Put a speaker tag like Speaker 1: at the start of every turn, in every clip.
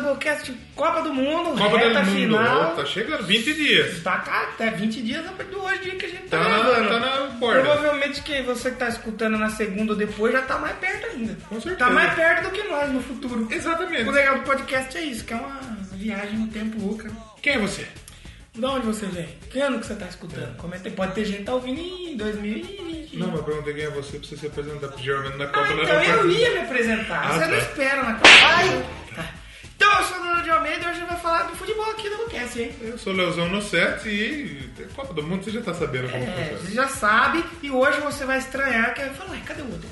Speaker 1: podcast um Copa do Mundo,
Speaker 2: Copa
Speaker 1: reta
Speaker 2: do Mundo.
Speaker 1: final.
Speaker 2: ó, Tá chegando, 20 dias.
Speaker 1: Tá, cá, tá 20 dias de hoje que a gente tá,
Speaker 2: Tá na-
Speaker 1: gravando.
Speaker 2: tá na borda.
Speaker 1: Provavelmente que você que tá escutando na segunda ou depois já tá mais perto ainda.
Speaker 2: Com certeza.
Speaker 1: Tá mais perto do que nós no futuro. O
Speaker 2: Exatamente.
Speaker 1: legal do podcast é isso, que é uma viagem no tempo louca.
Speaker 2: Quem é você?
Speaker 1: De onde você vem? Que ano que você tá escutando? Comenta, pode ter gente que tá ouvindo em 2020.
Speaker 2: Não, mas eu perguntei quem é você pra você se apresentar, porque geralmente na Copa
Speaker 1: Ah,
Speaker 2: não
Speaker 1: então
Speaker 2: era
Speaker 1: eu
Speaker 2: pra-
Speaker 1: ia me apresentar.
Speaker 2: Ah,
Speaker 1: Você não
Speaker 2: tá.
Speaker 1: espera na Copa. Ai, tá. Então eu sou o Dono de Almeida e hoje a gente vai falar do futebol aqui do Lucas, hein?
Speaker 2: Eu sou o Leozão no set e Copa do Mundo você já tá sabendo como
Speaker 1: É,
Speaker 2: funciona.
Speaker 1: você já sabe, e hoje você vai estranhar que vai falar, "Ai, cadê o outro?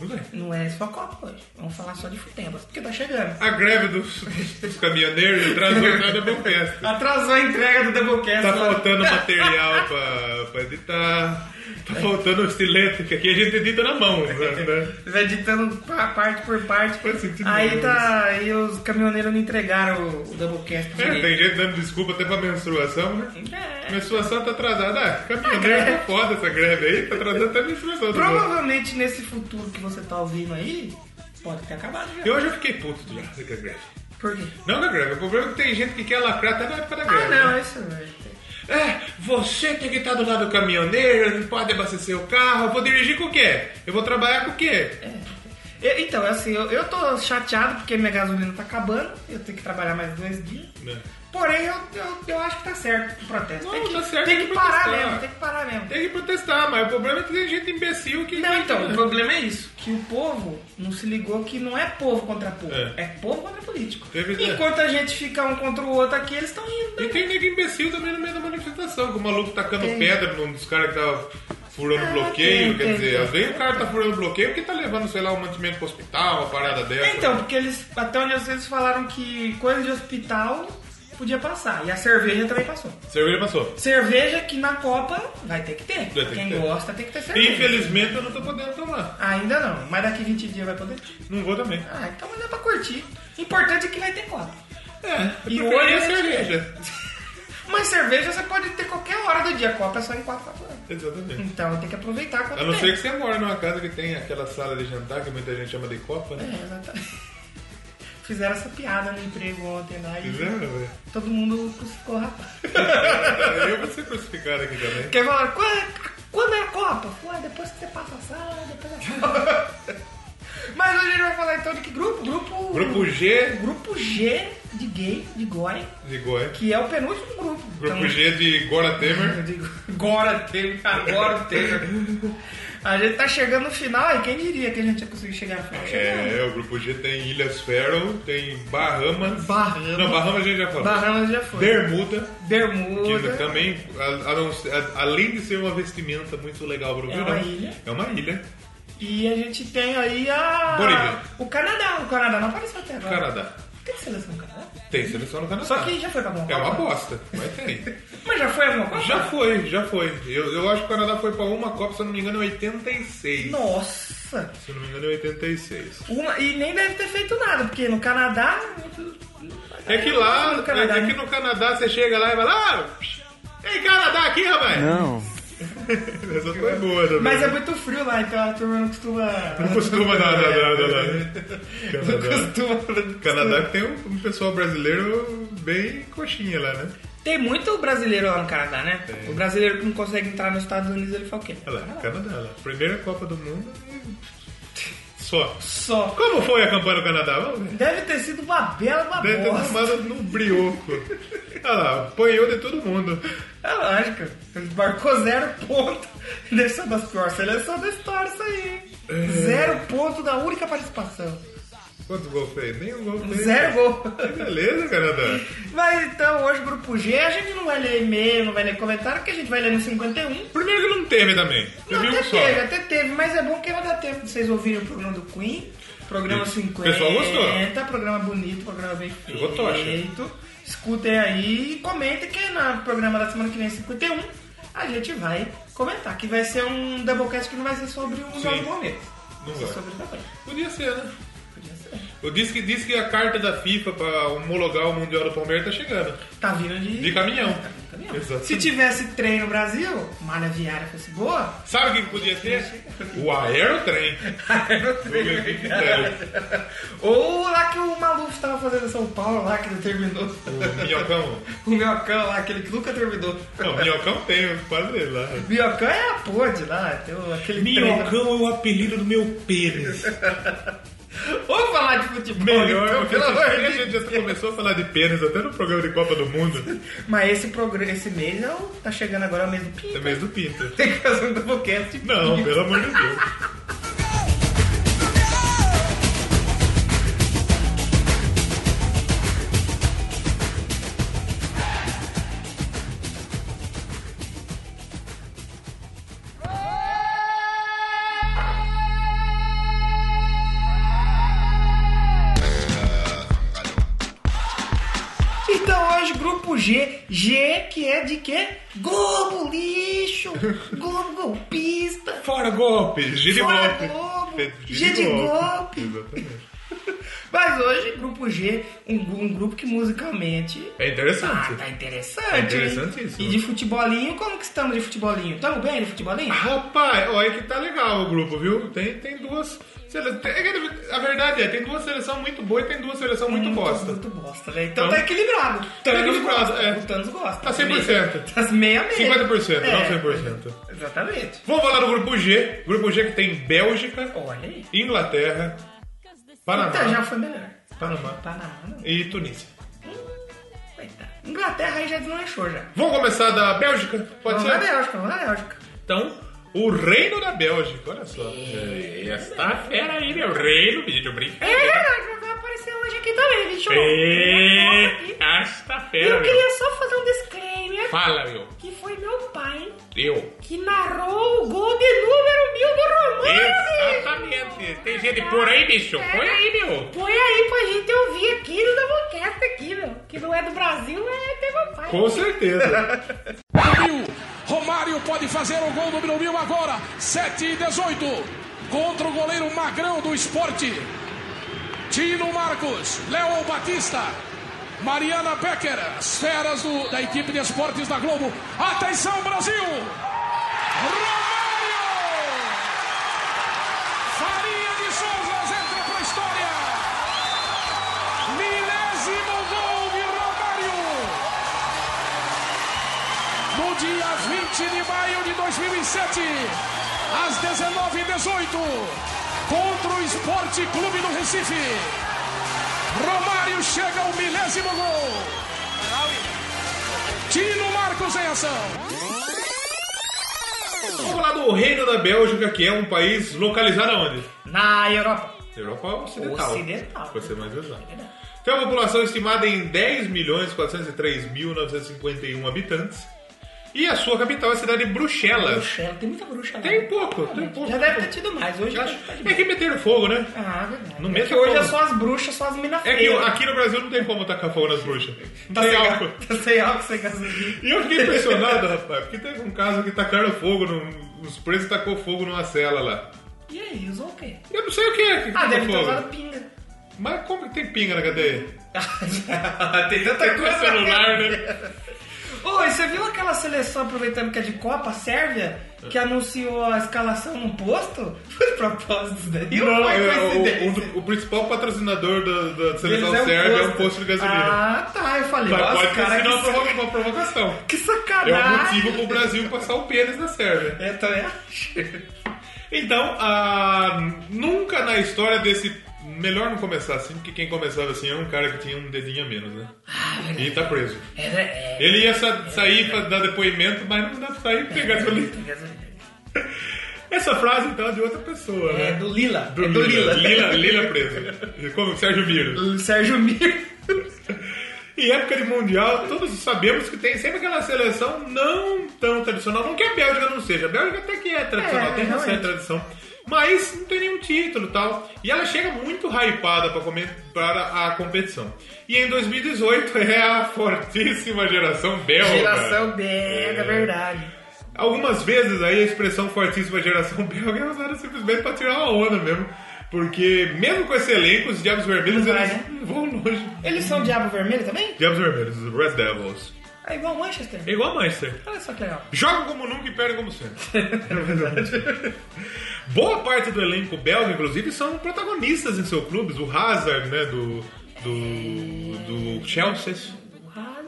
Speaker 2: Não sei.
Speaker 1: Não é só Copa hoje, vamos falar só de futebol, porque tá chegando.
Speaker 2: A greve dos, dos caminhoneiros atrasou nada é bom festa.
Speaker 1: Atrasou a entrega do Doublecast. né?
Speaker 2: Tá
Speaker 1: lá.
Speaker 2: faltando material pra, pra editar. Tá faltando o estilete, que aqui a gente edita na mão. Né?
Speaker 1: Vai editando pa- parte por parte.
Speaker 2: Faz sentido
Speaker 1: Aí
Speaker 2: nenhum
Speaker 1: tá. Aí os caminhoneiros não entregaram o, o Doublecast
Speaker 2: É,
Speaker 1: direito.
Speaker 2: tem gente dando desculpa até pra menstruação, né?
Speaker 1: É.
Speaker 2: Menstruação tá atrasada. Ah, caminhoneiro tá foda essa greve aí, tá atrasando até a menstruação. tá bom?
Speaker 1: Provavelmente nesse futuro que você tá ouvindo aí, pode ter acabado já.
Speaker 2: E hoje eu fiquei puto já com a é greve.
Speaker 1: Por quê?
Speaker 2: Não da greve, o problema é que tem gente que quer lacrar até na época da greve.
Speaker 1: Ah,
Speaker 2: né?
Speaker 1: não, isso não.
Speaker 2: É, você tem que estar do lado do caminhoneiro, não pode abastecer o carro. Eu vou dirigir com o quê? Eu vou trabalhar com o quê?
Speaker 1: E- Então, assim, É, eu, eu tô chateado porque minha gasolina tá acabando, eu tenho que trabalhar mais dois dias.
Speaker 2: Né?
Speaker 1: Porém, eu, eu, eu acho que tá certo o protesto.
Speaker 2: Não,
Speaker 1: tem que,
Speaker 2: tá certo
Speaker 1: tem que
Speaker 2: de
Speaker 1: parar
Speaker 2: protestar.
Speaker 1: mesmo, tem que parar mesmo.
Speaker 2: Tem que protestar, mas o problema é que tem gente imbecil que. né?
Speaker 1: Não, então, o problema é isso, que o povo não se ligou que não é povo contra povo, é,
Speaker 2: É.
Speaker 1: povo contra político.
Speaker 2: Teve ideia.
Speaker 1: Enquanto a gente fica um contra o outro aqui, eles estão indo. né?
Speaker 2: E tem nego imbecil também no meio da manifestação, com o maluco tacando
Speaker 1: Tem.
Speaker 2: pedra num dos caras que tava furando
Speaker 1: Ah, tem,
Speaker 2: bloqueio. quer
Speaker 1: tem,
Speaker 2: dizer,
Speaker 1: tem.
Speaker 2: às vezes o cara tá furando bloqueio porque tá levando, sei lá, um mantimento pro hospital, uma parada dessa.
Speaker 1: Então, porque eles, até onde eu sei, eles falaram que coisa de hospital podia passar, e a cerveja também passou.
Speaker 2: Cerveja passou.
Speaker 1: Cerveja que na Copa vai ter que ter.
Speaker 2: ter que
Speaker 1: Quem
Speaker 2: ter.
Speaker 1: gosta tem que ter cerveja.
Speaker 2: Infelizmente eu não tô podendo tomar.
Speaker 1: Ainda não, mas daqui 20 dias vai poder?
Speaker 2: Não vou também.
Speaker 1: Ah, então mas dá pra curtir. Importante é que vai ter Copa.
Speaker 2: É,
Speaker 1: E
Speaker 2: e
Speaker 1: olha
Speaker 2: hoje é
Speaker 1: esse-
Speaker 2: cerveja.
Speaker 1: Mas cerveja você pode ter qualquer hora do dia, a Copa é só em 4 horas.
Speaker 2: Exatamente.
Speaker 1: Então tem que aproveitar quando
Speaker 2: A não
Speaker 1: tem.
Speaker 2: ser que você mora numa casa que tem aquela sala de jantar que muita gente chama de copa, né?
Speaker 1: É, exatamente. Fizeram essa piada no emprego ontem lá e
Speaker 2: Fizeram, velho.
Speaker 1: todo mundo crucificou o rapaz.
Speaker 2: né? Eu vou ser crucificado aqui também.
Speaker 1: Porque falaram, quando, quando é a Copa? Ué, depois que você passa a sala, depois é a sala. Mas hoje a gente vai falar então de que grupo? Grupo.
Speaker 2: Grupo G
Speaker 1: Grupo G de gay, de gore,
Speaker 2: de Goiás.
Speaker 1: que é o penúltimo grupo. Então,
Speaker 2: Grupo G de Gora Temer.
Speaker 1: Eu digo, agora teve, agora teve. A gente tá chegando no final e quem diria que a gente ia conseguir chegar no final? Chegamos.
Speaker 2: É, o grupo G tem Ilhas Faroe, tem Bahamas.
Speaker 1: Bahamas.
Speaker 2: Não, Bahamas a gente já falou.
Speaker 1: Bahamas já foi.
Speaker 2: Bermuda, que
Speaker 1: Bermuda.
Speaker 2: também, a- a não ser- a- além de ser uma vestimenta muito legal para o
Speaker 1: É
Speaker 2: verão,
Speaker 1: uma ilha.
Speaker 2: É uma ilha.
Speaker 1: E a gente tem aí a.
Speaker 2: Bolívia.
Speaker 1: O Canadá. O Canadá não apareceu até agora.
Speaker 2: Canadá.
Speaker 1: Tem seleção no Canadá?
Speaker 2: Tem seleção no Canadá.
Speaker 1: Ah. Só que já foi pra alguma
Speaker 2: É uma
Speaker 1: Copa?
Speaker 2: bosta, mas tem.
Speaker 1: Mas já foi alguma Copa?
Speaker 2: Já foi, já foi. Eu, eu acho que o Canadá foi pra uma Copa, se eu não me engano, em 86.
Speaker 1: Nossa!
Speaker 2: Se eu não me engano, em 86.
Speaker 1: Uma... E nem deve ter feito nada, porque no Canadá.
Speaker 2: É que lá,
Speaker 1: No Canadá,
Speaker 2: é que
Speaker 1: né?
Speaker 2: no Canadá você chega lá e fala, ah, ei Canadá aqui, rapaz!
Speaker 3: Não.
Speaker 2: Essa foi boa também.
Speaker 1: Mas é muito frio lá, então a turma não costuma.
Speaker 2: Não costuma dar, dar, dar, dar, dar.
Speaker 1: Não
Speaker 2: Canadá.
Speaker 1: costuma. não
Speaker 2: Canadá que tem um, um pessoal brasileiro bem coxinha lá, né?
Speaker 1: Tem muito brasileiro lá no Canadá, né? O brasileiro que não consegue entrar nos Estados Unidos, ele fala o quê?
Speaker 2: Olha lá, Canadá, lá. Primeira Copa do Mundo e... Só.
Speaker 1: Só.
Speaker 2: Como foi a campanha do Canadá? Vamos ver.
Speaker 1: Deve ter sido uma bela uma
Speaker 2: Deve ter
Speaker 1: bosta.
Speaker 2: tomado no brioco. Olha lá, apanhou de todo mundo.
Speaker 1: É lógico. Ele marcou zero ponto. Deve ser uma das piores seleções é da história, isso aí.
Speaker 2: É.
Speaker 1: Zero ponto da única participação.
Speaker 2: Quantos gols fez? Nenhum gol fez.
Speaker 1: Zero gol.
Speaker 2: Que beleza, Canadá.
Speaker 1: Mas então, hoje, Grupo G, a gente não vai ler e-mail, não vai ler comentário, porque a gente vai ler no 51.
Speaker 2: Primeiro que não teve também.
Speaker 1: Não,
Speaker 2: Teve um
Speaker 1: até
Speaker 2: só.
Speaker 1: teve, até teve, mas é bom que não dá tempo de vocês ouvirem o programa do Queen, programa
Speaker 2: Sim.
Speaker 1: 50.
Speaker 2: O pessoal gostou.
Speaker 1: Programa bonito, programa bem
Speaker 2: Ficou tocha.
Speaker 1: feito. Escutem aí e comentem que no programa da semana que vem, 51, a gente vai comentar. Que vai ser um doublecast que não vai ser sobre o
Speaker 2: Sim.
Speaker 1: jogo do Palmeiras.
Speaker 2: Não
Speaker 1: Vai ser
Speaker 2: vai.
Speaker 1: sobre o Palmeiras.
Speaker 2: Podia ser, né?
Speaker 1: Podia ser.
Speaker 2: Eu disse que, disse que a carta da FIFA pra homologar o Mundial do Palmeiras tá chegando.
Speaker 1: Tá vindo de.
Speaker 2: De caminhão.
Speaker 1: Tá vindo de caminhão.
Speaker 2: Exato.
Speaker 1: Se tivesse trem no Brasil, malha viária fosse boa,
Speaker 2: Sabe o que que podia ter? O aerotrem. aerotrem.
Speaker 1: Ou lá que o Maluf tava fazendo em São Paulo, lá que não terminou.
Speaker 2: O minhocão.
Speaker 1: O Minhocão lá, aquele que nunca terminou.
Speaker 2: Não, minhocão tem, quase ele lá.
Speaker 1: Minhocão é a pôde lá, tem o- aquele trem.
Speaker 2: é o apelido do meu pênis.
Speaker 1: Vamos falar de futebol, então,
Speaker 2: Melhor,
Speaker 1: pelo amor de
Speaker 2: A gente já começou a falar de pênis até no programa de Copa do Mundo.
Speaker 1: Mas esse, programa, esse mês é o- tá chegando agora o mês do Pinto.
Speaker 2: É mês do Pinto.
Speaker 1: Tem que fazer um doublecast. de
Speaker 2: Não,
Speaker 1: Pinto.
Speaker 2: pelo amor de Deus.
Speaker 1: Então hoje, grupo G. G que é de quê? Globo lixo! Globo golpista!
Speaker 2: Fora golpe! G de
Speaker 1: Fora
Speaker 2: golpe!
Speaker 1: golpe.
Speaker 2: G
Speaker 1: G
Speaker 2: de
Speaker 1: de golpe.
Speaker 2: Exatamente.
Speaker 1: Mas hoje, grupo G, um, gru- um grupo que musicalmente.
Speaker 2: É
Speaker 1: Ah,
Speaker 2: interessante.
Speaker 1: tá interessante.
Speaker 2: É
Speaker 1: hein?
Speaker 2: interessantíssimo.
Speaker 1: E de futebolinho, como que estamos de futebolinho? Estamos bem de futebolinho?
Speaker 2: Rapaz, olha que tá legal o grupo, viu? Tem, tem duas. sele- tem- é que A verdade é, tem duas seleções muito boas e tem duas seleções muito bosta.
Speaker 1: Muito bosta, né? Então
Speaker 2: Então,
Speaker 1: tá equilibrado.
Speaker 2: tá
Speaker 1: Thanos
Speaker 2: equilibrado,
Speaker 1: gosta.
Speaker 2: é.
Speaker 1: O Thanos gosta.
Speaker 2: Tá 100%.
Speaker 1: Tá meia meia.
Speaker 2: 50%,
Speaker 1: É,
Speaker 2: não 100%.
Speaker 1: Exatamente.
Speaker 2: Vamos falar do grupo G. Grupo G que tem Bélgica,
Speaker 1: Olha aí.
Speaker 2: Inglaterra, Panamá,
Speaker 1: Então já foi melhor.
Speaker 2: Panamá
Speaker 1: Panamá não.
Speaker 2: e Tunísia.
Speaker 1: Coitado. Inglaterra aí já deslanchou já.
Speaker 2: Vamos começar da Bélgica? Pode
Speaker 1: vamos né?
Speaker 2: ser?
Speaker 1: na Bélgica, vamos na Bélgica.
Speaker 2: Então, o reino da Bélgica, olha só. É, Esta fera aí, meu reino, vídeo brinca.
Speaker 1: É verdade, vai aparecer hoje aqui também, bicho.
Speaker 2: É, Esta fera,
Speaker 1: Eu
Speaker 2: meu.
Speaker 1: queria só fazer um disclaimer
Speaker 2: Fala, meu.
Speaker 1: que foi meu pai
Speaker 2: Eu.
Speaker 1: que narrou o gol de número mil do Romano.
Speaker 2: Exatamente. Tem gente por aí, bicho. Põe aí, meu.
Speaker 1: Põe aí pra gente ouvir aqui no Doublecast aqui, meu. Que não é do Brasil, é de meu pai.
Speaker 2: Com certeza.
Speaker 3: Romário. Romário pode fazer o gol do Mil agora. 7 e 18. Contra o goleiro Magrão do esporte. Tino Marcos. Léo Batista. Mariana Becker. As feras do- da equipe de esportes da Globo. Atenção, Brasil! Romário! Faria de Souza entra para a história. Milésimo gol de Romário. No dia 20 de maio de 2007, às 19h18, contra o Esporte Clube do Recife. Romário chega ao milésimo gol. Tino Marcos em ação.
Speaker 2: Vamos falar do reino da Bélgica, que é um país localizado onde?
Speaker 1: Na Europa.
Speaker 2: Europa Ocidental.
Speaker 1: Ocidental.
Speaker 2: Pra ser mais exato. Tem uma população estimada em 10.403.951 habitantes. E a sua capital é a cidade de Bruxelas.
Speaker 1: Bruxela, tem muita bruxa lá.
Speaker 2: Tem pouco, tem pouco.
Speaker 1: Já deve ter tido mais. Hoje
Speaker 2: Eu
Speaker 1: tá,
Speaker 2: acho-
Speaker 1: tá de
Speaker 2: É
Speaker 1: boa.
Speaker 2: que meteram fogo, né?
Speaker 1: Ah, verdade.
Speaker 2: No
Speaker 1: é
Speaker 2: meio
Speaker 1: que
Speaker 2: tá
Speaker 1: hoje é
Speaker 2: falando.
Speaker 1: só as bruxas, só as minas
Speaker 2: É que
Speaker 1: feias.
Speaker 2: aqui no Brasil não tem como tacar fogo nas bruxas. Não
Speaker 1: Tá
Speaker 2: tem
Speaker 1: sem
Speaker 2: álcool.
Speaker 1: álcool. Tá sem álcool, sem gasolina.
Speaker 2: E eu fiquei impressionado, rapaz, porque teve um caso que tacaram fogo, num, os presos tacou fogo numa cela lá.
Speaker 1: E aí, usou o quê?
Speaker 2: Eu não sei o que é que
Speaker 1: Ah,
Speaker 2: tacou
Speaker 1: deve ter
Speaker 2: fogo.
Speaker 1: usado pinga.
Speaker 2: Mas como que tem pinga na cadeia?
Speaker 1: tem tanta
Speaker 2: Tacou celular, né?
Speaker 1: Ô, e você viu aquela seleção, aproveitando que é de Copa, a Sérvia, que
Speaker 2: É.
Speaker 1: anunciou a escalação num posto? Foi de propósito daí? ou foi
Speaker 2: é,
Speaker 1: coincidência?
Speaker 2: o, o- o principal patrocinador da, da
Speaker 1: Eles
Speaker 2: seleção
Speaker 1: é um
Speaker 2: sérvia é um posto de gasolina.
Speaker 1: Ah, tá. Eu falei,
Speaker 2: Mas
Speaker 1: nossa,
Speaker 2: pode ter
Speaker 1: cara,
Speaker 2: sido
Speaker 1: que, Ah,
Speaker 2: uma,
Speaker 1: sa-
Speaker 2: provo- uma provocação.
Speaker 1: que
Speaker 2: É
Speaker 1: sacanagem.
Speaker 2: um motivo pro Brasil passar o pênis na Sérvia.
Speaker 1: É, também acho.
Speaker 2: Então, ah, nunca na história desse. Melhor não começar assim, porque quem começava assim era um cara que tinha um dedinho a menos, né? E tá preso.
Speaker 1: É, é, é.
Speaker 2: Ele ia sa- sair pra dar depoimento, mas não dá pra sair porque
Speaker 1: É,
Speaker 2: gasolina. Essa frase então é de outra pessoa,
Speaker 1: É
Speaker 2: né?
Speaker 1: do Lila.
Speaker 2: Do
Speaker 1: é do
Speaker 2: Lila.
Speaker 1: Lila.
Speaker 2: Lila, Lila preso. Como Sérgio Miro.
Speaker 1: Do Sérgio Mir.
Speaker 2: Em época de Mundial, todos sabemos que tem sempre aquela seleção não tão tradicional. Não que a Bélgica não seja. A Bélgica até que é tradicional,
Speaker 1: É,
Speaker 2: tem uma certa
Speaker 1: realmente.
Speaker 2: tradição. Mas não tem nenhum título e tal. E ela chega muito hypada pra come- para a competição. E em 2018 é a fortíssima geração belga. É.
Speaker 1: Geração belga, verdade.
Speaker 2: Algumas vezes aí a expressão fortíssima geração belga é usada simplesmente pra tirar uma onda mesmo. Porque mesmo com esse elenco, os Diabos Vermelhos
Speaker 1: Não vai,
Speaker 2: eles
Speaker 1: né?
Speaker 2: não vão longe.
Speaker 1: Eles são Diabo Vermelho também?
Speaker 2: Diabos Vermelhos, os Red Devils.
Speaker 1: É igual Manchester.
Speaker 2: É igual a Manchester.
Speaker 1: Olha só que legal.
Speaker 2: Jogam como nunca e perdem como sempre.
Speaker 1: É
Speaker 2: Boa parte do elenco belga, inclusive, são protagonistas em seus clubes. O Hazard, né, do, do, do Chelsea.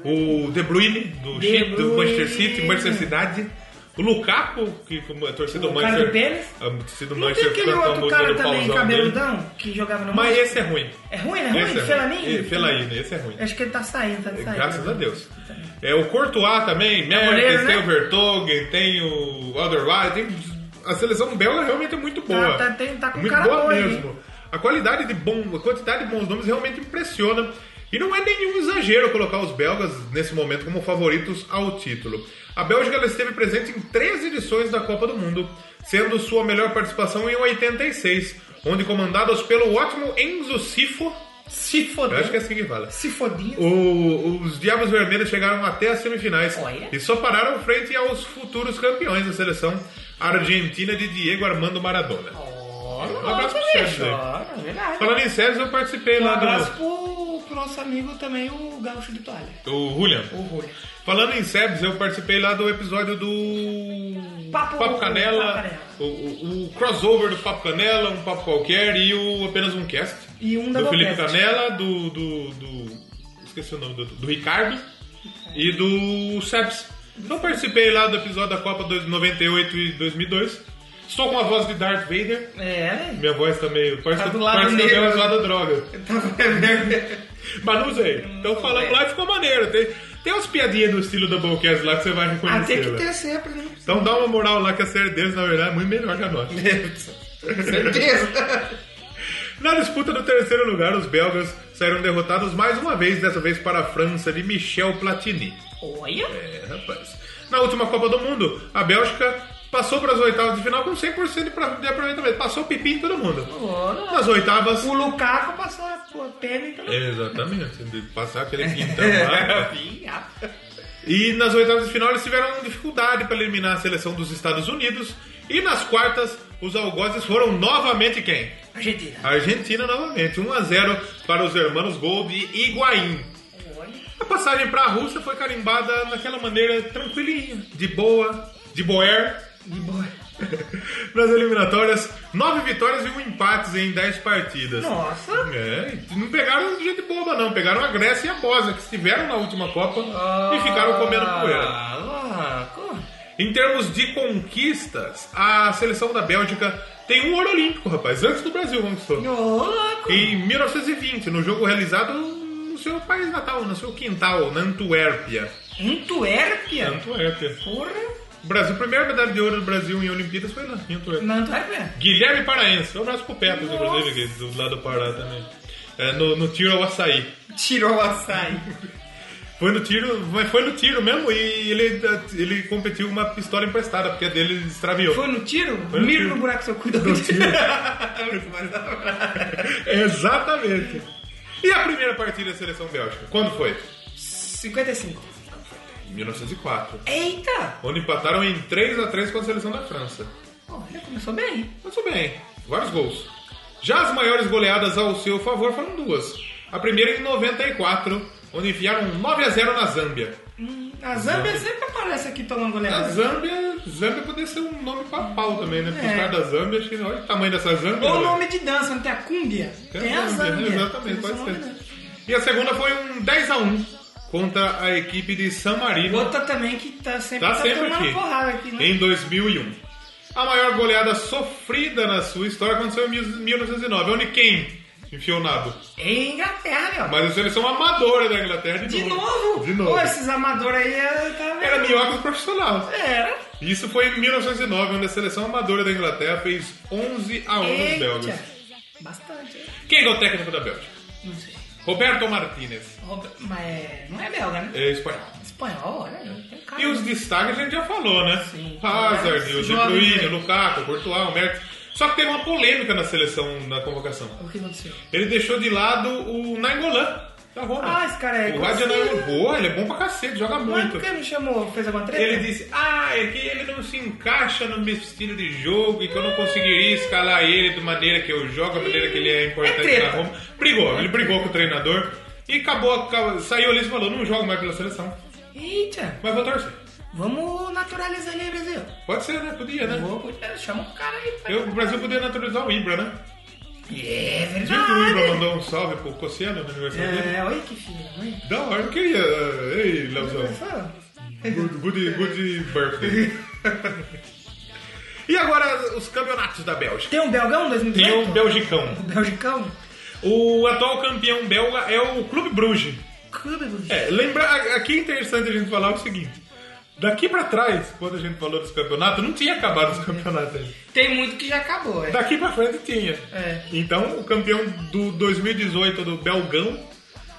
Speaker 2: O De Bruyne, do,
Speaker 1: De
Speaker 2: Chi- do
Speaker 1: Bruyne.
Speaker 2: Manchester City, Manchester Cidade. O Lukaku, que como a torcida do
Speaker 1: O cara
Speaker 2: Manchester...
Speaker 1: do Pênis?
Speaker 2: a torcida do
Speaker 1: Não tem
Speaker 2: Manchester
Speaker 1: aquele
Speaker 2: cantou a
Speaker 1: outro
Speaker 2: música
Speaker 1: cara
Speaker 2: do
Speaker 1: também,
Speaker 2: pauzão dele.
Speaker 1: cabeludão, que jogava no
Speaker 2: Mas
Speaker 1: Manchester?
Speaker 2: esse é ruim.
Speaker 1: É ruim, né? É
Speaker 2: Esse
Speaker 1: ruim?
Speaker 2: é
Speaker 1: Felanin?
Speaker 2: É, Fellaini, esse é ruim.
Speaker 1: Acho que ele tá saindo, tá
Speaker 2: É,
Speaker 1: saindo.
Speaker 2: Graças a Deus. É, o Courtois também,
Speaker 1: goleiro,
Speaker 2: Mertens,
Speaker 1: né?
Speaker 2: tem o Vertonghen, tem o Alderweireld, tem a seleção belga realmente é muito boa.
Speaker 1: tá- tem- tá com
Speaker 2: muito
Speaker 1: cara
Speaker 2: boa
Speaker 1: boa, hein?
Speaker 2: mesmo. A qualidade de bom, a quantidade de bons nomes realmente impressiona. E não é nenhum exagero colocar os belgas nesse momento como favoritos ao título. A Bélgica ela esteve presente em três edições da Copa do Mundo, sendo sua melhor participação em 86, onde comandados pelo ótimo Enzo Sifo,
Speaker 1: Se
Speaker 2: eu
Speaker 1: fodeu.
Speaker 2: acho que é assim que fala,
Speaker 1: Se fodinha.
Speaker 2: o- os Diabos Vermelhos chegaram até as semifinais
Speaker 1: Olha.
Speaker 2: e só pararam frente aos futuros campeões da seleção argentina de Diego Armando Maradona.
Speaker 1: Olha,
Speaker 2: Um abraço pro
Speaker 1: olha,
Speaker 2: Sérgio aí.
Speaker 1: olha, verdade.
Speaker 2: Falando em Sérgio, eu participei
Speaker 1: Um
Speaker 2: lá
Speaker 1: abraço
Speaker 2: do.
Speaker 1: pro, pro nosso amigo também, o Gaúcho de Toalha.
Speaker 2: O Julian.
Speaker 1: O Rolha.
Speaker 2: Falando em Sebs, eu participei lá do episódio do
Speaker 1: Papo- Papo
Speaker 2: Canela,
Speaker 1: Canela.
Speaker 2: O, o- o crossover do Papo Canela, um Papo Qualquer e o Apenas Um Cast.
Speaker 1: E um
Speaker 2: Do
Speaker 1: Doublecast.
Speaker 2: Felipe Canela, do, do, do- esqueci o nome, do, do Ricardo e do Sebs. Então participei lá do episódio da Copa dois- 98 e 2002. Estou com a voz de Darth Vader.
Speaker 1: É, né?
Speaker 2: Minha voz também, parte
Speaker 1: Tá do
Speaker 2: do
Speaker 1: lado
Speaker 2: parte também
Speaker 1: negro.
Speaker 2: é do lado droga. Mas não usei.
Speaker 1: Hum,
Speaker 2: Então falando lá ficou maneiro. Tem, tem umas piadinhas do estilo da Doublecast lá que você vai
Speaker 1: Ah,
Speaker 2: reconhecer.
Speaker 1: tem que
Speaker 2: lá.
Speaker 1: ter sempre, né?
Speaker 2: Então dá uma moral lá que a série deles, na verdade, é muito melhor que a nossa.
Speaker 1: Certeza.
Speaker 2: Na disputa do terceiro lugar, os belgas saíram derrotados mais uma vez, dessa vez para a França de Michel Platini.
Speaker 1: Olha.
Speaker 2: É, rapaz. Na última Copa do Mundo, a Bélgica passou para as oitavas de final com 100% de pra- de aproveitamento. Passou o pipi em todo mundo.
Speaker 1: Olha.
Speaker 2: Nas oitavas...
Speaker 1: O Lukaku passou a sua perna então.
Speaker 2: Exatamente, de passar aquele quintão lá.
Speaker 1: Viado.
Speaker 2: E nas oitavas de final eles tiveram dificuldade para eliminar a seleção dos Estados Unidos. E nas quartas, os algozes foram novamente quem?
Speaker 1: Argentina.
Speaker 2: A Argentina novamente, 1 a 0 para os hermanos Gold e Higuaín.
Speaker 1: Olha.
Speaker 2: A passagem para a Rússia foi carimbada daquela maneira tranquilinha, de boa, de boer.
Speaker 1: De boa.
Speaker 2: Nas eliminatórias, nove vitórias e um empate em 10 partidas.
Speaker 1: Nossa.
Speaker 2: É, e não pegaram de jeito boba, não. Pegaram a Grécia e a Bósnia, que estiveram na última Copa e ficaram comendo poeira.
Speaker 1: Ah, louco.
Speaker 2: Em termos de conquistas, a seleção da Bélgica tem um ouro olímpico, rapaz, antes do Brasil, conquistou.
Speaker 1: Ô, louco.
Speaker 2: Em 1920, no jogo realizado no seu país natal, no seu quintal, na Antuérpia.
Speaker 1: Antuérpia?
Speaker 2: Antuérpia.
Speaker 1: Porra!
Speaker 2: O Brasil, a primeira medalha de ouro do Brasil em Olimpíadas foi lá, em Antuérpia.
Speaker 1: Na Antuérpia?
Speaker 2: Guilherme Paraense, um abraço pro Pepas,
Speaker 1: Nossa.
Speaker 2: inclusive, que é do lado do Pará também. É, no, no tiro ao açaí.
Speaker 1: Tirou o açaí.
Speaker 2: Foi no tiro, mas foi no tiro mesmo e ele, ele competiu com uma pistola emprestada, porque a dele extraviou.
Speaker 1: Foi no tiro?
Speaker 2: Foi no
Speaker 1: Miro
Speaker 2: tiro.
Speaker 1: no buraco, seu cuidado.
Speaker 2: No tiro.
Speaker 1: Muito mais da hora.
Speaker 2: Exatamente. E a primeira partida da seleção bélgica? Quando foi?
Speaker 1: 55.
Speaker 2: Em 1904.
Speaker 1: Eita!
Speaker 2: Onde empataram em 3x3 com a seleção da França.
Speaker 1: Olha, começou bem.
Speaker 2: Mas tudo bem, vários gols. Já as maiores goleadas ao seu favor foram duas. A primeira em 94, onde enfiaram um 9x0 na Zâmbia.
Speaker 1: Hum, A Zâmbia sempre aparece aqui tomando
Speaker 2: A
Speaker 1: goleada.
Speaker 2: Zâmbia, Zâmbia poderia ser um nome pra pau também, né? Porque os
Speaker 1: É.
Speaker 2: caras da Zâmbia, acho que olha o tamanho dessa Zâmbia.
Speaker 1: Ou
Speaker 2: né?
Speaker 1: nome de dança, não tem a cúmbia? Tem a Zâmbia.
Speaker 2: né? Exatamente,
Speaker 1: Tem esse
Speaker 2: pode
Speaker 1: nome,
Speaker 2: ser. E a segunda foi um 10x1 contra a equipe de San
Speaker 1: né?
Speaker 2: Marino.
Speaker 1: Outra também que tá sempre,
Speaker 2: Tá sempre
Speaker 1: tomando
Speaker 2: aqui.
Speaker 1: porrada aqui, né?
Speaker 2: Em 2001. A maior goleada sofrida na sua história aconteceu em 1909, onde quem enfiou o nabo?
Speaker 1: Em Inglaterra, meu.
Speaker 2: Mas a seleção amadora da Inglaterra de,
Speaker 1: De novo?
Speaker 2: De novo.
Speaker 1: Pô, esses amadores aí é- tá
Speaker 2: Era minhoca profissional.
Speaker 1: Era.
Speaker 2: Isso foi em 1909, onde a seleção amadora da Inglaterra fez 11 a 1 nos um belgas.
Speaker 1: Eita. Bastante, hein?
Speaker 2: Quem é o técnico da Bélgica?
Speaker 1: Não sei.
Speaker 2: Roberto Martínez,
Speaker 1: Rob- Mas não é belga, né?
Speaker 2: é espanhol.
Speaker 1: Espanhol, olha. Tem cara.
Speaker 2: E os destaques a gente já falou, né?
Speaker 1: Sim.
Speaker 2: Hazard, o De
Speaker 1: Jovens,
Speaker 2: Bruyne,
Speaker 1: né?
Speaker 2: o Lukaku, o Courtois, o Mertens. Só que teve uma polêmica na seleção, na convocação.
Speaker 1: O que aconteceu?
Speaker 2: Ele deixou de lado o Nainggolan, Da Roma.
Speaker 1: Ah, esse cara é
Speaker 2: O Radionairo,
Speaker 1: igualzinho.
Speaker 2: boa, ele é bom pra cacete, joga
Speaker 1: Mas por
Speaker 2: muito.
Speaker 1: que me chamou? Fez alguma treta?
Speaker 2: Ele disse, ah, é que ele não se encaixa no meu estilo de jogo e que eu não conseguiria escalar ele da maneira que eu jogo, a maneira que ele é
Speaker 1: É
Speaker 2: importante
Speaker 1: treta.
Speaker 2: na Roma. Brigou, ele brigou com o treinador e acabou, acabou- saiu ali e falou, não jogo mais pela seleção,
Speaker 1: Eita,
Speaker 2: mas vou torcer.
Speaker 1: vamos naturalizar ele, Brasil.
Speaker 2: Pode ser, né? Podia, né?
Speaker 1: Vou, é, chama o cara aí. pai.
Speaker 2: Eu, o Brasil podia naturalizar o Ibra, né?
Speaker 1: É
Speaker 2: Viu que o Ibra
Speaker 1: verdade.
Speaker 2: mandou um salve pro Cossiano no aniversário dele?
Speaker 1: É, olha que filho, mãe.
Speaker 2: Da hora, eu queria. eh, Ei, Leozão. Good, good, good birthday. e agora os campeonatos da Bélgica.
Speaker 1: Tem um belgão
Speaker 2: Tem
Speaker 1: 2018?
Speaker 2: o Belgicão.
Speaker 1: O Um belgicão?
Speaker 2: O atual campeão belga é o Clube Bruges.
Speaker 1: Clube do...
Speaker 2: É, lembra, a- aqui é interessante a gente falar o seguinte. Daqui pra trás, quando a gente falou dos campeonatos, não tinha acabado os campeonatos ainda.
Speaker 1: Tem muito que já acabou, é.
Speaker 2: Daqui pra frente tinha.
Speaker 1: É.
Speaker 2: Então, o campeão do 2018 do Belgão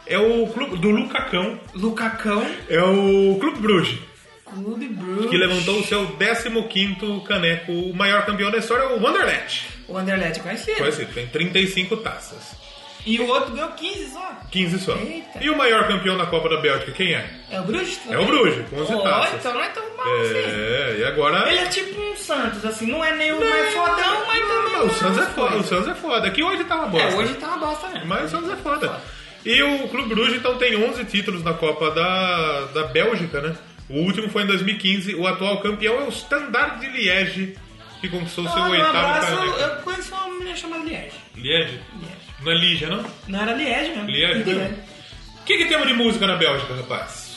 Speaker 2: é o clube do Lucacão,
Speaker 1: Lucacão,
Speaker 2: é o Clube Bruges,
Speaker 1: Clube Bruges.
Speaker 2: que levantou o seu 15º caneco. O maior campeão da história é o Wanderlecht.
Speaker 1: O Anderlecht conhecido.
Speaker 2: Conhecido, tem 35 taças,
Speaker 1: E o outro ganhou 15 só.
Speaker 2: 15 só.
Speaker 1: Eita.
Speaker 2: E o maior campeão da Copa da Bélgica, quem é?
Speaker 1: É o Bruges
Speaker 2: É o Bruges, com 11
Speaker 1: Ó,
Speaker 2: taças.
Speaker 1: então não é tão mal assim.
Speaker 2: É, e agora...
Speaker 1: Ele é tipo um Santos, assim. Não é nem o mais fodão, mas também... não
Speaker 2: o
Speaker 1: é
Speaker 2: Santos é
Speaker 1: umas
Speaker 2: foda, o
Speaker 1: coisas.
Speaker 2: Santos é foda. Aqui hoje tá uma bosta.
Speaker 1: É, hoje tá uma bosta mesmo.
Speaker 2: Mas o Santos é foda. E o Clube Bruges, então, tem 11 títulos na Copa da, da Bélgica, né? O último foi em 2015. O atual campeão é o Standard de Liege, que conquistou seu
Speaker 1: Ah, um
Speaker 2: oitavo tá
Speaker 1: abraço,
Speaker 2: caneco.
Speaker 1: eu conheço uma menina chamada Liege.
Speaker 2: Liege?
Speaker 1: Liege.
Speaker 2: Não é Ligia, não?
Speaker 1: Não era Liege mesmo.
Speaker 2: Liege?
Speaker 1: Liege.
Speaker 2: né? O que, que temos de música na Bélgica, rapaz?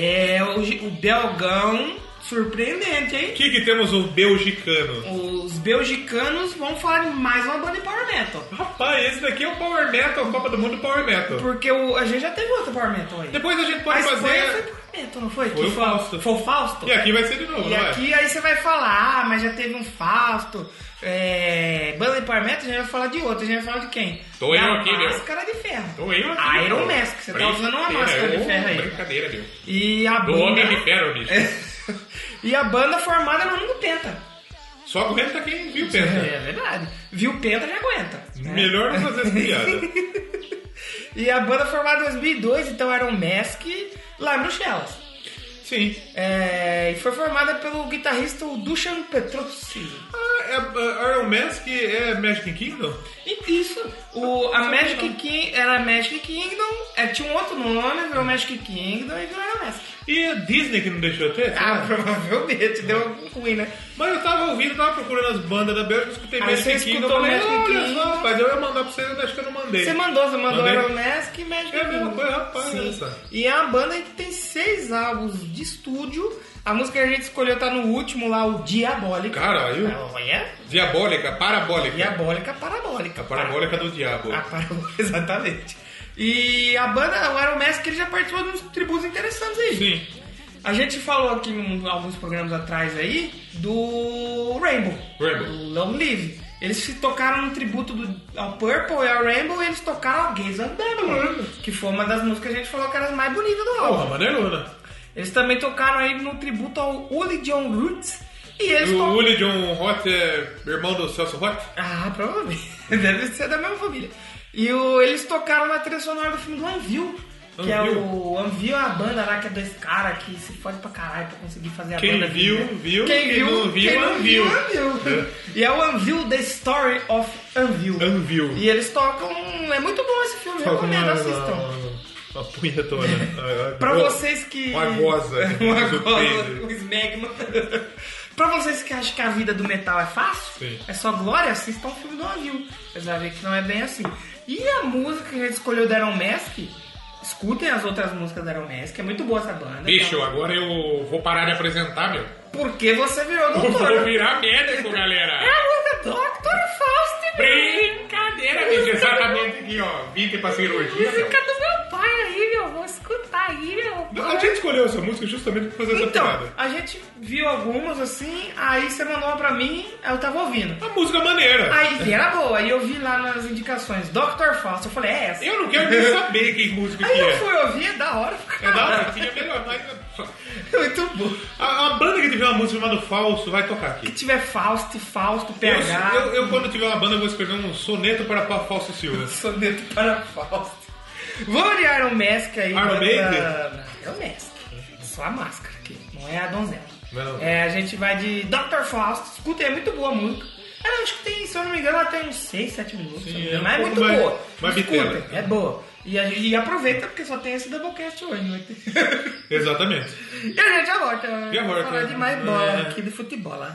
Speaker 1: Belgi- o belgão surpreendente, hein?
Speaker 2: O que, que temos o belgicano?
Speaker 1: Os belgicanos vão falar de mais uma banda de power metal.
Speaker 2: Rapaz, esse daqui é o Power Metal, Copa do Mundo Power Metal.
Speaker 1: Porque o- a gente já teve outro power metal aí.
Speaker 2: Depois a gente
Speaker 1: a
Speaker 2: pode
Speaker 1: Espanha foi
Speaker 2: fazer.
Speaker 1: power metal, não foi?
Speaker 2: Foi
Speaker 1: Que
Speaker 2: o Fausto.
Speaker 1: Foi o Fausto.
Speaker 2: E aqui vai ser de novo,
Speaker 1: E
Speaker 2: não é?
Speaker 1: aqui aí você vai falar, ah, mas já teve um Fausto, é, banda de power metal, a gente vai falar de outro. A gente vai falar de quem?
Speaker 2: Tô eu
Speaker 1: da
Speaker 2: aqui, meu.
Speaker 1: máscara de ferro.
Speaker 2: Então eu aqui,
Speaker 1: Iron
Speaker 2: pô.
Speaker 1: Mask, você tá usando uma
Speaker 2: Brincadeira,
Speaker 1: máscara de
Speaker 2: ô,
Speaker 1: ferro aí.
Speaker 2: Brincadeira, meu.
Speaker 1: E a
Speaker 2: Do
Speaker 1: banda...
Speaker 2: homem de ferro, bicho.
Speaker 1: e a banda formada no mundo penta.
Speaker 2: Só aguenta quem viu pensa.
Speaker 1: É verdade. Viu Penta já aguenta. né?
Speaker 2: Melhor não fazer essa piada.
Speaker 1: E a banda formada em 2002, então era um Mask lá em Bruxelas.
Speaker 2: Sim.
Speaker 1: É, e foi formada pelo guitarrista o Dusan Petrossi.
Speaker 2: Ah, é, ah, Iron Mask é Magic Kingdom?
Speaker 1: E isso, o, a Magic King era Magic Kingdom, é, tinha um outro nome, virou Magic Kingdom e virou Iron Mask.
Speaker 2: E é Disney que não deixou ter?
Speaker 1: Ah, provavelmente, deu algum ruim, né?
Speaker 2: Mas eu tava ouvindo, tava procurando as bandas da Bélgica, escutei
Speaker 1: Aí
Speaker 2: Magic
Speaker 1: você
Speaker 2: Kingdom.
Speaker 1: escutou
Speaker 2: falei,
Speaker 1: Magic
Speaker 2: olha
Speaker 1: Kingdom.
Speaker 2: só, rapaz, eu ia mandar pra vocês, eu acho que eu não mandei.
Speaker 1: Você mandou, você mandou
Speaker 2: Mandei.
Speaker 1: Iron Mask e Magic
Speaker 2: É a mesma
Speaker 1: Kingdom.
Speaker 2: coisa, rapaz,
Speaker 1: Sim.
Speaker 2: olha só.
Speaker 1: E é uma banda que tem seis álbuns de estúdio. A música que a gente escolheu tá no último lá, o Diabólica.
Speaker 2: Cara, aí o-
Speaker 1: Olha,
Speaker 2: Diabólica, parabólica.
Speaker 1: diabólica, parabólica.
Speaker 2: A parabólica do diabo.
Speaker 1: A parabólica, exatamente. E a banda, o Iron Mask, ele já participou de uns tributos interessantes aí.
Speaker 2: Sim.
Speaker 1: A gente falou aqui em alguns programas atrás aí do Rainbow.
Speaker 2: Rainbow.
Speaker 1: Do Long Live. Eles se tocaram no tributo do, ao Purple e ao Rainbow e eles tocaram a Gaze of
Speaker 2: Uhum.
Speaker 1: Babylon, que foi uma das músicas que a gente falou que era as mais bonitas do álbum.
Speaker 2: Porra, né? maneirona.
Speaker 1: Eles também tocaram aí no tributo ao Uli John Roots e eles
Speaker 2: O
Speaker 1: tocaram...
Speaker 2: Uli John Roth é irmão do Celso Roth?
Speaker 1: Ah, provavelmente. Deve ser da mesma família. E o- eles tocaram na trilha sonora do filme do Anvil. Que é
Speaker 2: Anvil?
Speaker 1: o Anvil é a banda lá que é dois caras que se fode pra caralho pra conseguir fazer a
Speaker 2: Quem
Speaker 1: banda.
Speaker 2: viu,
Speaker 1: vir, né?
Speaker 2: viu.
Speaker 1: Quem
Speaker 2: Quem
Speaker 1: viu,
Speaker 2: não viu,
Speaker 1: quem não
Speaker 2: Anvil.
Speaker 1: viu, Anvil. E é o Anvil The Story of Anvil.
Speaker 2: Anvil. é,
Speaker 1: E eles tocam. É muito bom esse filme, eu recomendo, assistam.
Speaker 2: Uma punhetona. Ah, ah,
Speaker 1: Pra
Speaker 2: boa.
Speaker 1: vocês que.
Speaker 2: Uma goza.
Speaker 1: Uma
Speaker 2: Surpresa.
Speaker 1: goza, um smegma. pra vocês que acham que a vida do metal é fácil,
Speaker 2: Sim.
Speaker 1: é só glória, assistam o filme do navio. Vocês vão ver que não é bem assim. E a música que a gente escolheu da Iron Mask, escutem as outras músicas da Iron Mask, é muito boa essa banda.
Speaker 2: Bicho, agora eu vou parar de apresentar, meu.
Speaker 1: Porque você virou
Speaker 2: Eu vou
Speaker 1: doutor.
Speaker 2: virar médico,
Speaker 1: É
Speaker 2: galera.
Speaker 1: a música Dr. Faust.
Speaker 2: Brincadeira, bicho. Exatamente aqui, ó. 20 pra cirurgia. meu.
Speaker 1: Música do meu pai aí, meu. Vou escutar aí, meu.
Speaker 2: Não, A gente escolheu essa música justamente pra fazer
Speaker 1: Então,
Speaker 2: essa piada.
Speaker 1: a gente viu algumas assim, aí você mandou uma pra mim, aí eu tava ouvindo.
Speaker 2: Uma música maneira.
Speaker 1: Aí era boa, aí eu vi lá nas indicações Dr. Fausto, eu falei, é essa.
Speaker 2: Eu não quero nem saber que música
Speaker 1: Aí
Speaker 2: que
Speaker 1: eu
Speaker 2: é.
Speaker 1: fui ouvir, é da hora,
Speaker 2: É da
Speaker 1: cara.
Speaker 2: hora, tinha melhor, mas... é
Speaker 1: Muito bom.
Speaker 2: A, a banda que tiver uma música chamada Falso vai tocar aqui.
Speaker 1: Se tiver Fausto, Fausto,
Speaker 2: Eu,
Speaker 1: PH,
Speaker 2: eu- eu, quando tiver uma banda, eu vou escrever um soneto para Pa- Fausto Silva.
Speaker 1: soneto para Fausto. Vamos de Iron Mask aí. né,
Speaker 2: Iron
Speaker 1: pra- Iron Mask. Só a máscara aqui, não é a donzela.
Speaker 2: Não.
Speaker 1: É, a gente vai de Dr. Faust. Escuta, é muito boa a música. Ela acho que tem, se eu não me engano, ela tem uns 6, 7 minutos. se eu não me engano,
Speaker 2: é um
Speaker 1: mas é
Speaker 2: pouco
Speaker 1: muito
Speaker 2: mais-
Speaker 1: boa.
Speaker 2: mais
Speaker 1: Escuta,
Speaker 2: bitela.
Speaker 1: é boa. E, a gente- e aproveita porque só tem esse Doublecast hoje, não é?
Speaker 2: Exatamente.
Speaker 1: E a gente já volta.
Speaker 2: Já
Speaker 1: Vamos
Speaker 2: volta.
Speaker 1: Falar de mais bola
Speaker 2: É.
Speaker 1: aqui de futebol. lá.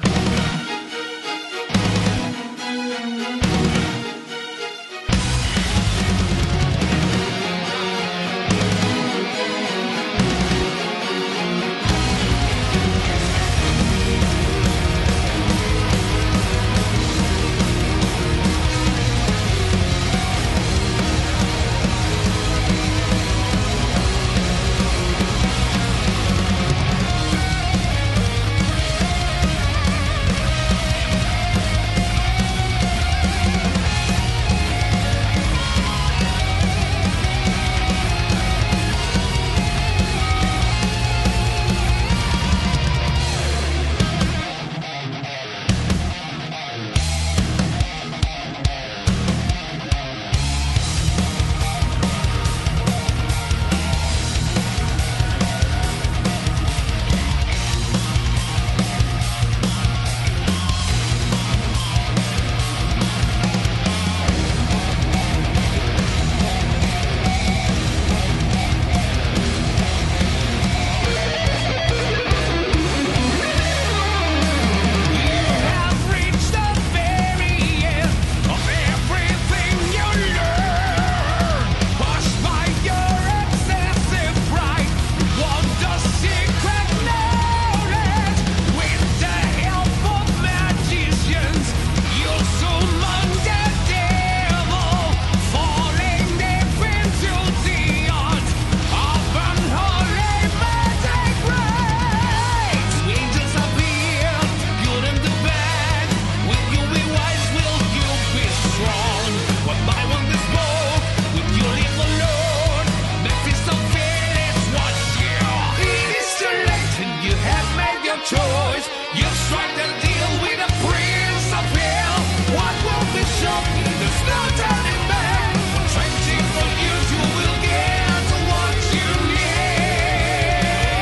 Speaker 4: Choice. You strike the deal with the prince of hell. What will be shown? There's no turning back. Trenching for years, you will get what you need.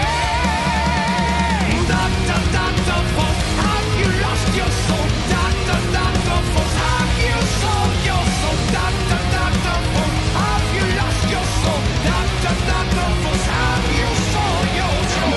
Speaker 4: Doctor, doctor, folks, have you lost your soul? Doctor, doctor, folks, have you sold your soul? Doctor, doctor, folks, have you lost your soul? Doctor, doctor, folks, have you sold your soul?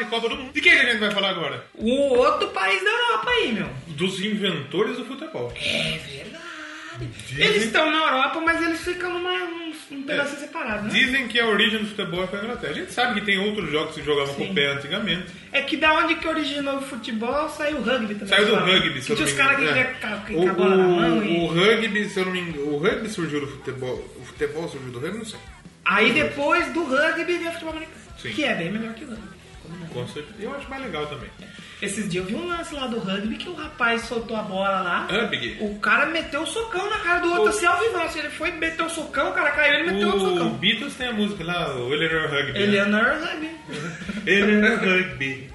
Speaker 2: Copa do Mundo. De quem que a gente vai falar agora?
Speaker 1: O outro país da Europa aí, meu.
Speaker 2: Dos inventores do futebol.
Speaker 1: É verdade. Eles estão na Europa, mas eles ficam numa, um, um
Speaker 2: É.
Speaker 1: pedacinho separado, né?
Speaker 2: Dizem que a origem do futebol é foi a Inglaterra. A gente sabe que tem outros jogos que se jogavam com o pé antigamente.
Speaker 1: É que da onde que originou o futebol saiu o rugby também.
Speaker 2: Saiu do
Speaker 1: sabe?
Speaker 2: rugby, se
Speaker 1: Que
Speaker 2: eu não
Speaker 1: tinha os
Speaker 2: me
Speaker 1: caras que
Speaker 2: engano. É.
Speaker 1: é.
Speaker 2: O-
Speaker 1: com a bola na mão
Speaker 2: o- O
Speaker 1: e.
Speaker 2: rugby, se eu não me engano, o rugby surgiu do futebol. O futebol surgiu do rugby, não sei.
Speaker 1: Aí depois do rugby veio o futebol americano.
Speaker 2: Sim.
Speaker 1: Que é bem melhor que o rugby.
Speaker 2: Com certeza. Eu acho mais legal também.
Speaker 1: Esses dias eu vi um lance lá do rugby que o rapaz soltou a bola lá.
Speaker 2: Rugby?
Speaker 1: O cara meteu o socão na cara do outro, assim, ao vivaço. Ele foi, meteu o socão, o cara caiu, ele meteu outro
Speaker 2: O
Speaker 1: socão.
Speaker 2: Beatles tem a música lá, o Eleanor Rugby.
Speaker 1: Ele é
Speaker 2: né?
Speaker 1: rugby.
Speaker 2: Eleanor Rugby.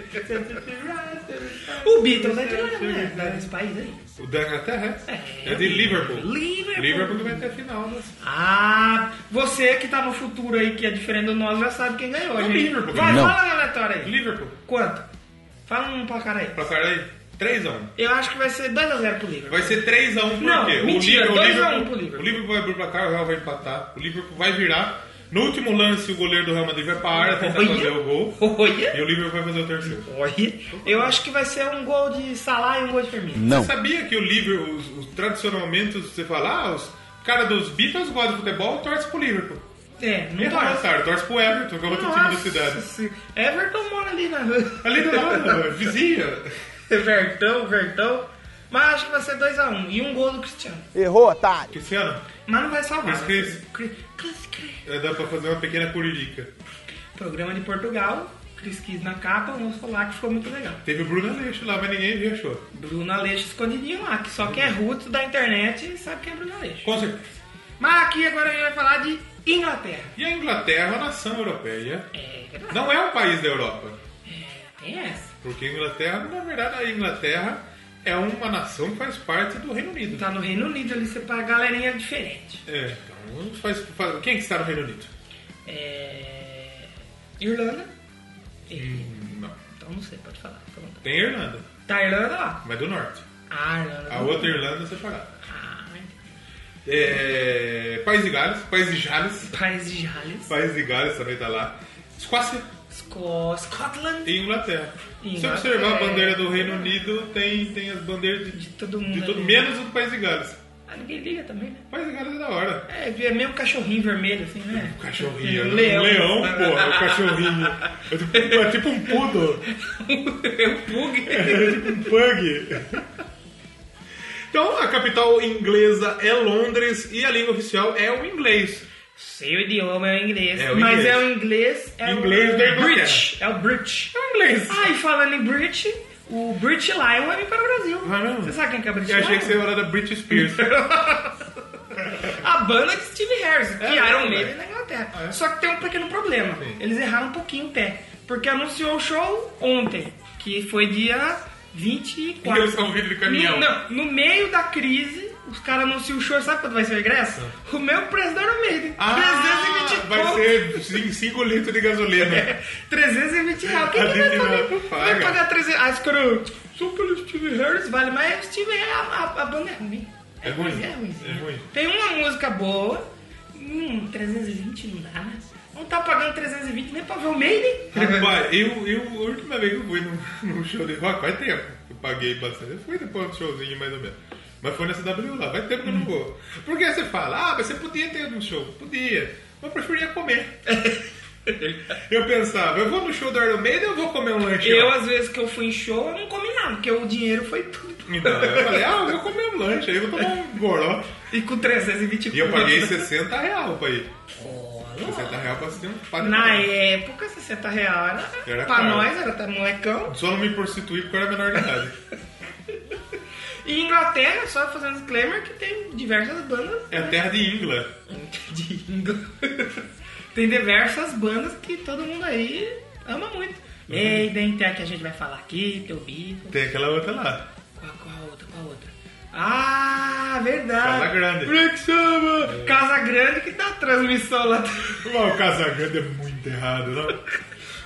Speaker 1: O Beatles é de lá, né? Desse país aí.
Speaker 2: O da Inglaterra é? É de Liverpool.
Speaker 1: Liverpool.
Speaker 2: Liverpool que vai ter a final. né? Mas...
Speaker 1: Ah, você que tá no futuro aí, que é diferente do nosso, já sabe quem ganhou.
Speaker 2: Não,
Speaker 1: gente.
Speaker 2: Liverpool.
Speaker 1: Vai,
Speaker 5: Não.
Speaker 1: fala na aleatória aí.
Speaker 2: Liverpool.
Speaker 1: Quanto? Fala um placar aí.
Speaker 2: Placar aí, 3x1.
Speaker 1: Eu acho que vai ser 2x0 pro Liverpool.
Speaker 2: Vai ser 3x1 por
Speaker 1: Não,
Speaker 2: quê?
Speaker 1: mentira,
Speaker 2: o, Liverpool,
Speaker 1: 2 a 1
Speaker 2: o,
Speaker 1: pro
Speaker 2: Liverpool.
Speaker 1: Liverpool.
Speaker 2: o Liverpool vai abrir pra cá, o Real vai empatar. O Liverpool vai virar. No último lance, o goleiro do Real Madrid vai pra área tentar
Speaker 1: Olha.
Speaker 2: fazer o gol.
Speaker 1: Olha.
Speaker 2: E o Liverpool vai fazer o terceiro.
Speaker 1: Olha. Eu acho que vai ser um gol de Salah e um gol de Firmino.
Speaker 5: Não.
Speaker 2: Sabia que o Liverpool, os, os- tradicionalmente, os- você fala, ah, os caras dos Beatles gostam de futebol, torce pro Liverpool.
Speaker 1: É, não
Speaker 2: Não
Speaker 1: dá.
Speaker 2: torce, cara, torce pro Everton, que é outro time da cidade.
Speaker 1: se- Everton mora ali né? na rua.
Speaker 2: Ali né? do lado, vizinha.
Speaker 1: Vertão, Vertão. Mas acho que vai ser 2x1. E um gol do Cristiano.
Speaker 5: Errou, otário.
Speaker 2: Cristiano,
Speaker 1: Mas não vai salvar.
Speaker 2: Mas Cris-
Speaker 1: Cris- Cris- Cris.
Speaker 2: é, dá pra fazer uma pequena curirica.
Speaker 1: Programa de Portugal. Cris quis na capa. Vamos falar que ficou muito legal.
Speaker 2: Teve o Bruno Aleixo lá, mas ninguém viu, achou.
Speaker 1: Bruno Aleixo escondidinho lá, que só quem é ruto da internet sabe quem é Bruno Aleixo.
Speaker 2: Com certeza.
Speaker 1: Mas aqui agora a gente vai falar de Inglaterra.
Speaker 2: E a Inglaterra é uma nação europeia.
Speaker 1: É,
Speaker 2: Não é um país da Europa.
Speaker 1: tem essa.
Speaker 2: Porque a Inglaterra, na verdade, a Inglaterra é uma nação que faz parte do Reino Unido.
Speaker 1: Tá no Reino Unido ali, você pra galerinha diferente.
Speaker 2: É, então faz, faz- Quem que está no Reino Unido?
Speaker 1: É... Irlanda? E-
Speaker 2: Não.
Speaker 1: Então não sei, pode falar. fica à vontade.
Speaker 2: Tem a Irlanda,
Speaker 1: Tá a Irlanda lá?
Speaker 2: mas do norte.
Speaker 1: Ah, Irlanda.
Speaker 2: A outra Irlanda é separada.
Speaker 1: Ah,
Speaker 2: É, País de Gales, País de Jales,
Speaker 1: País de Gales.
Speaker 2: País de Gales também tá lá. Escócia
Speaker 1: Esco... Scotland.
Speaker 2: e Inglaterra. Se
Speaker 1: Inglaterra.
Speaker 2: observar a bandeira do Reino Unido, tem, tem as bandeiras de,
Speaker 1: De todo mundo
Speaker 2: de tudo,
Speaker 1: ali.
Speaker 2: menos o do País de Gales.
Speaker 1: Ah, ninguém liga também, né?
Speaker 2: O País de Gales é da hora.
Speaker 1: É, é mesmo cachorrinho vermelho, assim, né?
Speaker 2: O Cachorrinho. né?
Speaker 1: Leão.
Speaker 2: Leão, porra, o cachorrinho. É tipo, é tipo um poodle. um
Speaker 1: Eu pug.
Speaker 2: Pug. Então, a capital inglesa é Londres e a língua oficial é o inglês.
Speaker 1: Sei o idioma, é o inglês.
Speaker 2: É o
Speaker 1: mas
Speaker 2: inglês.
Speaker 1: é o inglês. É
Speaker 2: Inglês
Speaker 1: o
Speaker 2: da Inglaterra.
Speaker 1: British. É o British.
Speaker 2: É o inglês.
Speaker 1: Ah, e falando em British, o British Lion vai vir para o Brasil.
Speaker 2: Ah, não?
Speaker 1: Você sabe quem que é o British
Speaker 2: Eu achei
Speaker 1: Lion?
Speaker 2: que você ia falar da Britney Spears.
Speaker 1: A banda de Steve Harris, que
Speaker 2: É,
Speaker 1: Iron
Speaker 2: é,
Speaker 1: Maiden
Speaker 2: é.
Speaker 1: na Inglaterra.
Speaker 2: É.
Speaker 1: Só que tem um pequeno problema.
Speaker 2: Sim.
Speaker 1: Eles erraram um pouquinho o pé. Porque anunciou o show ontem, que foi dia 24.
Speaker 2: Eles são vidro de
Speaker 1: No,
Speaker 2: caminhão.
Speaker 1: não, no meio da crise, os caras anunciam o show. Sabe quando vai ser o ingresso? O meu preço da Iron Maiden.
Speaker 2: Ah,
Speaker 1: 320
Speaker 2: vai
Speaker 1: conto.
Speaker 2: ser 5 litros de gasolina.
Speaker 1: 320 reais. Quem
Speaker 2: A
Speaker 1: que
Speaker 2: Disney
Speaker 1: vai pagar?
Speaker 2: não
Speaker 1: Vai
Speaker 2: paga.
Speaker 1: pagar ah, 300 reais, cru. Só pelo Steve Harris vale, mas o Steve a, a, a banda é ruim.
Speaker 2: É ruim,
Speaker 1: É ruim.
Speaker 2: é ruim.
Speaker 1: Tem uma música boa. Hum, 320 não dá, né? Não tá pagando 320 nem pra ver o Maiden.
Speaker 2: Rapaz, eu, eu, a última vez que eu fui num, num show de rock, faz tempo. Eu paguei bastante. Eu fui depois do showzinho, mais ou menos. Mas foi na CW lá, faz tempo que eu não vou. Porque aí você fala, ah, mas você podia ter ido num show. Podia. Mas eu preferia comer. eu pensava, eu vou no show do Iron Maiden ou eu vou comer um lanche?
Speaker 1: Eu,
Speaker 2: lá?
Speaker 1: às vezes que eu fui em show, eu não comi nada, porque o dinheiro foi tudo.
Speaker 2: Então, eu falei, ah, eu vou comer um lanche, aí eu vou tomar um goró.
Speaker 1: E com 320
Speaker 2: E eu
Speaker 1: conto.
Speaker 2: paguei 60 real pra ir. 60 real pra assistir um padre.
Speaker 1: Na época, 60 reais era,
Speaker 2: Era
Speaker 1: pra
Speaker 2: caro.
Speaker 1: nós, era até molecão.
Speaker 2: Só não me prostituí porque eu era menor de idade.
Speaker 1: E Inglaterra, só fazendo um disclaimer, que tem diversas bandas né?
Speaker 2: É a terra de Ingla.
Speaker 1: de Ingl- tem diversas bandas que todo mundo aí ama muito.
Speaker 2: Uhum.
Speaker 1: Maiden, tem a que a gente vai falar aqui, tem o Beatles.
Speaker 2: Tem aquela outra lá.
Speaker 1: Qual, qual a outra? Qual a outra? Ah, verdade.
Speaker 2: Casa Grande. É.
Speaker 1: Frank Samba. Casa Grande que dá transmissão lá.
Speaker 2: Mas o Casagrande é muito errado, não?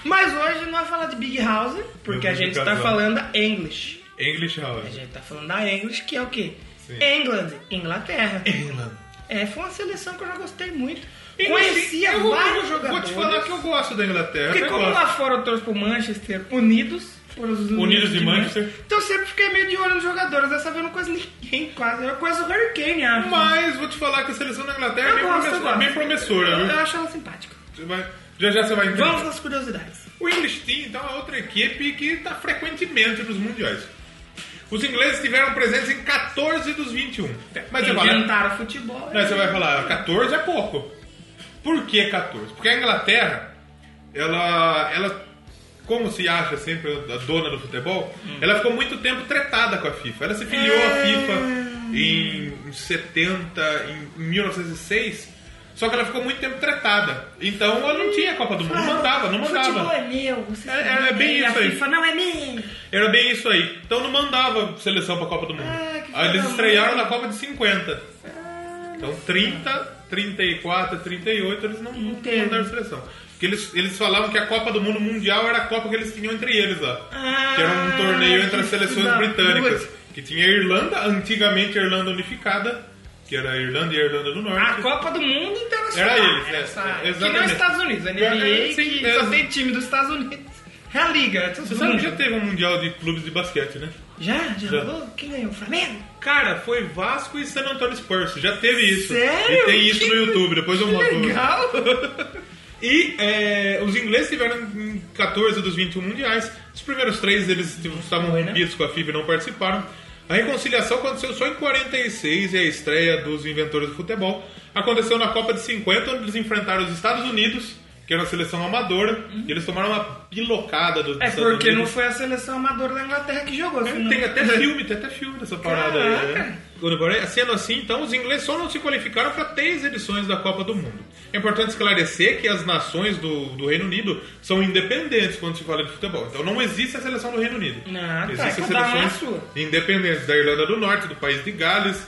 Speaker 1: Mas hoje não vai falar de Big House, porque
Speaker 2: Eu
Speaker 1: a
Speaker 2: vou
Speaker 1: gente
Speaker 2: ficar
Speaker 1: tá
Speaker 2: lá.
Speaker 1: falando English.
Speaker 2: English
Speaker 1: A
Speaker 2: House.
Speaker 1: gente tá falando da English, que é o quê?
Speaker 2: Sim.
Speaker 1: England, Inglaterra.
Speaker 2: England.
Speaker 1: É, foi uma seleção que eu já gostei muito.
Speaker 2: E,
Speaker 1: Conhecia
Speaker 2: assim, eu vou-
Speaker 1: vários
Speaker 2: vou,
Speaker 1: jogadores.
Speaker 2: te falar que eu gosto da Inglaterra.
Speaker 1: Porque
Speaker 2: eu
Speaker 1: como
Speaker 2: gosto.
Speaker 1: lá fora eu torço pro Manchester Unidos. foram os
Speaker 2: Unidos de Manchester.
Speaker 1: Então eu sempre fiquei meio de olho nos jogadores. Dessa vez eu não conheço ninguém quase. Eu conheço o Harry Kane, acho.
Speaker 2: Mas vou te falar que a seleção da Inglaterra é
Speaker 1: Eu
Speaker 2: bem,
Speaker 1: gosto, eu
Speaker 2: promissora,
Speaker 1: gosto.
Speaker 2: bem promissora,
Speaker 1: Eu
Speaker 2: viu?
Speaker 1: acho ela simpática.
Speaker 2: Você vai- já já você vai entender.
Speaker 1: Vamos às curiosidades.
Speaker 2: O English Team, então, é outra equipe que está frequentemente nos mundiais. Os ingleses tiveram presença em 14 dos 21. Mas é você fala,
Speaker 1: Inventaram futebol.
Speaker 2: Mas você vai falar, 14 é pouco. Por que 14? Porque a Inglaterra, ela, ela como se acha sempre a dona do futebol, ela ficou muito tempo tretada com a FIFA. Ela se filiou à FIFA em 70, em 1906, só que ela ficou muito tempo tretada. Então ela não tinha Copa do Mundo, não mandava, não
Speaker 1: Futebol
Speaker 2: mandava.
Speaker 1: é meu. Você
Speaker 2: É, é, é bem
Speaker 1: a
Speaker 2: isso aí.
Speaker 1: FIFA não é minha.
Speaker 2: Era bem isso aí. Então não mandava seleção pra Copa do Mundo.
Speaker 1: Ah, que Ah.
Speaker 2: Aí eles
Speaker 1: filha da
Speaker 2: estrearam
Speaker 1: mãe.
Speaker 2: na Copa de 50. Então 30, 34, 38 eles não, não
Speaker 1: Entendo.
Speaker 2: mandaram seleção. Porque eles, eles falavam que a Copa do Mundo Mundial era a Copa que eles tinham entre eles lá.
Speaker 1: Ah,
Speaker 2: que era um torneio entre as
Speaker 1: que
Speaker 2: seleções
Speaker 1: da
Speaker 2: britânicas.
Speaker 1: puta.
Speaker 2: Que tinha a Irlanda, antigamente a Irlanda Unificada, que era a Irlanda e a Irlanda do Norte.
Speaker 1: A Copa do Mundo Internacional.
Speaker 2: Era eles, né?
Speaker 1: essa-
Speaker 2: É,
Speaker 1: Que não é
Speaker 2: exatamente.
Speaker 1: Estados Unidos. A NBA
Speaker 2: É, sim,
Speaker 1: que
Speaker 2: é.
Speaker 1: só tem time dos Estados Unidos. É a Liga.
Speaker 2: Você sabe que já teve um Mundial de clubes de basquete, né?
Speaker 1: Já? Já?
Speaker 2: Já.
Speaker 1: rolou? Quem ganhou? O Flamengo?
Speaker 2: Cara, foi Vasco e San Antonio Spurs. Já teve isso.
Speaker 1: Sério?
Speaker 2: E tem isso
Speaker 1: Que-
Speaker 2: no YouTube, depois eu mostro.
Speaker 1: Legal!
Speaker 2: E é, os ingleses tiveram em 14 dos 21 mundiais. Os primeiros três eles tipo, estavam
Speaker 1: Foi, né?
Speaker 2: rompidos com a FIB e não participaram. A reconciliação aconteceu só em 46 e a estreia dos inventores do futebol aconteceu na Copa de 50, onde eles enfrentaram os Estados Unidos, que era uma seleção amadora, e eles tomaram uma pilocada dos
Speaker 1: Uhum. É
Speaker 2: Estados
Speaker 1: porque não
Speaker 2: Unidos.
Speaker 1: foi a seleção amadora da Inglaterra que jogou. senão-
Speaker 2: É, Tem até filme, tem até filme dessa parada aí.
Speaker 1: Hum. Caraca.
Speaker 2: Né? Quando parece- Sendo assim, então, os ingleses só não se qualificaram para três edições da Copa do Mundo. É importante esclarecer que as nações do, do Reino Unido são independentes quando se fala de futebol. Então não existe a seleção do Reino Unido.
Speaker 1: Ah, tá.
Speaker 2: Existem
Speaker 1: Cada uma
Speaker 2: seleções
Speaker 1: é sua.
Speaker 2: independentes da Irlanda do Norte, do país de Gales,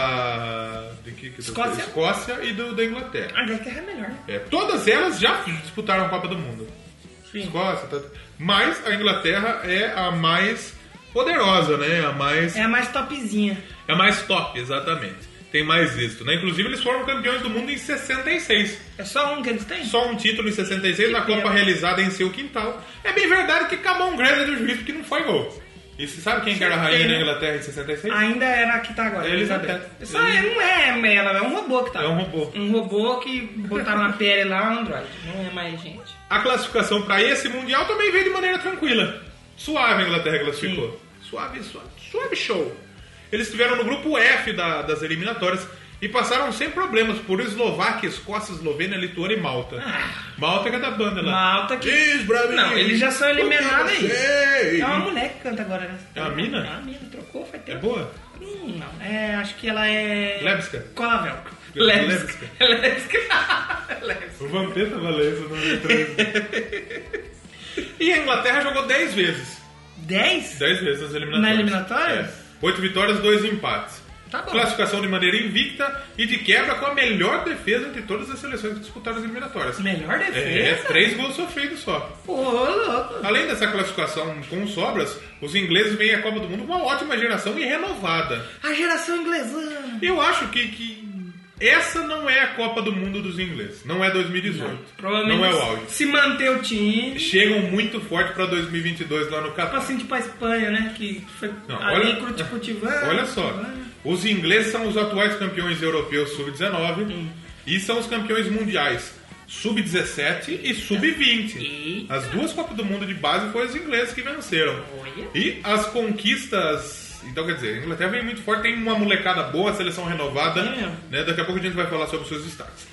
Speaker 2: da de que, que
Speaker 1: Escócia.
Speaker 2: Escócia e do, da Inglaterra.
Speaker 1: A Inglaterra é melhor. né?
Speaker 2: É, todas elas já disputaram a Copa do Mundo.
Speaker 1: Sim.
Speaker 2: Escócia, tá- mas a Inglaterra é a mais poderosa, né? A mais
Speaker 1: É a mais topzinha.
Speaker 2: é mais top, exatamente. Tem mais êxito, né? Inclusive, eles foram campeões do mundo em 66.
Speaker 1: É só um que eles têm?
Speaker 2: Só um título em 66 na Copa
Speaker 1: pena.
Speaker 2: realizada em seu quintal. É bem verdade que Camão Grande do juiz porque não foi gol. E você sabe quem que era a rainha
Speaker 1: Tem,
Speaker 2: da
Speaker 1: né?
Speaker 2: Inglaterra em 66?
Speaker 1: Ainda era a que tá agora.
Speaker 2: É Elizabeth.
Speaker 1: Só é, não é ela, é um robô que tá.
Speaker 2: É um robô.
Speaker 1: Um robô que botaram na pele lá, Android. Não é mais gente.
Speaker 2: A classificação para esse mundial também veio de maneira tranquila. Suave a Inglaterra classificou. Suave, suave, suave show. Eles estiveram no grupo F da- das eliminatórias e passaram sem problemas por Eslováquia, Escócia, Eslovênia, Lituânia e Malta. Malta que é da banda lá.
Speaker 1: Ah. Malta que-
Speaker 2: Diz pra mim.
Speaker 1: Não, eles já são eliminados aí.
Speaker 2: aí.
Speaker 1: É uma mulher que canta agora, né?
Speaker 2: É uma mina?
Speaker 1: É uma mina, trocou, foi
Speaker 2: É
Speaker 1: tempo.
Speaker 2: boa?
Speaker 1: Hum, não. É, acho que ela é.
Speaker 2: Lebska?
Speaker 1: Colavelka.
Speaker 2: Lebska.
Speaker 1: Lebska. Lebska. Lebska.
Speaker 2: O Vampeta Valença, número 13. e a Inglaterra jogou 10 vezes.
Speaker 1: 10?
Speaker 2: 10 vezes nas eliminatórias.
Speaker 1: Na eliminatórias?
Speaker 2: 8 vitórias, 2 empates.
Speaker 1: Tá bom.
Speaker 2: Classificação de maneira invicta e de quebra com a melhor defesa entre todas as seleções que disputaram as eliminatórias.
Speaker 1: Melhor
Speaker 2: É,
Speaker 1: defesa?
Speaker 2: três gols sofridos só.
Speaker 1: Ô, louco.
Speaker 2: Além dessa classificação com sobras, os ingleses veem a Copa do Mundo com uma ótima geração e renovada.
Speaker 1: A geração inglesana.
Speaker 2: Eu acho que, que essa não é a Copa do Mundo dos ingleses. Não é 2018.
Speaker 1: Provavelmente.
Speaker 2: não é o auge.
Speaker 1: Se manter o time.
Speaker 2: Chegam muito forte pra 2022 lá no
Speaker 1: Tipo
Speaker 2: Catar.
Speaker 1: assim, tipo a Espanha, né? Que foi
Speaker 2: Não,
Speaker 1: ali tipo,
Speaker 2: olha-
Speaker 1: olha, cultivando.
Speaker 2: Olha só,
Speaker 1: cultivando.
Speaker 2: os ingleses são os atuais campeões europeus sub-19 e são os campeões mundiais sub-17 e sub-20.
Speaker 1: Eita.
Speaker 2: As duas Copas do Mundo de base foram os ingleses que venceram.
Speaker 1: Olha.
Speaker 2: E as conquistas. Então, quer dizer, a Inglaterra vem muito forte, tem uma molecada boa, seleção renovada.
Speaker 1: É mesmo.
Speaker 2: né? Daqui a pouco a gente vai falar sobre os seus destaques.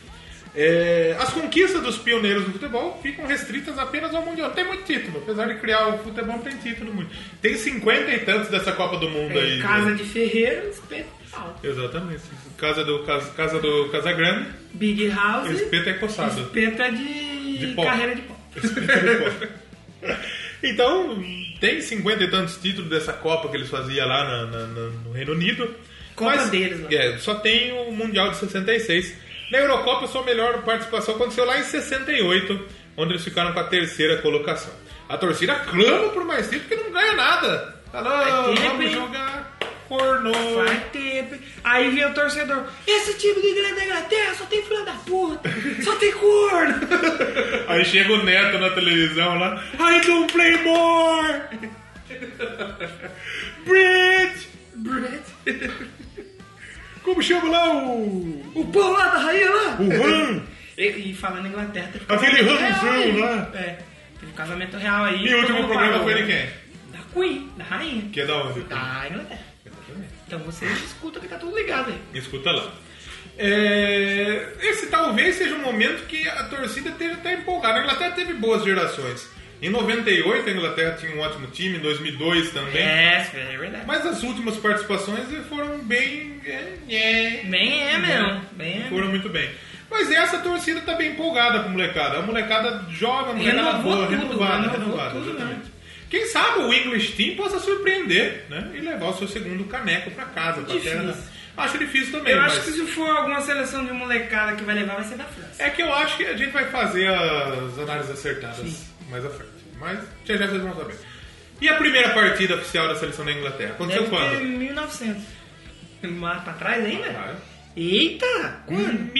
Speaker 2: É, as conquistas dos pioneiros do futebol ficam restritas apenas ao Mundial. Tem muito título, apesar de criar o futebol, tem título muito. Tem cinquenta e tantos dessa Copa do Mundo aí.
Speaker 1: É, casa
Speaker 2: né?
Speaker 1: de Ferreiro, especial.
Speaker 2: Exatamente. Casa do, casa, casa do Casa Grande,
Speaker 1: Big House,
Speaker 2: espeto é coçado.
Speaker 1: espeta de,
Speaker 2: De pau.
Speaker 1: carreira de pau.
Speaker 2: Então, tem cinquenta e tantos títulos dessa Copa que eles faziam lá na- na- na- no Reino Unido.
Speaker 1: Copa deles, né?
Speaker 2: é, só tem o Mundial de 66. Na Eurocopa, sua melhor participação aconteceu lá em 68, onde eles ficaram com a terceira colocação. A torcida clama por mais título porque não ganha nada. Fala, "Ah,
Speaker 1: Faz tempo,
Speaker 2: vamos
Speaker 1: hein?"
Speaker 2: jogar pornô.
Speaker 1: Vai ter. Aí vem o torcedor. Esse time do Inglaterra da Inglaterra só tem filha da puta, só tem corno.
Speaker 2: Aí chega o Neto na televisão lá. I don't play more! Brett!
Speaker 1: Brett.
Speaker 2: Como chama lá o.
Speaker 1: O pão lá da rainha lá.
Speaker 2: O Ram?
Speaker 1: E, e falando em Inglaterra, teve
Speaker 2: Aquele
Speaker 1: casamento
Speaker 2: ranzão
Speaker 1: real aí.
Speaker 2: lá.
Speaker 1: É, teve casamento real aí.
Speaker 2: né? E o
Speaker 1: todo
Speaker 2: último
Speaker 1: mundo
Speaker 2: programa
Speaker 1: parou,
Speaker 2: foi de
Speaker 1: né?
Speaker 2: quem?
Speaker 1: Da Queen, da rainha.
Speaker 2: Que é da onde?
Speaker 1: Da Inglaterra. Então você escuta que tá tudo ligado aí.
Speaker 2: Escuta lá. É, esse talvez seja um momento que a torcida esteja até empolgada. A Inglaterra teve boas gerações. Em 98 a Inglaterra tinha um ótimo time, em 2002 também.
Speaker 1: É, é verdade.
Speaker 2: Mas as últimas participações foram bem. é, é,
Speaker 1: Bem é mesmo. Bem é.
Speaker 2: Foram muito bem. Mas essa torcida tá bem empolgada com a molecada. A molecada jovem, a molecada
Speaker 1: Renovou
Speaker 2: boa,
Speaker 1: tudo,
Speaker 2: renovada,
Speaker 1: renovou
Speaker 2: renovada,
Speaker 1: tudo, né?
Speaker 2: exatamente. Quem sabe o English Team possa surpreender, né? E levar o seu segundo caneco pra casa, pra
Speaker 1: Difícil.
Speaker 2: terra. da- Acho difícil também,
Speaker 1: Eu
Speaker 2: mas...
Speaker 1: acho que se for alguma seleção de molecada que vai levar, vai ser da França.
Speaker 2: É que eu acho que a gente vai fazer as análises acertadas
Speaker 1: Sim.
Speaker 2: mais à frente. Mas já já vocês vão saber. E a primeira partida oficial da seleção da Inglaterra? Aconteceu
Speaker 1: Deve ter
Speaker 2: quando?
Speaker 1: 1900. Mas pra trás ainda?
Speaker 2: Caralho.
Speaker 1: Eita! Quando?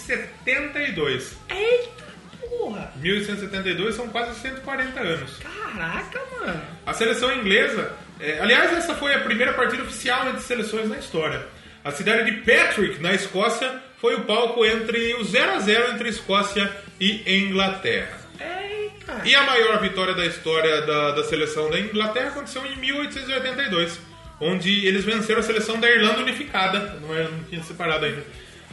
Speaker 2: 1872.
Speaker 1: Eita porra!
Speaker 2: 1872 são quase 140 anos.
Speaker 1: Caraca, mano!
Speaker 2: A seleção inglesa, é, aliás, essa foi a primeira partida oficial entre seleções na história. A cidade de Patrick, na Escócia, foi o palco entre o 0 a 0 entre Escócia e Inglaterra.
Speaker 1: Eita!
Speaker 2: E a maior vitória da história da, da seleção da Inglaterra aconteceu em 1882, onde eles venceram a seleção da Irlanda unificada, não, era, não tinha separado ainda,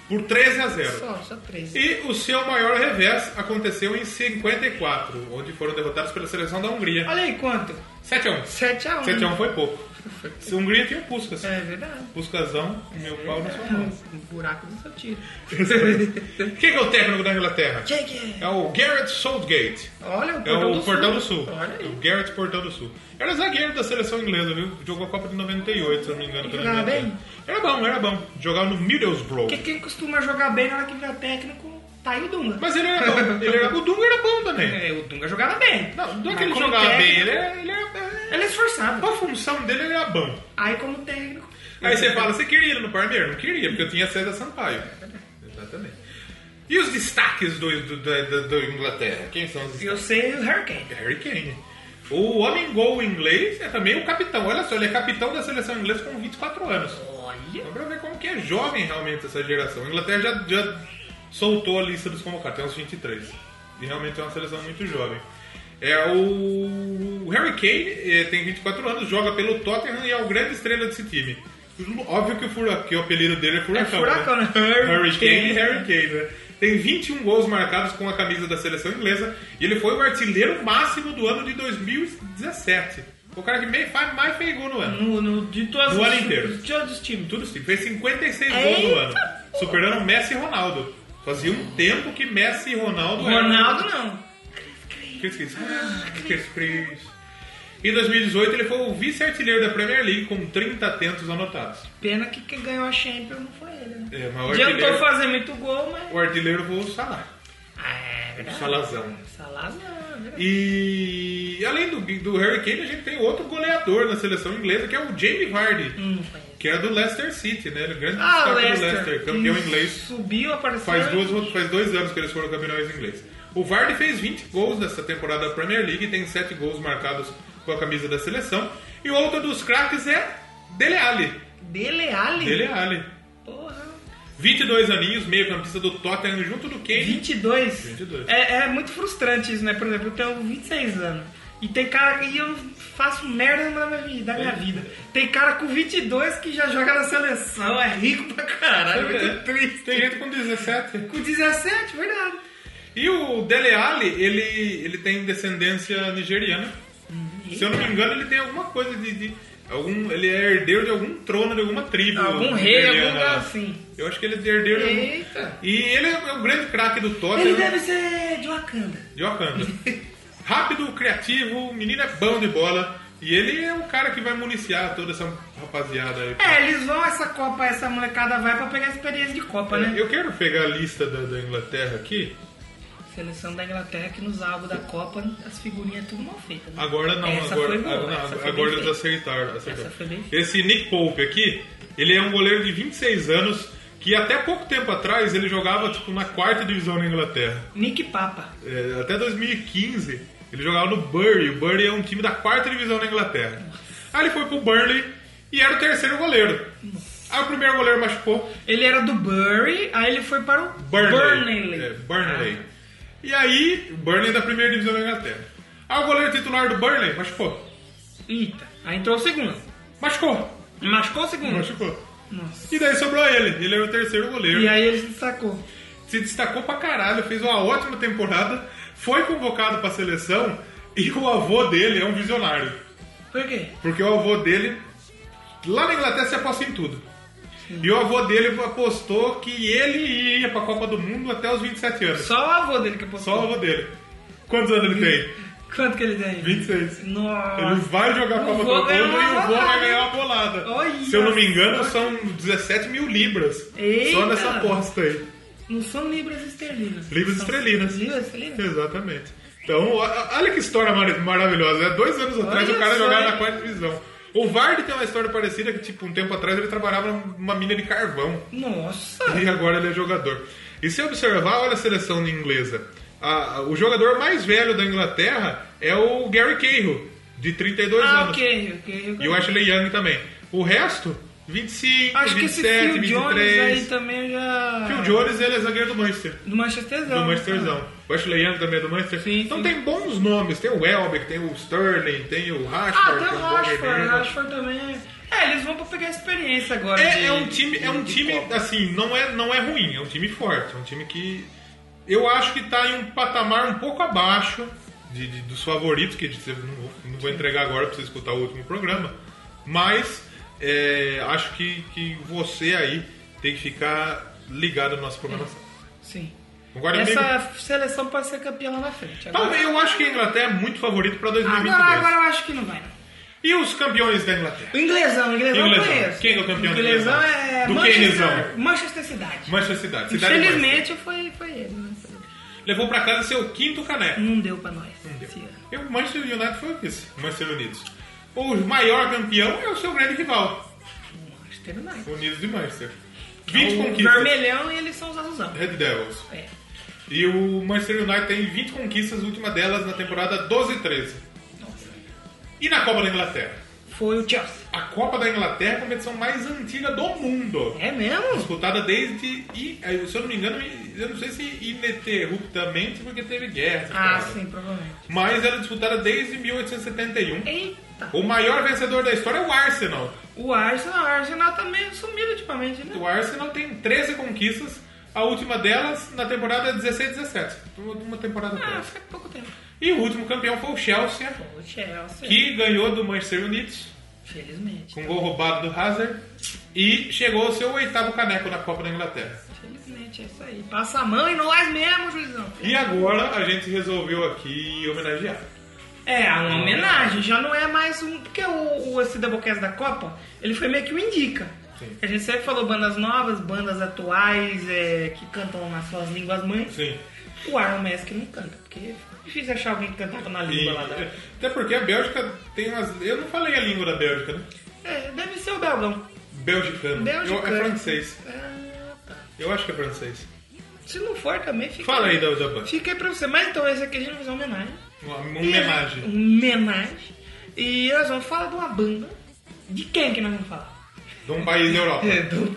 Speaker 2: por 13 a 0.
Speaker 1: Só, só três.
Speaker 2: E o seu maior revés aconteceu em 54, onde foram derrotados pela seleção da Hungria.
Speaker 1: Olha aí quanto?
Speaker 2: 7 a 1.
Speaker 1: 7x1.
Speaker 2: 7 a 1 foi pouco. Se um a Hungria tinha o Puskas.
Speaker 1: É verdade.
Speaker 2: Puscasão, meu pau na sua mão.
Speaker 1: Um buraco do seu tiro.
Speaker 2: Quem que é o técnico da Inglaterra?
Speaker 1: Quem que é?
Speaker 2: É o Garrett Southgate.
Speaker 1: Olha o
Speaker 2: É
Speaker 1: portão
Speaker 2: o
Speaker 1: do Sul.
Speaker 2: Portão do Sul. É
Speaker 1: Olha
Speaker 2: O
Speaker 1: aí.
Speaker 2: Garrett Portão do Sul. Era zagueiro da seleção inglesa, viu? Jogou a Copa de 98, se eu não me engano. pela
Speaker 1: Jogava
Speaker 2: Inglaterra.
Speaker 1: bem?
Speaker 2: Era bom, era bom. Jogava no Middlesbrough.
Speaker 1: Porque quem costuma jogar bem na hora que vira técnico, tá aí o Dunga.
Speaker 2: Mas ele era bom. Ele era... O Dunga era bom também.
Speaker 1: É, o Dunga jogava bem.
Speaker 2: Não, não é
Speaker 1: Mas
Speaker 2: que ele
Speaker 1: como
Speaker 2: jogava bem.
Speaker 1: técnico,
Speaker 2: Ele era... Ele era...
Speaker 1: Ele é esforçado.
Speaker 2: A função dele era bom.
Speaker 1: Aí como técnico.
Speaker 2: Aí você fala, você queria ele no Palmeiras? Não queria, porque eu tinha César Sampaio. Exatamente. E os destaques do, do, da- da- da Inglaterra? Quem são os
Speaker 1: Eu
Speaker 2: destaques?
Speaker 1: sei o Hurricane.
Speaker 2: É Harry Kane. O homem gol inglês é também o capitão. Olha só, ele é capitão da seleção inglesa com 24 anos.
Speaker 1: Olha.
Speaker 2: Então pra ver como que é jovem realmente essa geração. A Inglaterra já, já soltou a lista dos convocados, tem uns 23. E realmente é uma seleção muito jovem. É o Harry Kane, eh, tem 24 anos, joga pelo Tottenham e é o grande estrela desse time. Óbvio que o, fura- que o apelido dele é Furacão.
Speaker 1: É Furacão,
Speaker 2: né?
Speaker 1: né?
Speaker 2: Harry Kane,
Speaker 1: Kane.
Speaker 2: Harry Kane, né? Tem 21 gols marcados com a camisa da seleção inglesa e ele foi o artilheiro máximo do ano de 2017. O cara que me- faz mais fez gol no ano.
Speaker 1: No, no, de todos
Speaker 2: No
Speaker 1: os-
Speaker 2: ano inteiro.
Speaker 1: De todos os times.
Speaker 2: Tudo sim. Fez 56
Speaker 1: Eita,
Speaker 2: gols no ano. Superando Messi e Ronaldo. Fazia um tempo que Messi e Ronaldo
Speaker 1: Ronaldo Ah, não.
Speaker 2: eram- Cris, Cris. Cris, Cris. Em 2018 ele foi o vice-artilheiro da Premier League com 30 atentos anotados.
Speaker 1: Pena que quem ganhou a Champions não foi ele, né?
Speaker 2: É, mas o
Speaker 1: Adiantou
Speaker 2: artilheiro,
Speaker 1: fazer muito gol, mas.
Speaker 2: o artilheiro foi o Salah.
Speaker 1: Ah, é
Speaker 2: O
Speaker 1: verdade.
Speaker 2: Salazão. né?
Speaker 1: Salazar, é verdade.
Speaker 2: E além do, do Harry Kane, a gente tem outro goleador na seleção inglesa, que é o Jamie Vardy,
Speaker 1: Hum, foi ele.
Speaker 2: que era do Leicester City, né? Ele é tá o grande
Speaker 1: Ah,
Speaker 2: destaque do
Speaker 1: Leicester.
Speaker 2: Leicester, campeão
Speaker 1: Hum,
Speaker 2: inglês.
Speaker 1: Subiu, apareceu.
Speaker 2: Faz, duas, faz dois anos que eles foram campeões ingleses. O Vardy fez 20 gols nessa temporada da Premier League, tem 7 gols marcados com a camisa da seleção. E outro dos craques é Dele Alli.
Speaker 1: Dele Alli.
Speaker 2: Dele Alli.
Speaker 1: Porra.
Speaker 2: 22 aninhos, meio-campista do Tottenham junto do Kane.
Speaker 1: 22.
Speaker 2: 22.
Speaker 1: É, é muito frustrante isso, né? Por exemplo, eu tenho 26 anos. E tem cara. E eu faço merda na minha, vida- da
Speaker 2: É.
Speaker 1: minha vida. Tem cara com 22 que já joga na seleção, é rico pra caralho. É muito triste.
Speaker 2: Tem gente com 17.
Speaker 1: Com 17, verdade.
Speaker 2: E o Dele Alli, ele, ele tem descendência nigeriana.
Speaker 1: Uhum.
Speaker 2: Se eu não me engano, ele tem alguma coisa de... de- algum, ele é herdeiro de algum trono, de alguma tribo.
Speaker 1: Algum rei, algum
Speaker 2: nigeriana lá.
Speaker 1: lugar assim.
Speaker 2: Eu acho que ele é herdeiro de algum...
Speaker 1: Eita.
Speaker 2: E ele é o grande craque do
Speaker 1: Ele é
Speaker 2: Tottenham
Speaker 1: deve ser de Wakanda.
Speaker 2: de Wakanda. Rápido, criativo, o menino é bom de bola. E ele é o cara que vai municiar toda essa rapaziada aí.
Speaker 1: É, eles vão essa Copa, essa molecada vai pra pegar experiência de Copa, né?
Speaker 2: Eu quero pegar a lista da, da Inglaterra aqui.
Speaker 1: Seleção da Inglaterra que nos álbuns da Copa as figurinhas tudo mal feitas. né?
Speaker 2: Agora não,
Speaker 1: Essa
Speaker 2: agora,
Speaker 1: foi boa,
Speaker 2: agora, não,
Speaker 1: essa foi
Speaker 2: agora tá-
Speaker 1: bem
Speaker 2: eles
Speaker 1: feita.
Speaker 2: acertaram. acertaram.
Speaker 1: Essa foi bem feita.
Speaker 2: Esse Nick Pope aqui, ele é um goleiro de 26 anos que até pouco tempo atrás ele jogava tipo, na quarta divisão na Inglaterra.
Speaker 1: Nick Papa.
Speaker 2: É, até 2015 ele jogava no Bury. O Bury é um time da quarta divisão na Inglaterra. Aí ele foi pro Burnley e era o terceiro goleiro. Aí o primeiro goleiro machucou,
Speaker 1: Ele era do Bury, aí ele foi para o
Speaker 2: Burnley.
Speaker 1: Burnley.
Speaker 2: É, Burnley. E aí, o Burnley é da primeira divisão da Inglaterra. Aí o goleiro titular do Burnley machucou.
Speaker 1: Ah, Eita, aí entrou o segundo.
Speaker 2: Machucou.
Speaker 1: Machucou o segundo.
Speaker 2: Machucou.
Speaker 1: Nossa.
Speaker 2: E daí sobrou ele. Ele era o terceiro goleiro.
Speaker 1: E aí ele se destacou.
Speaker 2: Se destacou pra caralho, fez uma ótima temporada, foi convocado pra seleção e o avô dele é um visionário.
Speaker 1: Por quê?
Speaker 2: Porque o avô dele, lá na Inglaterra, se aposta em tudo. E o avô dele apostou que ele ia pra Copa do Mundo até os 27 anos.
Speaker 1: Só o avô dele que apostou.
Speaker 2: Só o avô dele. Quantos anos ele tem?
Speaker 1: Quanto que ele tem?
Speaker 2: 26.
Speaker 1: Nossa.
Speaker 2: Ele vai jogar a
Speaker 1: O
Speaker 2: Copa do
Speaker 1: vô
Speaker 2: Mundo e
Speaker 1: ganhou uma
Speaker 2: o vô vai
Speaker 1: bolada.
Speaker 2: ganhar uma bolada.
Speaker 1: Olha
Speaker 2: Se eu não me engano,
Speaker 1: só.
Speaker 2: são 17 mil libras. Só
Speaker 1: Eita.
Speaker 2: nessa aposta aí.
Speaker 1: Não são libras esterlinas.
Speaker 2: Libras
Speaker 1: São
Speaker 2: esterlinas.
Speaker 1: Libras esterlinas?
Speaker 2: Exatamente. Então, ó- ó- olha que história mar- maravilhosa. Né? Dois anos atrás o cara
Speaker 1: só,
Speaker 2: jogava
Speaker 1: hein?
Speaker 2: na quarta divisão. O Vardy tem uma história parecida que, tipo, um tempo atrás ele trabalhava numa mina de carvão.
Speaker 1: Nossa.
Speaker 2: E agora ele é jogador. E se observar, olha a seleção inglesa. A- a- o jogador mais velho da Inglaterra é o Gary Cahill, de 32
Speaker 1: Ah,
Speaker 2: anos.
Speaker 1: ok, ok.
Speaker 2: E o Ashley Young também. O resto, 25,
Speaker 1: Acho que esse
Speaker 2: 27,
Speaker 1: Phil Jones
Speaker 2: 23.
Speaker 1: aí também eu já...
Speaker 2: Phil Jones, ele é zagueiro do Manchester.
Speaker 1: Do né? Manchesterzão.
Speaker 2: Do Manchesterzão. O Ashley Young também é do Manchester.
Speaker 1: Então, ah. Sim,
Speaker 2: então
Speaker 1: sim.
Speaker 2: tem bons nomes. Tem o Welbeck, tem o Sterling, tem o
Speaker 1: Ah,
Speaker 2: Rashford.
Speaker 1: tem o
Speaker 2: Bruno
Speaker 1: Rashford. O
Speaker 2: Fernandes.
Speaker 1: Rashford também é... É, eles vão pra pegar experiência agora.
Speaker 2: É,
Speaker 1: de-
Speaker 2: é um time, é um time assim, não é, não é ruim, é um time forte. É um time que eu acho que tá em um patamar um pouco abaixo de- de- dos favoritos, que eu não, vou- não vou entregar agora pra você escutar o último programa. Mas é, acho que, que você aí tem que ficar ligado na nossa programação.
Speaker 1: Sim.
Speaker 2: Concorda comigo?
Speaker 1: Essa seleção pode ser campeã lá na frente. Agora,
Speaker 2: Talvez, eu acho que a Inglaterra é muito favorito pra 2022.
Speaker 1: agora, agora eu acho que não vai, não.
Speaker 2: E os campeões da Inglaterra?
Speaker 1: O inglesão, o inglesão, eu
Speaker 2: Inglesão.
Speaker 1: conheço.
Speaker 2: Quem que é o campeão do
Speaker 1: inglesão?
Speaker 2: inglesão?
Speaker 1: é
Speaker 2: Do
Speaker 1: Manchester,
Speaker 2: Keynezão?
Speaker 1: Manchester Cidade.
Speaker 2: Manchester é Cidade. Cidade de
Speaker 1: Infelizmente foi, foi ele, né?
Speaker 2: Manchester. Levou pra casa seu quinto caneco.
Speaker 1: Não deu pra nós. esse ano.
Speaker 2: E o Manchester United foi o vice. Manchester Unidos. O maior campeão é o seu grande rival,
Speaker 1: Manchester United.
Speaker 2: o Unidos de Manchester. 20
Speaker 1: É O um
Speaker 2: conquistas.
Speaker 1: vermelhão e eles são os azulzão.
Speaker 2: Red Devils.
Speaker 1: É.
Speaker 2: E o Manchester United tem 20 conquistas, última delas na temporada 12 e 13.
Speaker 1: Nossa.
Speaker 2: E na Copa da Inglaterra?
Speaker 1: Foi o Chelsea.
Speaker 2: A Copa da Inglaterra é a competição mais antiga do mundo.
Speaker 1: É mesmo?
Speaker 2: disputada desde, e, eh, se eu não me engano, eu não sei se ininterruptamente, porque teve guerra. essa
Speaker 1: Ah,
Speaker 2: parada.
Speaker 1: sim, provavelmente.
Speaker 2: Mas ela é disputada desde 1871.
Speaker 1: Eita.
Speaker 2: O maior vencedor da história é o Arsenal.
Speaker 1: O Arsenal, o Arsenal tá meio sumido ultimamente, né?
Speaker 2: O Arsenal tem 13 conquistas, a última delas na temporada 16-17. Uma temporada
Speaker 1: Ah,
Speaker 2: atrás.
Speaker 1: faz pouco tempo.
Speaker 2: E o último campeão foi o Chelsea,
Speaker 1: O Chelsea,
Speaker 2: que ganhou do Manchester United,
Speaker 1: felizmente.
Speaker 2: com um gol roubado do Hazard, e chegou ao seu oitavo caneco na Copa da Inglaterra.
Speaker 1: Felizmente, é isso aí. Passa a mão em nós mesmo, Juizão.
Speaker 2: E agora a gente resolveu aqui homenagear.
Speaker 1: É, uma homenagem, já não é mais um. Porque o, o esse Doublecast da Copa, ele foi meio que um indica.
Speaker 2: Sim.
Speaker 1: A gente sempre falou bandas novas, bandas atuais, é, que cantam nas suas línguas mães.
Speaker 2: Sim.
Speaker 1: O Iron Mask não canta, porque é difícil achar alguém que cantava na
Speaker 2: E-
Speaker 1: língua lá da.
Speaker 2: até porque a Bélgica tem umas. Eu não falei a língua da Bélgica, né?
Speaker 1: É, deve ser o Belgão.
Speaker 2: Belgicano.
Speaker 1: Belgicano.
Speaker 2: Eu- é francês.
Speaker 1: Ah, tá.
Speaker 2: Eu acho que é francês.
Speaker 1: Se não for também, fica.
Speaker 2: Fala aí da, da banda.
Speaker 1: Fica aí pra você. Mas então, esse aqui a gente vai fazer uma homenagem.
Speaker 2: Uma uma
Speaker 1: E-
Speaker 2: homenagem.
Speaker 1: Um homenagem. E nós vamos falar de uma banda. De quem que nós vamos falar?
Speaker 2: De um país da Europa.
Speaker 1: É, do-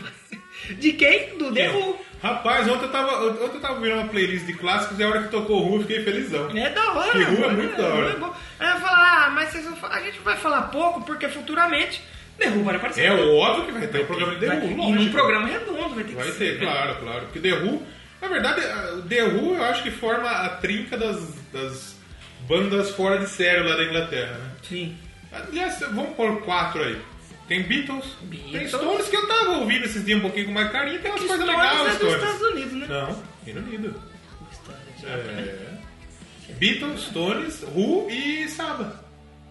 Speaker 1: De quem? Do The Who.
Speaker 2: Rapaz, ontem eu tava. Ontem eu tava ouvindo uma playlist de clássicos e a hora que tocou o Who eu fiquei felizão.
Speaker 1: É da hora.
Speaker 2: The Who é
Speaker 1: mano.
Speaker 2: muito da hora.
Speaker 1: é bom. Aí eu falar, ah, mas vocês vão falar- a gente vai falar pouco, porque futuramente The Who vai aparecer.
Speaker 2: É óbvio que vai ter um programa de The
Speaker 1: Vai-
Speaker 2: Who,
Speaker 1: E
Speaker 2: lógico.
Speaker 1: num programa redondo vai ter que
Speaker 2: Vai
Speaker 1: ser.
Speaker 2: ter, claro, claro. Porque The Who, na verdade, a- o The Who eu acho que forma a trinca das, das bandas fora de série lá da Inglaterra, né?
Speaker 1: Sim.
Speaker 2: Aliás, vamos pôr quatro aí. Tem Beatles, tem
Speaker 1: Beatles.
Speaker 2: Stones, que eu tava ouvindo esses dias um pouquinho com mais carinho, tem umas
Speaker 1: Que
Speaker 2: coisas
Speaker 1: Stones
Speaker 2: legais,
Speaker 1: é dos
Speaker 2: Stones.
Speaker 1: Estados Unidos, né?
Speaker 2: Não, Reino Unido.
Speaker 1: Stones,
Speaker 2: É.
Speaker 1: né?
Speaker 2: Beatles, Stones, Who e Saba.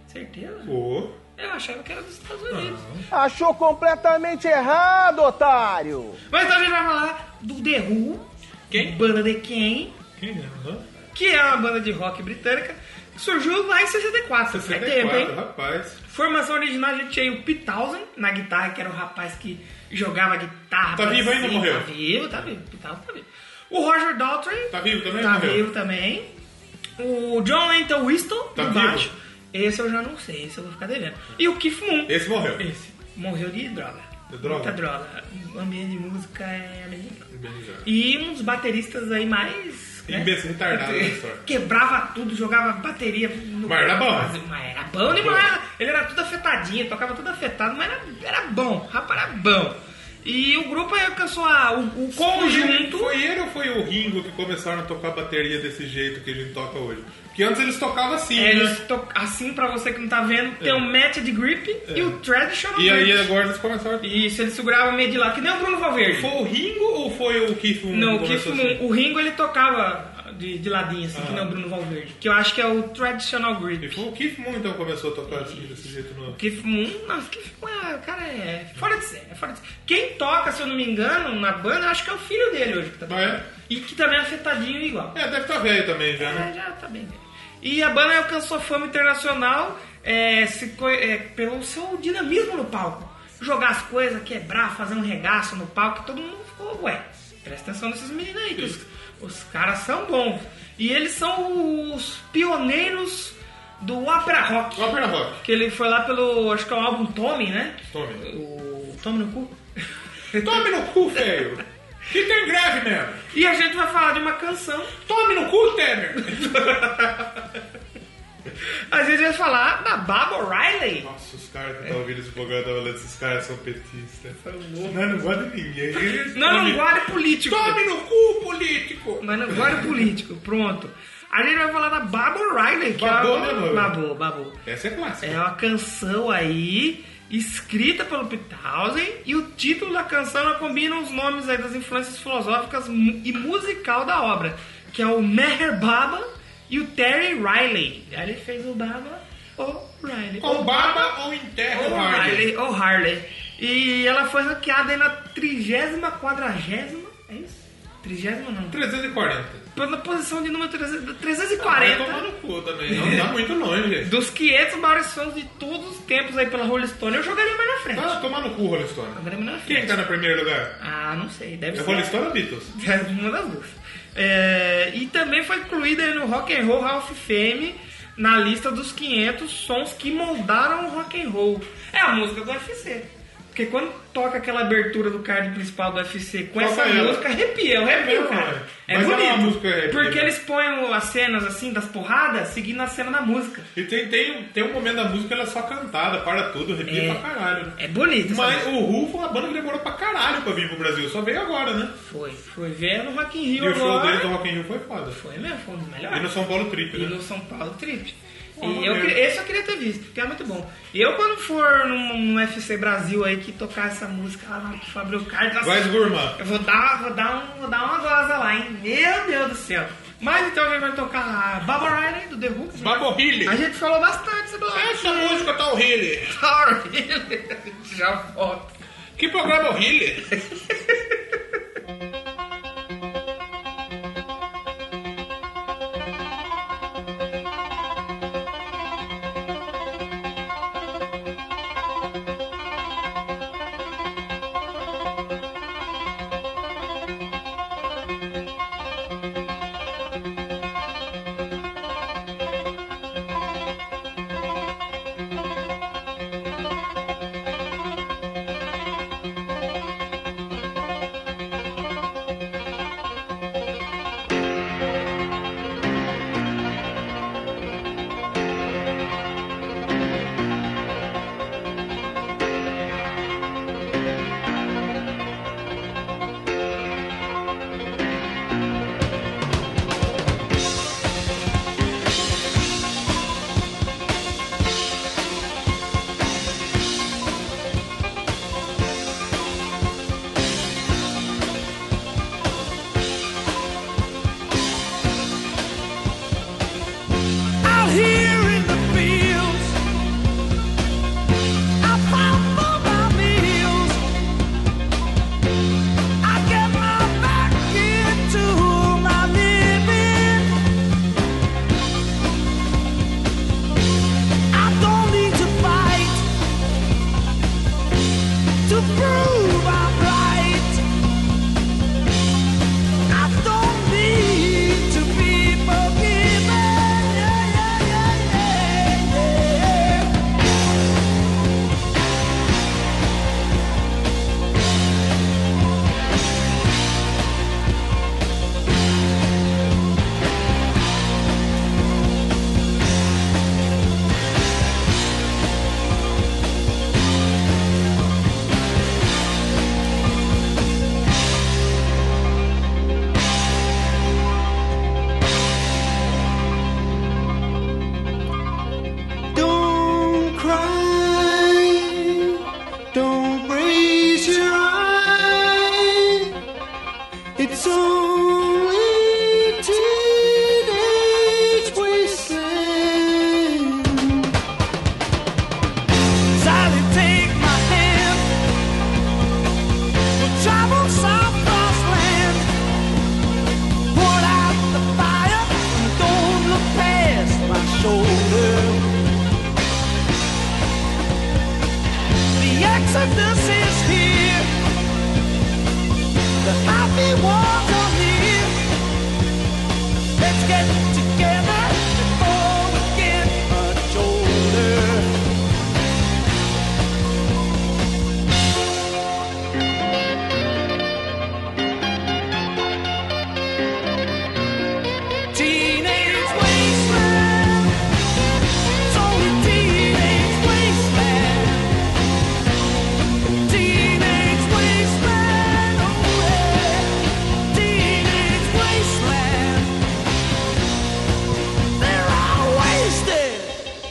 Speaker 1: Certeza?
Speaker 2: Pô,
Speaker 1: Eu achava que era dos Estados Unidos.
Speaker 2: Ah.
Speaker 5: Achou completamente errado, otário!
Speaker 1: Mas então a gente vai falar do The Who.
Speaker 2: Quem?
Speaker 1: Banda de quem?
Speaker 2: quem é? Hã?
Speaker 1: que é uma banda de rock britânica, que surgiu lá em 64. Faz tempo,
Speaker 2: 64,
Speaker 1: hein?
Speaker 2: rapaz.
Speaker 1: Formação original a gente tinha o Pitausen na guitarra, que era o rapaz que jogava guitarra.
Speaker 2: Tá
Speaker 1: pra
Speaker 2: vivo ainda
Speaker 1: cima.
Speaker 2: ou morreu?
Speaker 1: Tá vivo, tá vivo. Pitausen tá vivo. O Roger Daltrey.
Speaker 2: Tá vivo também ou
Speaker 1: Tá
Speaker 2: morreu?
Speaker 1: vivo também. O John Lenton Whiston,
Speaker 2: Tá
Speaker 1: no
Speaker 2: vivo?
Speaker 1: baixo. Esse eu já não sei, esse eu vou ficar devendo. E o Keith Moon.
Speaker 2: Esse morreu.
Speaker 1: Esse morreu de droga.
Speaker 2: De droga?
Speaker 1: Muita droga. O ambiente de música é americano.
Speaker 2: Imbecil
Speaker 1: E um dos bateristas aí mais. né?
Speaker 2: retardado da história.
Speaker 1: Quebrava tudo, jogava bateria no.
Speaker 2: Mas era bom. né?
Speaker 1: Mas era bom demais. Ele era tudo afetadinho, tocava tudo afetado, mas era, era bom, rapaz, era bom. E o grupo aí alcançou a, o, o conjunto.
Speaker 2: Foi ele ou foi o Ringo que começaram a tocar bateria desse jeito que a gente toca hoje? Porque antes eles tocavam assim,
Speaker 1: É, Eles
Speaker 2: né?
Speaker 1: to- assim, pra você que não tá vendo, tem o match de grip e o traditional
Speaker 2: É. E aí
Speaker 1: grip.
Speaker 2: agora eles começaram a...
Speaker 1: Isso, ele segurava meio de lá, que nem o Bruno Valverde.
Speaker 2: Foi um o Ringo ou foi o Keith Moon?
Speaker 1: Não,
Speaker 2: que
Speaker 1: o, Keith
Speaker 2: começou assim?
Speaker 1: Moon- o Ringo ele tocava de, de ladinho, assim, que nem o Bruno Valverde. Que eu acho que é o traditional grip.
Speaker 2: E foi o Keith Moon então que começou a tocar assim, desse jeito no...
Speaker 1: Keith Moon, nossa, Keith Moon, é- o cara é fora de série, é fora de série. Quem toca, se eu não me engano, na banda, eu acho que é o filho dele hoje que tá tocando.
Speaker 2: É.
Speaker 1: E que também é afetadinho igual.
Speaker 2: É, deve estar velho também já, né?
Speaker 1: É, já tá bem velho. E a banda alcançou fama internacional é, se co- é, pelo seu dinamismo no palco. Jogar as coisas, quebrar, fazer um regaço no palco, todo mundo ficou, ué, presta atenção nesses meninos aí, que os, os caras são bons. E eles são os pioneiros do opera rock.
Speaker 2: Opera Rock.
Speaker 1: Que ele foi lá pelo. Acho que é o álbum Tommy, né?
Speaker 2: Tome.
Speaker 1: O Tommy no cu.
Speaker 2: Tome no cu, feio! Que tem greve mesmo!
Speaker 1: E a gente vai falar de uma canção.
Speaker 2: Tome no cu, Temer!
Speaker 1: A gente vai falar da Baba O'Reilly.
Speaker 2: Nossa, os caras que estão ouvindo esse programa estavam falando, esses caras são petistas. Não, não gosta de ninguém. Eles
Speaker 1: Tá Não, não
Speaker 2: comem-
Speaker 1: guarde político.
Speaker 2: Tome no cu, político!
Speaker 1: Mas não guarde político. Pronto. A gente vai falar da Baba O'Reilly. que
Speaker 2: Babou,
Speaker 1: é
Speaker 2: né,
Speaker 1: uma...
Speaker 2: mano?
Speaker 1: Babou, babou.
Speaker 2: Essa é clássica.
Speaker 1: É uma canção aí, escrita pelo Pithausen, e o título da canção ela combina os nomes aí das influências filosóficas mu- e musical da obra, que é o Meher Baba e o Terry Riley. Aí Ele fez o Baba ou Riley.
Speaker 2: Ou baba ou enterra
Speaker 1: ou
Speaker 2: o Harley.
Speaker 1: Harley. Ou Harley. E ela foi ranqueada aí na trigésima, quadragésima, é isso? Trigésima não.
Speaker 2: 340.
Speaker 1: Na posição de número 300
Speaker 2: Vai
Speaker 1: 340
Speaker 2: tomar no cu também. Não tá muito longe.
Speaker 1: dos 500 maiores sons de todos os tempos aí pela Rolling Stone, eu jogaria mais na frente.
Speaker 2: Tá tomar no cu, Rolling Stone.
Speaker 1: Agora é melhor
Speaker 2: Quem tá no primeiro lugar?
Speaker 1: Ah, não sei, deve
Speaker 2: É
Speaker 1: ser.
Speaker 2: Rolling Stone ou Beatles?
Speaker 1: É uma das duas. É, e também foi incluída aí no Rock and Roll Hall of Fame na lista dos 500 sons que moldaram o rock and roll. É a música do UFC. Porque quando toca aquela abertura do card principal do UFC com
Speaker 2: Toca
Speaker 1: essa
Speaker 2: ela.
Speaker 1: música, arrepia, eu arrepio,
Speaker 2: É,
Speaker 1: cara. É
Speaker 2: mas
Speaker 1: bonito.
Speaker 2: ela é uma música arrepia.
Speaker 1: porque eles põem as cenas assim das porradas seguindo a cena da música.
Speaker 2: E tem, tem, um- tem um momento da música que ela é só cantada, para tudo, arrepia
Speaker 1: É.
Speaker 2: pra caralho. né?
Speaker 1: É bonito, essa
Speaker 2: Mas o Ru foi uma banda que demorou pra caralho pra vir pro Brasil, só veio agora, né?
Speaker 1: Foi, foi ver no Rock in Rio
Speaker 2: E o show
Speaker 1: agora.
Speaker 2: dele do Rock in Rio foi foda.
Speaker 1: Foi mesmo, foi um dos melhores.
Speaker 2: E no São Paulo Trip,
Speaker 1: E
Speaker 2: né?
Speaker 1: no São Paulo Trip.
Speaker 2: Pô,
Speaker 1: e eu,
Speaker 2: maneiro.
Speaker 1: que- esse eu queria ter visto, porque é muito bom. Eu, quando for num, num UFC Brasil aí, que tocar essa música lá no Fabio Card, nossa,
Speaker 2: Vai esgurmar.
Speaker 1: eu vou dar, vou, dar um, vou dar uma goza lá, hein? Meu Deus do céu. Mas então a gente vai tocar a Baba Riley do The Hooks. né?
Speaker 2: Baborrilha.
Speaker 1: A gente falou bastante sobre o
Speaker 2: Essa música tá horrível.
Speaker 1: Já volto.
Speaker 2: Que programa horrível.
Speaker 4: Thank in teenage wasteland. Sally, take my hand. We'll travel south cross land. Put out the fire. Don't look past my shoulder. The exodus is here. The happy ones are here. Let's get together before we get much older. Teenage wasteland. It's only teenage wasteland. Teenage wasteland. Oh yeah. Teenage wasteland. They're all wasted.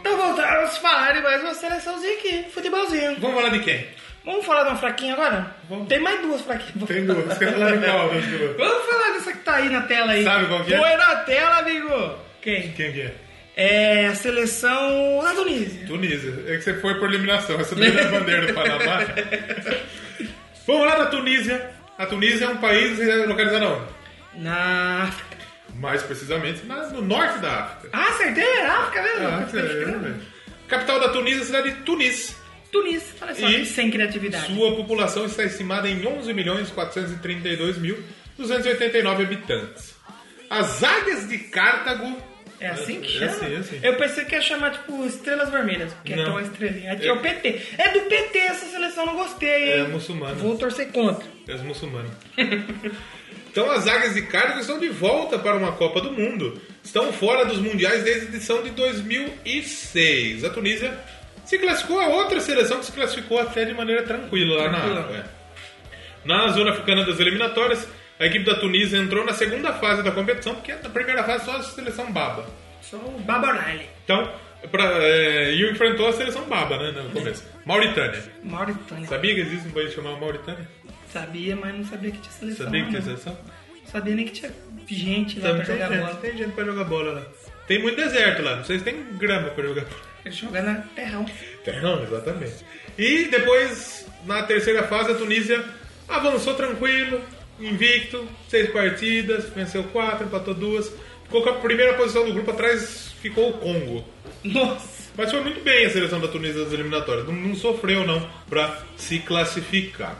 Speaker 1: Então voltamos a falar de mais uma seleçãozinha aqui, futebolzinho.
Speaker 2: Vamos falar de quem?
Speaker 1: Vamos falar de uma fraquinha agora? Tem mais duas fraquinhas.
Speaker 2: Tem duas. Quer falar de qual das duas?
Speaker 1: Vamos falar dessa que tá aí na tela aí.
Speaker 2: Sabe qual que é?
Speaker 1: Põe na tela, amigo. Quem?
Speaker 2: Quem que é?
Speaker 1: É a seleção da Tunísia.
Speaker 2: Tunísia. É que você foi por eliminação. Essa daí é a bandeira do Panamá. Vamos lá da Tunísia. A Tunísia é um país eh, localizado onde?
Speaker 1: Na África.
Speaker 2: Mais precisamente na- no norte da África.
Speaker 1: Ah, acertei, é África mesmo.
Speaker 2: Ah,
Speaker 1: Tá escrevendo.
Speaker 2: é, é. Capital da Tunísia é a cidade de Tunis.
Speaker 1: Tunísia, olha só,
Speaker 2: E
Speaker 1: sem criatividade.
Speaker 2: Sua população está estimada em 11.432.289 habitantes. As águias de Cartago.
Speaker 1: É assim que
Speaker 2: É
Speaker 1: chama?
Speaker 2: assim, é assim.
Speaker 1: Eu pensei que ia chamar, tipo, Estrelas Vermelhas, porque
Speaker 2: Não.
Speaker 1: é tão estrelinha. É,
Speaker 2: É.
Speaker 1: o PT. É do PT essa seleção, não gostei, hein?
Speaker 2: É, muçulmana.
Speaker 1: Vou torcer contra.
Speaker 2: É os muçulmanos. Então as águias de Cartago estão de volta para uma Copa do Mundo. Estão fora dos mundiais desde a edição de 2006. A Tunísia se classificou a outra seleção que se classificou até de maneira tranquila lá na
Speaker 1: Tranquila.
Speaker 2: África. Na zona africana das eliminatórias, a equipe da Tunísia entrou na segunda fase da competição, porque na primeira fase só a seleção baba.
Speaker 1: Só o Babanale.
Speaker 2: Então, pra, é, e enfrentou a seleção baba, né, no começo. Mauritânia.
Speaker 1: Mauritânia.
Speaker 2: Sabia que existe um país chamado Mauritânia?
Speaker 1: Sabia, mas não sabia que tinha seleção.
Speaker 2: Sabia que tinha
Speaker 1: não.
Speaker 2: seleção?
Speaker 1: Sabia nem que tinha gente lá
Speaker 2: Sabe,
Speaker 1: pra jogar
Speaker 2: tem,
Speaker 1: bola.
Speaker 2: tem gente pra jogar bola lá. Tem muito deserto lá, não sei se tem grama pra jogar bola.
Speaker 1: Jogar na terrão.
Speaker 2: Tem não, exatamente. E depois, na terceira fase, a Tunísia avançou tranquilo, invicto, seis partidas, venceu quatro, empatou duas. Ficou com a primeira posição do grupo, atrás ficou o Congo.
Speaker 1: Nossa.
Speaker 2: Mas foi muito bem a seleção da Tunísia nas eliminatórias. Não, não sofreu, não, pra se classificar.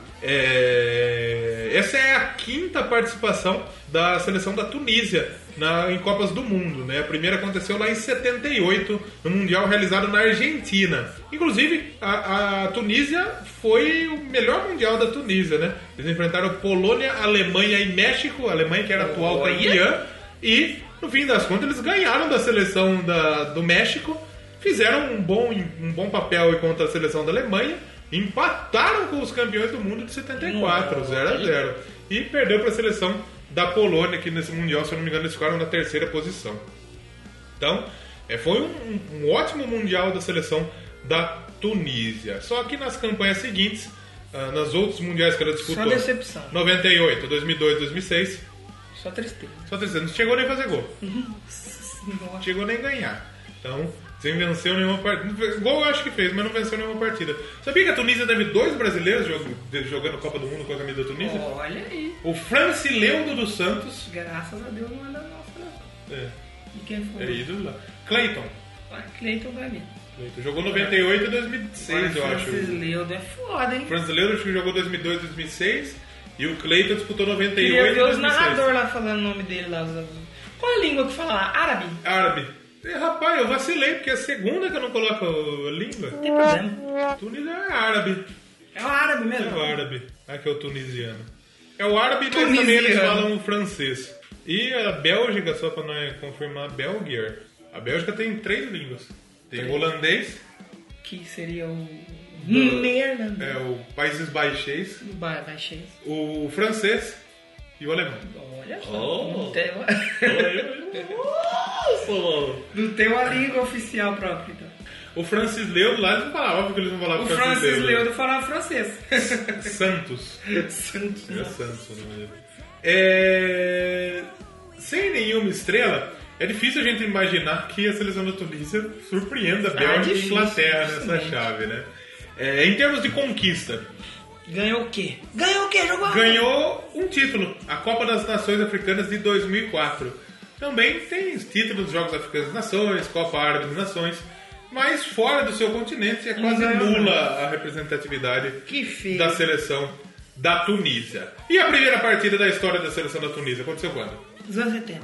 Speaker 2: É, Essa é a quinta participação da seleção da Tunísia na- em Copas do Mundo. Né? A primeira aconteceu lá em 78, no Mundial realizado na Argentina. Inclusive, a, a Tunísia foi o melhor Mundial da Tunísia. Né? Eles enfrentaram Polônia, Alemanha e México. A Alemanha, que era atual
Speaker 1: Olha!
Speaker 2: campeã, E, no fim das contas, eles ganharam da seleção da, do México, fizeram um bom, um bom papel contra a seleção da Alemanha, empataram com os campeões do mundo de 74, 0 a 0 E perdeu para a seleção da Polônia, que nesse Mundial, se eu não me engano, eles ficaram na terceira posição. Então, é, foi um, um ótimo Mundial da seleção da Tunísia. Só que nas campanhas seguintes, ah, nas outros mundiais que ela disputou,
Speaker 1: decepção.
Speaker 2: 98, 2002, 2006,
Speaker 1: Só tristeza.
Speaker 2: só tristeza, não chegou nem a fazer gol, não
Speaker 1: Nossa.
Speaker 2: chegou nem a ganhar. Então, sem venceu nenhuma partida. Gol eu acho que fez, mas não venceu nenhuma partida. Sabia que a Tunísia teve dois brasileiros jog- de- jogando Copa do Mundo com a camisa da Tunísia?
Speaker 1: Olha aí.
Speaker 2: O Francileudo dos Santos,
Speaker 1: Graças a Deus não é da nossa, não.
Speaker 2: é,
Speaker 1: E quem
Speaker 2: é
Speaker 1: foi?
Speaker 2: ídolo lá. Clayton.
Speaker 1: Ah, Cleiton vai vir.
Speaker 2: Clayton.
Speaker 1: É.
Speaker 2: Jogou 98 e 2006, eu acho.
Speaker 1: Francis Leudo é foda, hein?
Speaker 2: O brasileiro acho que jogou 2002, 2006 e o Cleiton disputou 98 e
Speaker 1: Queria ver os
Speaker 2: 2006.
Speaker 1: narradores lá falando o nome dele lá. os- Qual a língua que fala lá? Árabe? Não
Speaker 2: Árabe. É, rapaz, eu vacilei, porque é a segunda que eu não coloco a língua.
Speaker 1: tem problema.
Speaker 2: Tunísio é árabe.
Speaker 1: É o árabe
Speaker 2: É
Speaker 1: mesmo.
Speaker 2: o árabe. Ah, que é o tunisiano. É o árabe, mas também
Speaker 1: Tunisiano.
Speaker 2: eles falam o francês. E a Bélgica, só pra nós confirmar, a Bélgica. A Bélgica tem três línguas. Tem o holandês,
Speaker 1: Que seria o. Neerlandês.
Speaker 2: é o Países Baixês,
Speaker 1: Do Ba- Baixês.
Speaker 2: o francês e o alemão.
Speaker 1: Olha só.
Speaker 2: Oh.
Speaker 1: Não, tem uma... não tem uma língua oficial própria, então.
Speaker 2: O Francis Leudo lá, eles não falavam, óbvio que eles não falavam
Speaker 1: O Francis
Speaker 2: né?
Speaker 1: Leudo falava francês.
Speaker 2: Santos.
Speaker 1: Santos.
Speaker 2: É Santos o nome dele. É... Sem nenhuma estrela, é difícil a gente imaginar que a seleção da Tunísia surpreenda a Bélgica e a
Speaker 1: Ah, é difícil,
Speaker 2: Inglaterra nessa
Speaker 1: difícil.
Speaker 2: chave, né? É, em termos de conquista,
Speaker 1: Ganhou o quê? Ganhou o quê? Jogou
Speaker 2: ganhou um título, a Copa das Nações Africanas de 2004. Também tem os títulos dos Jogos Africanos das Nações, Copa Árabe das Nações, mas fora do seu continente é quase
Speaker 1: Não.
Speaker 2: nula a representatividade
Speaker 1: Que feio.
Speaker 2: da seleção da Tunísia. E a primeira partida da história da seleção da Tunísia aconteceu quando?
Speaker 1: Dos anos 70.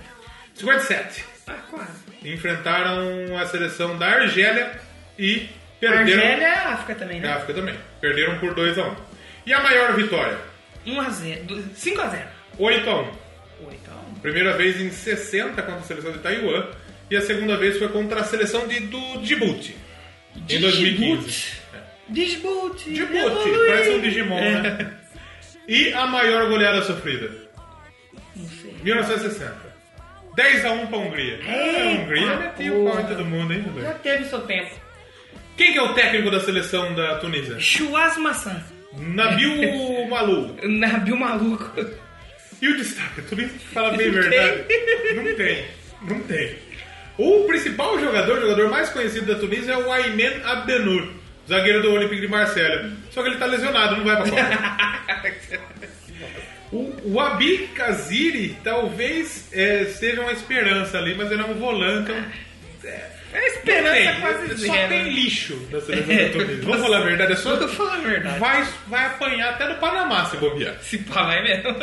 Speaker 2: 57.
Speaker 1: Ah, quase.
Speaker 2: Enfrentaram a seleção da Argélia e perderam
Speaker 1: Argélia é África também,
Speaker 2: na
Speaker 1: né?
Speaker 2: África também. Perderam por 2 a 1. E a maior vitória?
Speaker 1: 1x0. 5x0.
Speaker 2: 8 a 1.
Speaker 1: Pô, então.
Speaker 2: Primeira vez em 60 contra a seleção de Taiwan e a segunda vez foi contra a seleção de, do Djibouti. Em 2015.
Speaker 1: Djibouti.
Speaker 2: Djibouti,
Speaker 1: Evolui.
Speaker 2: É. Tipo, parece um Digimon,
Speaker 1: É.
Speaker 2: né? E a maior goleada sofrida?
Speaker 1: Não sei.
Speaker 2: 1960. 10 a 1 pra Hungria. Ah, a Hungria
Speaker 1: Eita
Speaker 2: meteu o pau em
Speaker 1: porra.
Speaker 2: todo mundo, hein, Dudu?
Speaker 1: Já teve seu tempo.
Speaker 2: Quem que é o técnico da seleção da Tunísia?
Speaker 1: Chuaz Maçã.
Speaker 2: Nabil Malou.
Speaker 1: Nabil maluco.
Speaker 2: E o destaque? A Tunísia fala bem a
Speaker 1: Não
Speaker 2: verdade. Não tem. Não tem. O principal jogador, o jogador mais conhecido da Tunísia é o Aymen Abdenur, zagueiro do Olympique de Marselha. Só que ele tá lesionado, não vai pra Copa. O, o Abi Kaziri talvez é, seja uma esperança ali, mas ele é um volante, é um
Speaker 1: A esperança é quase
Speaker 2: só
Speaker 1: zero.
Speaker 2: tem lixo da seleção da Tunísia. Vamos falar a verdade, é só.
Speaker 1: Vou falar a verdade.
Speaker 2: Vai, vai apanhar até do Panamá se bobear.
Speaker 1: Se pá, vai mesmo.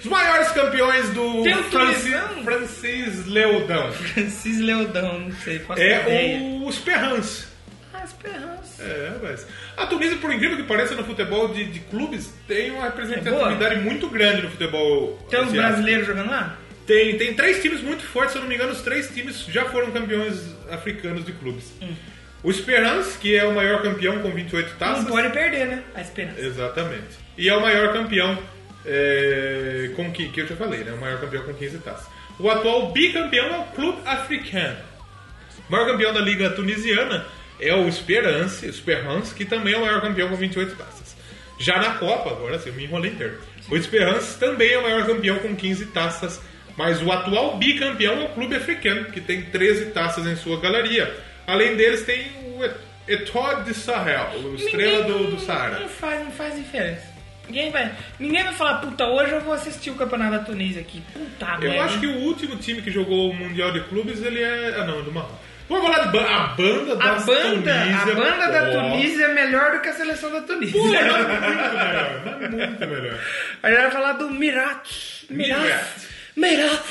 Speaker 2: Os maiores campeões do
Speaker 1: Tem um
Speaker 2: Francis,
Speaker 1: tunisão?
Speaker 2: Francis Leodão
Speaker 1: Francis Leodão, não sei. Faço
Speaker 2: é
Speaker 1: ideia.
Speaker 2: o, os Perrans.
Speaker 1: Ah, esperança.
Speaker 2: É, mas a Tunísia, por incrível que pareça, no futebol de, de clubes tem uma representatividade muito grande no futebol.
Speaker 1: É Tem uns
Speaker 2: asiático.
Speaker 1: brasileiros jogando lá?
Speaker 2: Tem, tem três times muito fortes, se eu não me engano, os três times já foram campeões africanos de clubes.
Speaker 1: Hum.
Speaker 2: O Esperance, que é o maior campeão com 28 taças.
Speaker 1: Não pode perder, né? A esperança.
Speaker 2: Exatamente. E é o maior campeão é, com que, que eu já falei, né? O maior campeão com 15 taças. O atual bicampeão é o Clube Africain. O maior campeão da Liga Tunisiana é o Esperance, o Esperance, que também é o maior campeão com 28 taças. Já na Copa, agora sim, eu me enrolei inteiro. O Esperance também é o maior campeão com 15 taças, mas o atual bicampeão é o Clube Africano, que tem 13 taças em sua galeria. Além deles, tem o Et- Etoile de Sahel, o estrela
Speaker 1: Ninguém-
Speaker 2: do, do Saara.
Speaker 1: Não faz, não faz diferença. Ninguém vai, ninguém vai falar, puta, hoje eu vou assistir o campeonato da Tunísia aqui. Puta
Speaker 2: Eu
Speaker 1: merda.
Speaker 2: acho que o último time que jogou o Mundial de Clubes, ele é. Ah, não, é do Marrocos. Vamos falar de ba- a banda da
Speaker 1: a banda,
Speaker 2: Tunísia. é
Speaker 1: a banda da
Speaker 2: Pô,
Speaker 1: Tunísia é melhor do que a seleção da Tunísia.
Speaker 2: pô, é muito melhor, é muito melhor.
Speaker 1: A gente vai falar do Mirat.
Speaker 2: Mirat.
Speaker 1: Mirat. Mirat.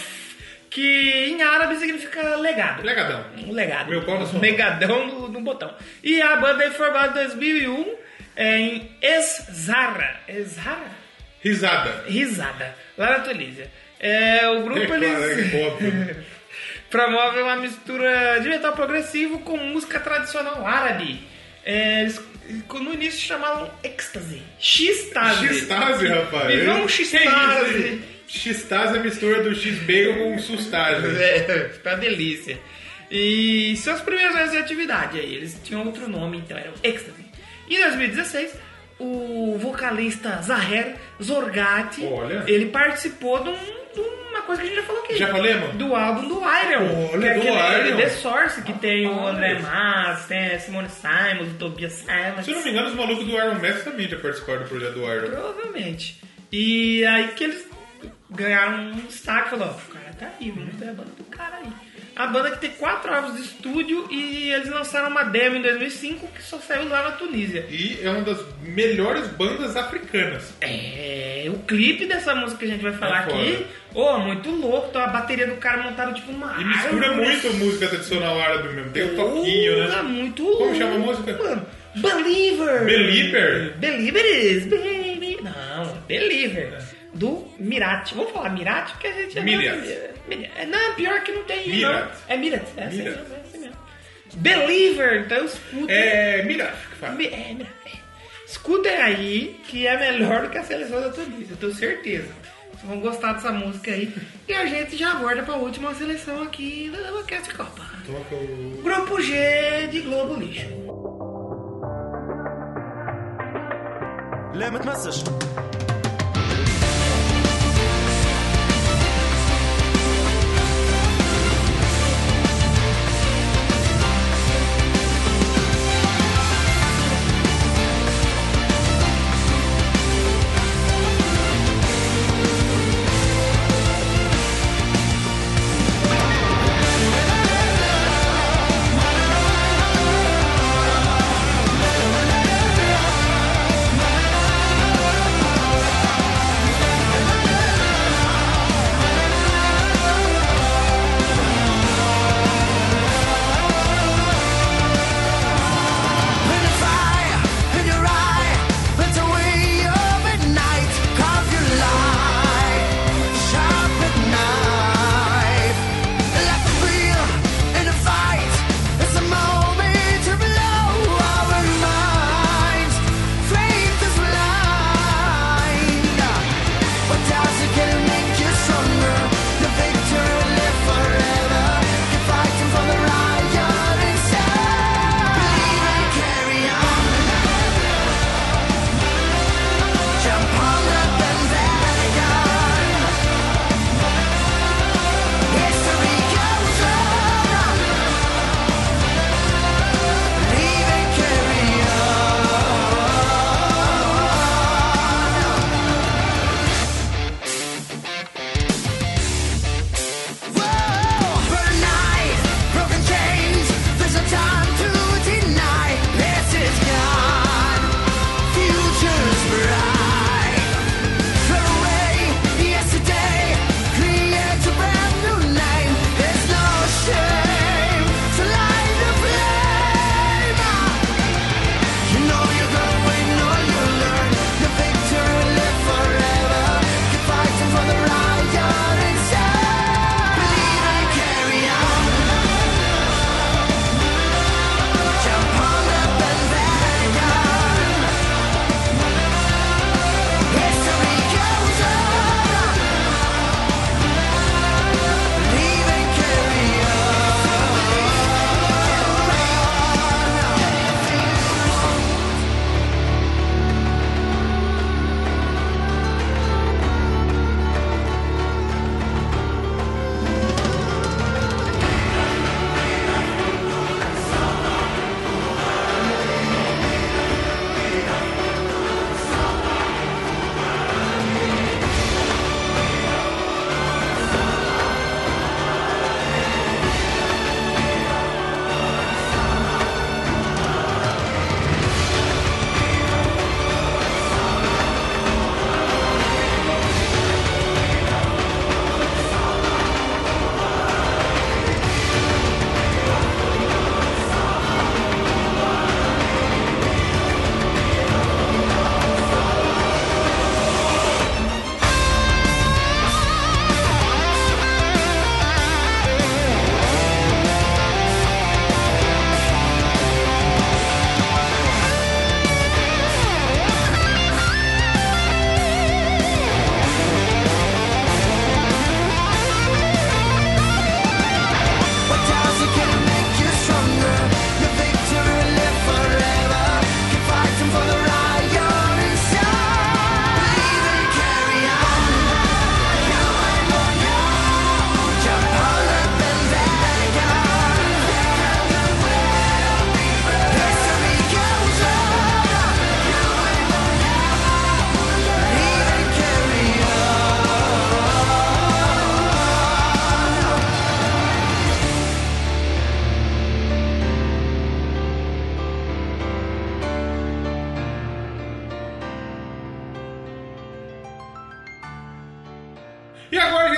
Speaker 1: Que em árabe significa legado.
Speaker 2: Legadão.
Speaker 1: Um legado.
Speaker 2: Meu é pau na sua
Speaker 1: Legadão no, no botão. E a banda é formada em 2001 é em Eszara. Eszara?
Speaker 2: Risada.
Speaker 1: Risada. Lá na Tunísia. É, o grupo
Speaker 2: É claro,
Speaker 1: eles
Speaker 2: é óbvio.
Speaker 1: promovem uma mistura de metal progressivo com música tradicional árabe. É, eles no início chamavam Ecstasy. X-Tase.
Speaker 2: Xtase, rapaz.
Speaker 1: Me dá um
Speaker 2: Que isso,
Speaker 1: X-Tase.
Speaker 2: hein? Xtase é a mistura do X-Bacon com o Sustase.
Speaker 1: É, tá uma delícia. E seus primeiros anos de atividade aí, eles tinham outro nome, então era o Ecstasy. Em 2016, o vocalista Zaher Zorgati,
Speaker 2: Olha.
Speaker 1: ele participou de, um- de uma coisa que a gente já falou aqui.
Speaker 2: Já falamos?
Speaker 1: Do álbum do Iron.
Speaker 2: Olha,
Speaker 1: que é
Speaker 2: do
Speaker 1: aquele
Speaker 2: Iron.
Speaker 1: The Source, que tem o André Mas, tem a Simone Simons, o Tobias Simons.
Speaker 2: Se eu não me engano, os malucos do Iron Master também já participaram do projeto do Iron.
Speaker 1: Provavelmente. E aí que eles ganharam um destaque, falou, ó, o cara tá aí, muito é a banda do cara aí. A banda que tem quatro álbuns de estúdio e eles lançaram uma demo em 2005 que só saiu lá na Tunísia.
Speaker 2: E é uma das melhores bandas africanas.
Speaker 1: É, o clipe dessa música que a gente vai falar
Speaker 2: É
Speaker 1: aqui, ô, muito louco, então a bateria do cara montada tipo uma
Speaker 2: E mistura
Speaker 1: árvore,
Speaker 2: muito música tradicional árabe mesmo. Tem um toquinho,
Speaker 1: Porra,
Speaker 2: né?
Speaker 1: Ah, muito
Speaker 2: Como chama a música?
Speaker 1: Mano, Believer.
Speaker 2: Believer?
Speaker 1: Believer is baby. Não, Believer. Do Mirati. Vamos falar Mirati porque a gente... é
Speaker 2: Mirat.
Speaker 1: Mirat. É, Não, pior que não tem não.
Speaker 2: Mirat.
Speaker 1: É Mirat. É assim
Speaker 2: Mirat.
Speaker 1: mesmo, é assim mesmo. Believer. Então eu escuto...
Speaker 2: É Miraf que fala.
Speaker 1: Mi- é, Mirat. é. Escutem aí que é melhor do que a seleção da Tunísia. Eu tenho certeza. Vocês vão gostar dessa música aí. E a gente já aborda pra última seleção aqui da Doublecast Copa.
Speaker 2: Toca o...
Speaker 1: Grupo G de Globo Lixo.
Speaker 4: لا ما تمسش
Speaker 6: Thank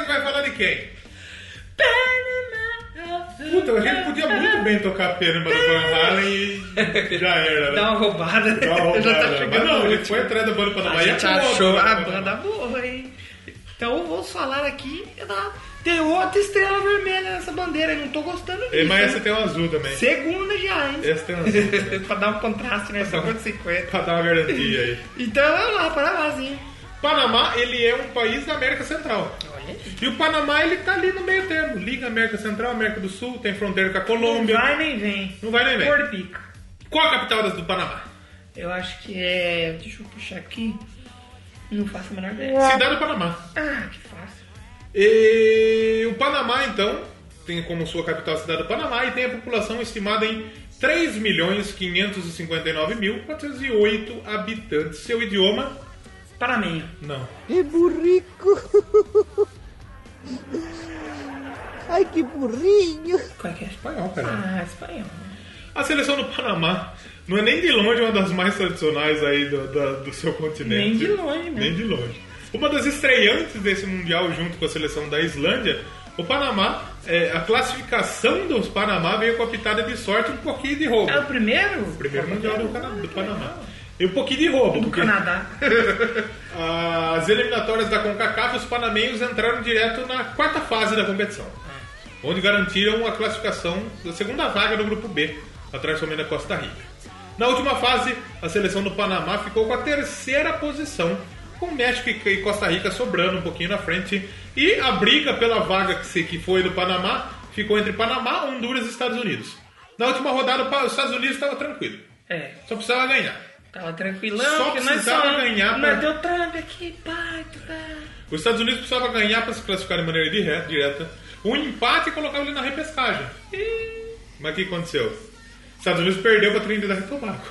Speaker 2: vai falar de quem? Puta, a gente podia muito bem tocar Pênima do Van Halen e já era.
Speaker 1: Dá
Speaker 2: né?
Speaker 1: uma roubada, né?
Speaker 2: Dá uma
Speaker 1: Já
Speaker 2: roubada.
Speaker 1: tá
Speaker 2: Mas
Speaker 1: chegando
Speaker 2: não,
Speaker 1: no
Speaker 2: ele
Speaker 1: último.
Speaker 2: foi atrás da banda Panamá.
Speaker 1: A
Speaker 2: e
Speaker 1: gente
Speaker 2: acabou
Speaker 1: achou a
Speaker 2: banda.
Speaker 1: banda boa, hein? Então vamos falar aqui da... Tem outra estrela vermelha nessa bandeira, eu não tô gostando disso.
Speaker 2: E, Mas
Speaker 1: hein?
Speaker 2: essa tem um azul também.
Speaker 1: Segunda já, hein?
Speaker 2: Essa tem um azul.
Speaker 1: pra dar um contraste, né? Só quando 50.
Speaker 2: pra dar uma garantia aí.
Speaker 1: Então vamos lá, Paranazinho.
Speaker 2: Panamá, ele é um país da América Central.
Speaker 1: Olha aí.
Speaker 2: E o Panamá, ele tá ali no meio termo. Liga América Central, América do Sul, tem fronteira com a
Speaker 1: Não
Speaker 2: Colômbia.
Speaker 1: vai nem vem.
Speaker 2: Não vai nem vem.
Speaker 1: Porto Rico.
Speaker 2: Qual a capital das- do Panamá?
Speaker 1: Eu acho que é... Deixa eu puxar aqui. Não faço a menor ideia.
Speaker 2: Cidade do Panamá.
Speaker 1: Ah, que fácil.
Speaker 2: E o Panamá, então, tem como sua capital a cidade do Panamá e tem a população estimada em 3.559.408 habitantes. Seu idioma?
Speaker 1: Paraninho.
Speaker 2: Não.
Speaker 7: É burrico. Ai, que burrinho.
Speaker 1: Qual é que é?
Speaker 2: Espanhol, cara.
Speaker 1: Ah, espanhol.
Speaker 2: A seleção do Panamá não é nem de longe uma das mais tradicionais aí do, da- do seu continente.
Speaker 1: Nem de longe, né?
Speaker 2: Nem de longe. Uma das estreantes desse Mundial junto com a seleção da Islândia, o Panamá, é, a classificação dos Panamá veio com a pitada de sorte e um pouquinho de roubo.
Speaker 1: É o primeiro?
Speaker 2: Primeiro mundial do, Cana- do Panamá. E um pouquinho de roubo.
Speaker 1: É Do
Speaker 2: porque
Speaker 1: Canadá.
Speaker 2: As eliminatórias da CONCACAF, os panamenhos entraram direto na quarta fase da competição. Onde garantiram a classificação da segunda vaga do grupo B, atrás também da Costa Rica. Na última fase, a seleção do Panamá ficou com a terceira posição, com México e e Costa Rica sobrando um pouquinho na frente. E a briga pela vaga que se- que foi do Panamá ficou entre Panamá, Honduras e Estados Unidos. Na última rodada, o Pa- os Estados Unidos estava tranquilo.
Speaker 1: É.
Speaker 2: Só precisava ganhar.
Speaker 1: Tava tranquilão,
Speaker 2: Só
Speaker 1: que nós
Speaker 2: precisava
Speaker 1: só
Speaker 2: ganhar
Speaker 1: Nós
Speaker 2: pra-
Speaker 1: deu trampo aqui, pai, tu tá.
Speaker 2: Os Estados Unidos precisava ganhar para se classificar de maneira dire- direta. Um empate colocava ele na repescagem. Mas o que aconteceu? Os Estados Unidos perdeu para Trinidad e Tobago.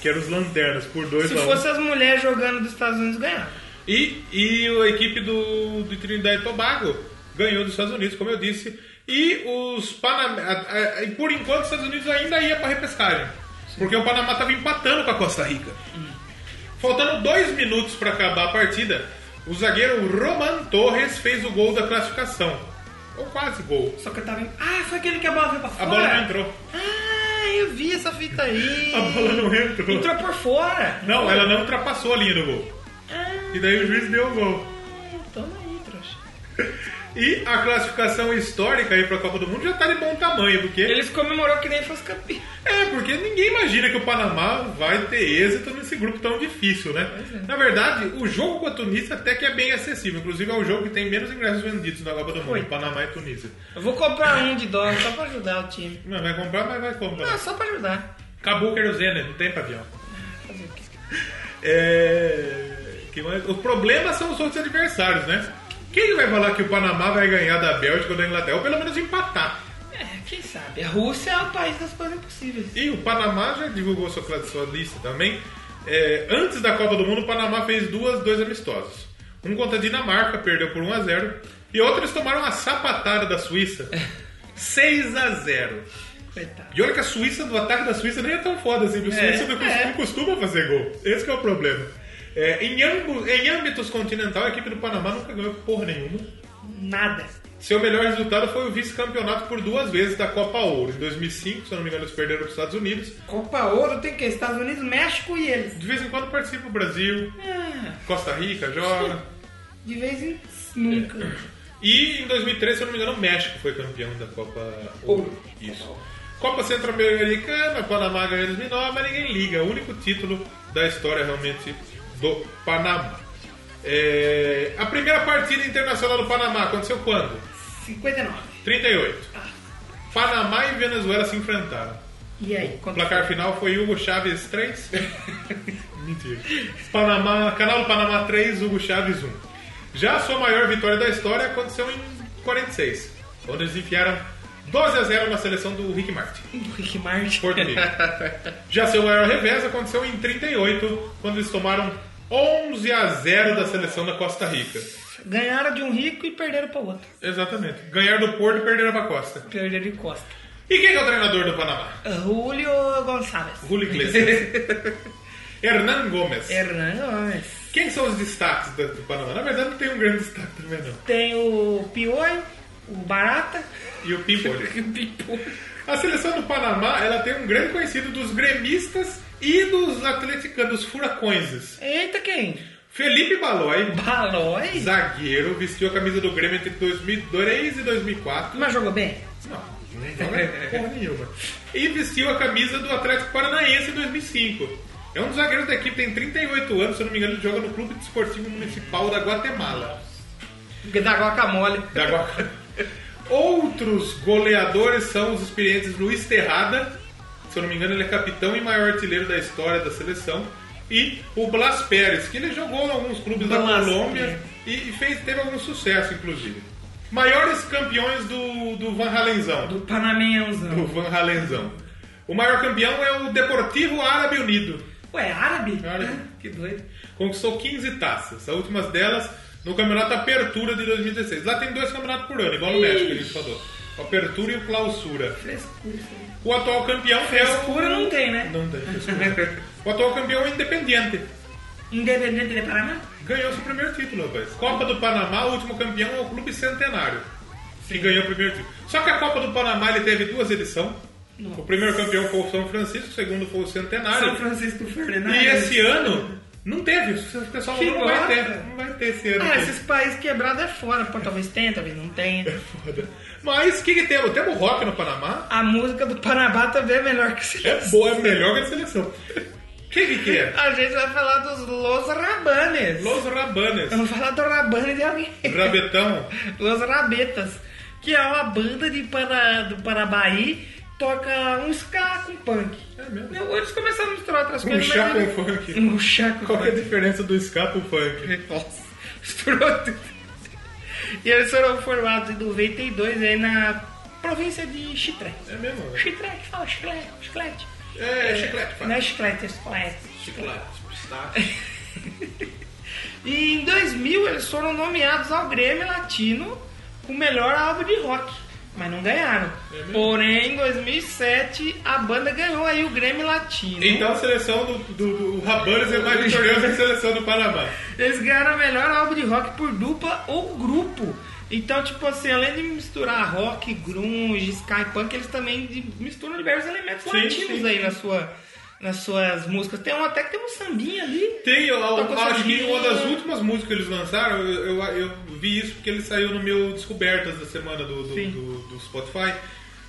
Speaker 2: Que eram os lanternas por 2
Speaker 1: Se
Speaker 2: a 1.
Speaker 1: fosse as mulheres jogando dos Estados Unidos, ganhava.
Speaker 2: E, e a equipe do, do Trinidad e Tobago ganhou dos Estados Unidos, como eu disse. E os Panam... a- a- e por enquanto os Estados Unidos ainda ia para repescagem. Porque o Panamá estava empatando com a Costa Rica. Faltando dois minutos para acabar a partida, o zagueiro Roman Torres fez o gol da classificação. Ou quase gol.
Speaker 1: Só que eu tava. em- Ah, foi aquele que a bola veio pra
Speaker 2: A
Speaker 1: fora.
Speaker 2: bola não entrou.
Speaker 1: Ah, eu vi essa fita aí.
Speaker 2: A bola não entrou.
Speaker 1: Entrou por fora.
Speaker 2: Não, ela não ultrapassou a linha do gol.
Speaker 1: Ah,
Speaker 2: E daí o juiz deu o gol.
Speaker 1: toma aí, trouxa.
Speaker 2: E a classificação histórica aí para a Copa do Mundo já tá de bom tamanho, porque
Speaker 1: Eles comemorou que nem fosse campeão.
Speaker 2: É, porque ninguém imagina que o Panamá vai ter êxito nesse grupo tão difícil, né? Na verdade, o jogo com a Tunísia até que é bem acessível. Inclusive, é o jogo que tem menos ingressos vendidos na Copa do Mundo,
Speaker 1: Foi.
Speaker 2: Panamá e Tunísia.
Speaker 1: Eu vou comprar um de dólar só pra ajudar o time.
Speaker 2: Não, vai comprar, mas vai comprar.
Speaker 1: Não, Ah, só pra ajudar.
Speaker 2: Acabou o querosene, não tem pra avião.
Speaker 1: Fazer o quê?
Speaker 2: É... Que mais? O problema são os outros adversários, né? Quem que vai falar que o Panamá vai ganhar da Bélgica ou da Inglaterra? Ou pelo menos empatar.
Speaker 1: É, quem sabe? A Rússia é o país das coisas impossíveis.
Speaker 2: E o Panamá já divulgou sua, cla- sua lista também. É, antes da Copa do Mundo, o Panamá fez duas, dois amistosos. Um contra a Dinamarca, perdeu por 1 a 0 E outro, eles tomaram uma sapatada da Suíça. 6 a 0
Speaker 1: Coitado.
Speaker 2: E olha que a Suíça, do ataque da Suíça, nem é tão foda assim. porque A
Speaker 1: É,
Speaker 2: Suíça não, costuma,
Speaker 1: é.
Speaker 2: não costuma fazer gol. Esse que é o problema. É, em, ambos, em âmbitos continental, a equipe do Panamá nunca ganhou porra nenhuma.
Speaker 1: Nada.
Speaker 2: Seu melhor resultado foi o vice-campeonato por duas vezes da Copa Ouro. Em 2005, se eu não me engano, eles perderam para os Estados Unidos.
Speaker 1: Copa Ouro tem que Estados Unidos, México e eles.
Speaker 2: De vez em quando participa o Brasil,
Speaker 1: Ah,
Speaker 2: Costa Rica joga.
Speaker 1: de vez em nunca.
Speaker 2: E em 2003, se eu não me engano, o México foi campeão da Copa Ouro.
Speaker 1: Ouro.
Speaker 2: Isso. Copa Centro-Americana, Panamá ganhou em 2009, mas ninguém liga. O único título da história realmente do Panamá. É, A primeira partida internacional do Panamá aconteceu quando?
Speaker 1: 59.
Speaker 2: 38. Panamá e Venezuela se enfrentaram.
Speaker 1: E aí?
Speaker 2: O
Speaker 1: quanto-
Speaker 2: placar final foi Hugo Chaves 3. Mentira. Panamá, canal do Panamá 3, Hugo Chaves 1. Já a sua maior vitória da história aconteceu em 46, onde eles enfiaram 12 a 0 na seleção do Rick Martin,
Speaker 1: Do Rick Martin.
Speaker 2: Porto Rico. Já seu maior revés aconteceu em 38, quando eles tomaram 11 a 0 da seleção da Costa Rica.
Speaker 1: Ganharam de um rico e perderam pra outro.
Speaker 2: Exatamente. Ganharam do Porto e perderam pra Costa.
Speaker 1: Perderam de costa.
Speaker 2: E quem que é o treinador do Panamá?
Speaker 1: Julio Gonçalves.
Speaker 2: Julio Iglesias. Hernan Gomes.
Speaker 1: Hernan Gomes.
Speaker 2: Quem são os destaques do, do Panamá? Na verdade, não tem um grande destaque também, não.
Speaker 1: Tem o Piolho, o Barata
Speaker 2: E o
Speaker 1: e
Speaker 2: Pimpolho.
Speaker 1: o Pimpolho.
Speaker 2: A seleção do Panamá, ela tem um grande conhecido dos gremistas e dos atleticanos, dos furacões.
Speaker 1: Eita, quem?
Speaker 2: Felipe Balói,
Speaker 1: Balói?
Speaker 2: zagueiro, vestiu a camisa do Grêmio entre 2002 e 2004.
Speaker 1: Mas jogou bem?
Speaker 2: Não, não joga porra nenhuma. E vestiu a camisa do Atlético Paranaense em 2005. É um dos zagueiros da equipe, tem 38 anos, se eu não me engano, ele joga no Clube Desportivo Municipal da Guatemala.
Speaker 1: Da guacamole.
Speaker 2: Da Gua- É Outros goleadores são os experientes Luiz Terrada, se eu não me engano, ele é capitão e maior artilheiro da história da seleção. E o Blas Pérez, que ele jogou em alguns clubes da
Speaker 1: Blas
Speaker 2: Colômbia
Speaker 1: Pérez.
Speaker 2: e, e fez, teve algum sucesso, inclusive. Maiores campeões do, do Van Halenzão.
Speaker 1: Do Panamenhãozão.
Speaker 2: O Van Halenzão. O maior campeão é o Deportivo Árabe Unido.
Speaker 1: Ué, é árabe?
Speaker 2: Árabe.
Speaker 1: Ah, Que doido.
Speaker 2: Conquistou 15 taças, as últimas delas no Campeonato Apertura de 2016. Lá tem dois campeonatos por ano, igual no México, que a gente falou. O Apertura e o Clausura.
Speaker 1: Frescura. isso aí.
Speaker 2: O atual campeão é o...
Speaker 1: Frescura não tem, né?
Speaker 2: Não tem. frescura. o atual campeão é o Independiente.
Speaker 1: Independente de Paraná?
Speaker 2: Ganhou seu primeiro título, rapaz. Copa do Panamá, o último campeão é o Clube Centenário. Que ganhou o primeiro título. Só que a Copa do Panamá ele teve duas edições. O primeiro campeão foi o São Francisco, o segundo foi o Centenário.
Speaker 1: São Francisco Fernandes.
Speaker 2: E esse ano não teve, o pessoal
Speaker 1: Que
Speaker 2: não vai
Speaker 1: bosta.
Speaker 2: ter, não vai ter esse ano.
Speaker 1: Ah,
Speaker 2: aqui.
Speaker 1: esses países quebrados é fora. Pô, talvez tenha, talvez não tenha.
Speaker 2: Foda. Mas o que, que temos? Temos rock no Panamá?
Speaker 1: A música do Panamá também é melhor que se
Speaker 2: É boa, é melhor que a seleção. O que, que, que é?
Speaker 1: A gente vai falar dos Los Rabanes.
Speaker 2: Los Rabanes,
Speaker 1: Vamos falar do Rabane de alguém.
Speaker 2: Rabetão,
Speaker 1: Los Rabetas, que é uma banda de Pana, do Parabaí, toca um ska com punk.
Speaker 2: É mesmo?
Speaker 1: Eu- Eles começaram a misturar outras
Speaker 2: Um
Speaker 1: coisas.
Speaker 2: chá
Speaker 1: mas-
Speaker 2: com funk.
Speaker 1: Um chá com
Speaker 2: qual que é a
Speaker 1: funk.
Speaker 2: diferença do ska pro funk?
Speaker 1: Nossa, misturou tudo. E eles foram formados em 92 aí na província de Chitré.
Speaker 2: É mesmo, né?
Speaker 1: Chitré, que fala chiclete, chiclete.
Speaker 2: É, é chiclete,
Speaker 1: Não
Speaker 2: fala.
Speaker 1: é chiclete, é chiclete.
Speaker 2: Chiclete, pistache.
Speaker 1: E em 2000 eles foram nomeados ao Grêmio Latino o melhor álbum de rock, mas não ganharam.
Speaker 2: É
Speaker 1: Porém, em 2007 a banda ganhou aí o Grêmio Latino.
Speaker 2: Então a seleção do, do, do Rabanes é mais vitoriosa que a seleção do Panamá.
Speaker 1: Eles ganharam o melhor álbum de rock por dupla ou grupo. Então, tipo assim, além de misturar rock, grunge, sky punk, eles também de- misturam diversos elementos
Speaker 2: Sim,
Speaker 1: latinos
Speaker 2: sim.
Speaker 1: aí na sua, nas suas músicas. Tem um até que tem um sambinha ali.
Speaker 2: Tem, eu, eu
Speaker 1: Tocou
Speaker 2: acho que
Speaker 1: sozinho.
Speaker 2: uma das últimas músicas que eles lançaram, eu, eu, eu vi isso porque ele saiu no meu Descobertas da semana do, do,
Speaker 1: Sim.
Speaker 2: do- do Spotify.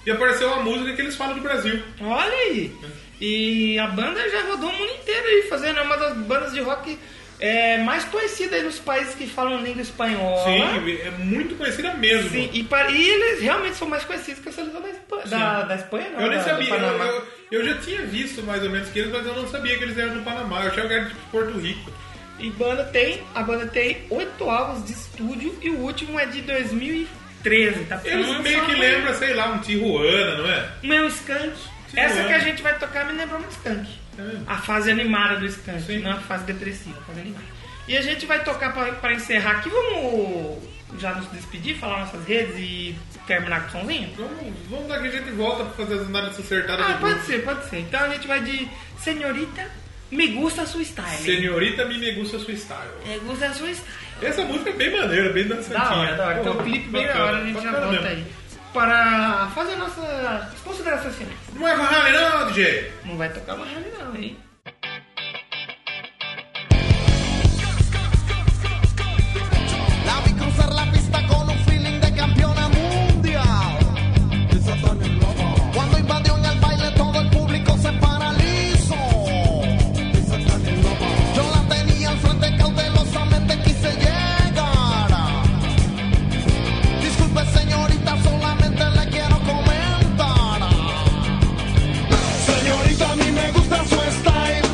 Speaker 2: E apareceu uma música que eles falam do Brasil.
Speaker 1: Olha aí! E a banda já rodou o mundo inteiro aí, fazendo é uma das bandas de rock é, mais conhecidas aí nos países que falam língua espanhola.
Speaker 2: Sim, é muito conhecida mesmo.
Speaker 1: Sim, e, para, e eles realmente são mais conhecidos que a seleção da, Espa- da, da Espanha, não,
Speaker 2: Eu
Speaker 1: da-
Speaker 2: nem
Speaker 1: Ah, do
Speaker 2: sabia, eu,
Speaker 1: Panamá.
Speaker 2: eu, eu já tinha visto mais ou menos que eles, mas eu não sabia que eles eram do Panamá. Eu achava que era de Porto Rico.
Speaker 1: E banda tem, a banda tem oito álbuns de estúdio e o último é de 2013, tá?
Speaker 2: Eles
Speaker 1: Então,
Speaker 2: meio
Speaker 1: só
Speaker 2: que
Speaker 1: uma-
Speaker 2: lembram, sei lá, um Tijuana, não é?
Speaker 1: Um é um skunk.
Speaker 2: Sim,
Speaker 1: Essa
Speaker 2: é.
Speaker 1: que a gente vai tocar me lembrou muito skunk.
Speaker 2: mesmo?
Speaker 1: A fase animada do skunk,
Speaker 2: Sim.
Speaker 1: não a fase depressiva, a fase animada. E a gente vai tocar pra- pra encerrar aqui. Vamos já nos despedir, falar nossas redes e terminar com o somzinho?
Speaker 2: Vamos, vamos dar que a gente volta pra fazer as análises acertadas
Speaker 1: Ah,
Speaker 2: do
Speaker 1: pode
Speaker 2: grupo.
Speaker 1: ser, pode ser. Então a gente vai de Senhorita, me gusta sua style.
Speaker 2: Senhorita me negusta sua style.
Speaker 1: Me gusta sua style.
Speaker 2: Essa música é bem maneira, bem dançantinha.
Speaker 1: Da hora, da hora. Então o
Speaker 2: Pô,
Speaker 1: clipe bem da
Speaker 2: bacana,
Speaker 1: hora, a gente já
Speaker 2: bacana
Speaker 1: volta
Speaker 2: mesmo.
Speaker 1: aí. Para fazer nossas considerações finais.
Speaker 2: Não é Van Halen não, DJ?
Speaker 1: assim, Não vai tocar barralho não, hein?
Speaker 4: La vi cruzar la pista con un feeling de campeona mundial. Cuando invadió en el baile todo el público se paralizó. Yo la tenía al frente cautelosamente quise llegar. Disculpe señorita, solamente le quiero comentar. Señorita, a mí me gusta su style.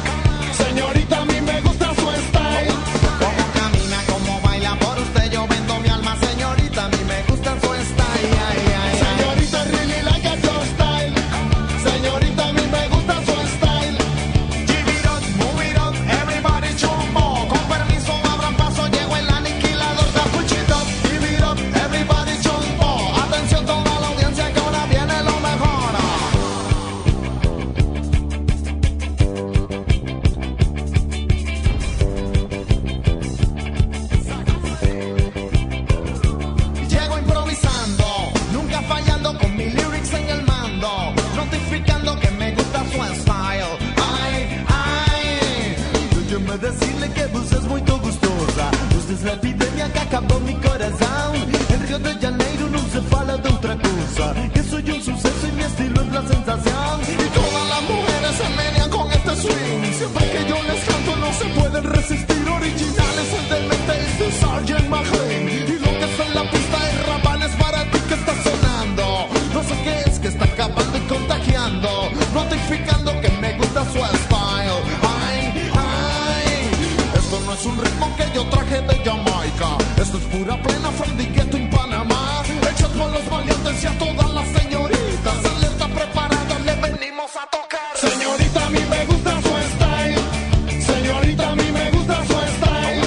Speaker 4: todo mi corazón. En Río de Janeiro no se fala de otra cosa. Que soy un suceso y mi estilo es la sensación. Y todas las mujeres se menean con este swing. Siempre que yo les canto no se pueden resistir. Originales el demente es de Sgt. McLean. Y lo que está en la pista es ramales para ti que está sonando. No sé qué es que está acabando y contagiando. Notificando que me gusta su style. Ay, ay. Esto no es un ritmo que yo traje de Jamaica. Esto es pura plena Freddy Ghetto en Panamá. Hechos por los valientes y a todas las señoritas. Alerta preparada, le venimos a tocar. Señorita, a mí me gusta su style. Señorita, a mí me gusta su style.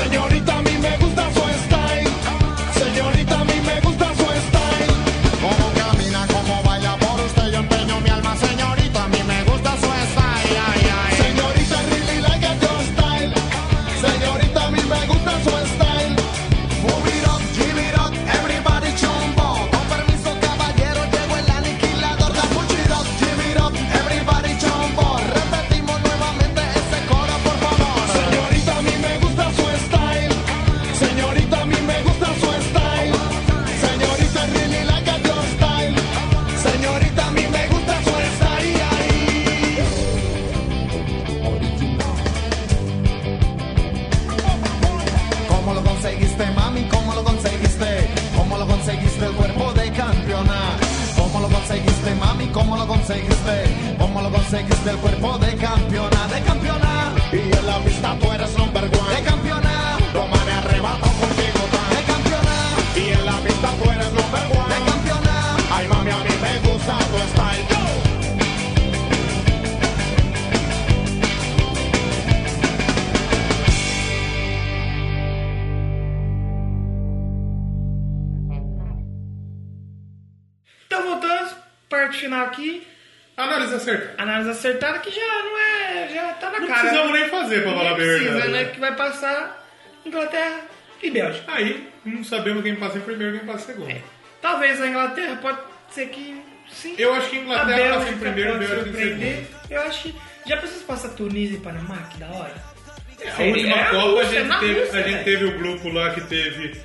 Speaker 4: Señorita, a mí me gusta su style. Señorita, a mí me gusta su style. Como camina, como baila por usted, yo empeño mi alma. Señorita, a mí me gusta su style. Ay, ay. Señorita, I really like your style. Señorita, a mí me gusta su style. Move it up, give it up, everybody chumbo. Con permiso, caballero, llegó el aniquilador. Da push it up, give it up, everybody chumbo. Repetimos nuevamente ese coro, por favor. Señorita, a mí me gusta su style. Señorita, a mí me gusta su style. Señorita, I really like your style. Señorita, a mí me gusta su style. ¿Cómo lo conseguiste, mami? ¿Cómo lo conseguiste? ¿Cómo lo conseguiste el cuerpo de campeona? ¿Cómo lo conseguiste, mami? ¿Cómo lo conseguiste? ¿Cómo lo conseguiste el cuerpo de campeona? De campeona. Y en la pista tú eres number one. De campeona. Toma de arrebato contigo tan. De campeona. Y en la pista tú eres number one. De campeona. Ay, mami, a mí me gusta tu style.
Speaker 1: Então voltamos, parte final aqui,
Speaker 2: Análise acertada.
Speaker 1: análise acertada que já não é. já tá na
Speaker 2: Não
Speaker 1: cara.
Speaker 2: precisamos nem fazer, pra falar a
Speaker 1: Nem precisa,
Speaker 2: verdade.
Speaker 1: né? Que vai passar Inglaterra e Bélgica. É.
Speaker 2: Aí, não sabemos quem passa em primeiro e quem passa em segundo.
Speaker 1: Talvez a Inglaterra pode ser que sim.
Speaker 2: Eu acho que a
Speaker 1: A
Speaker 2: Inglaterra passa
Speaker 1: Bélgica
Speaker 2: em primeiro e
Speaker 1: pode
Speaker 2: Bélgica em
Speaker 1: surpreender.
Speaker 2: segundo.
Speaker 1: Eu acho que. Já pensou se passa Tunísia e Panamá? Que da hora.
Speaker 2: A última
Speaker 1: É,
Speaker 2: Copa a
Speaker 1: Rússia,
Speaker 2: gente,
Speaker 1: na
Speaker 2: teve,
Speaker 1: Rússia, né?
Speaker 2: a gente
Speaker 1: velho.
Speaker 2: teve o grupo lá que teve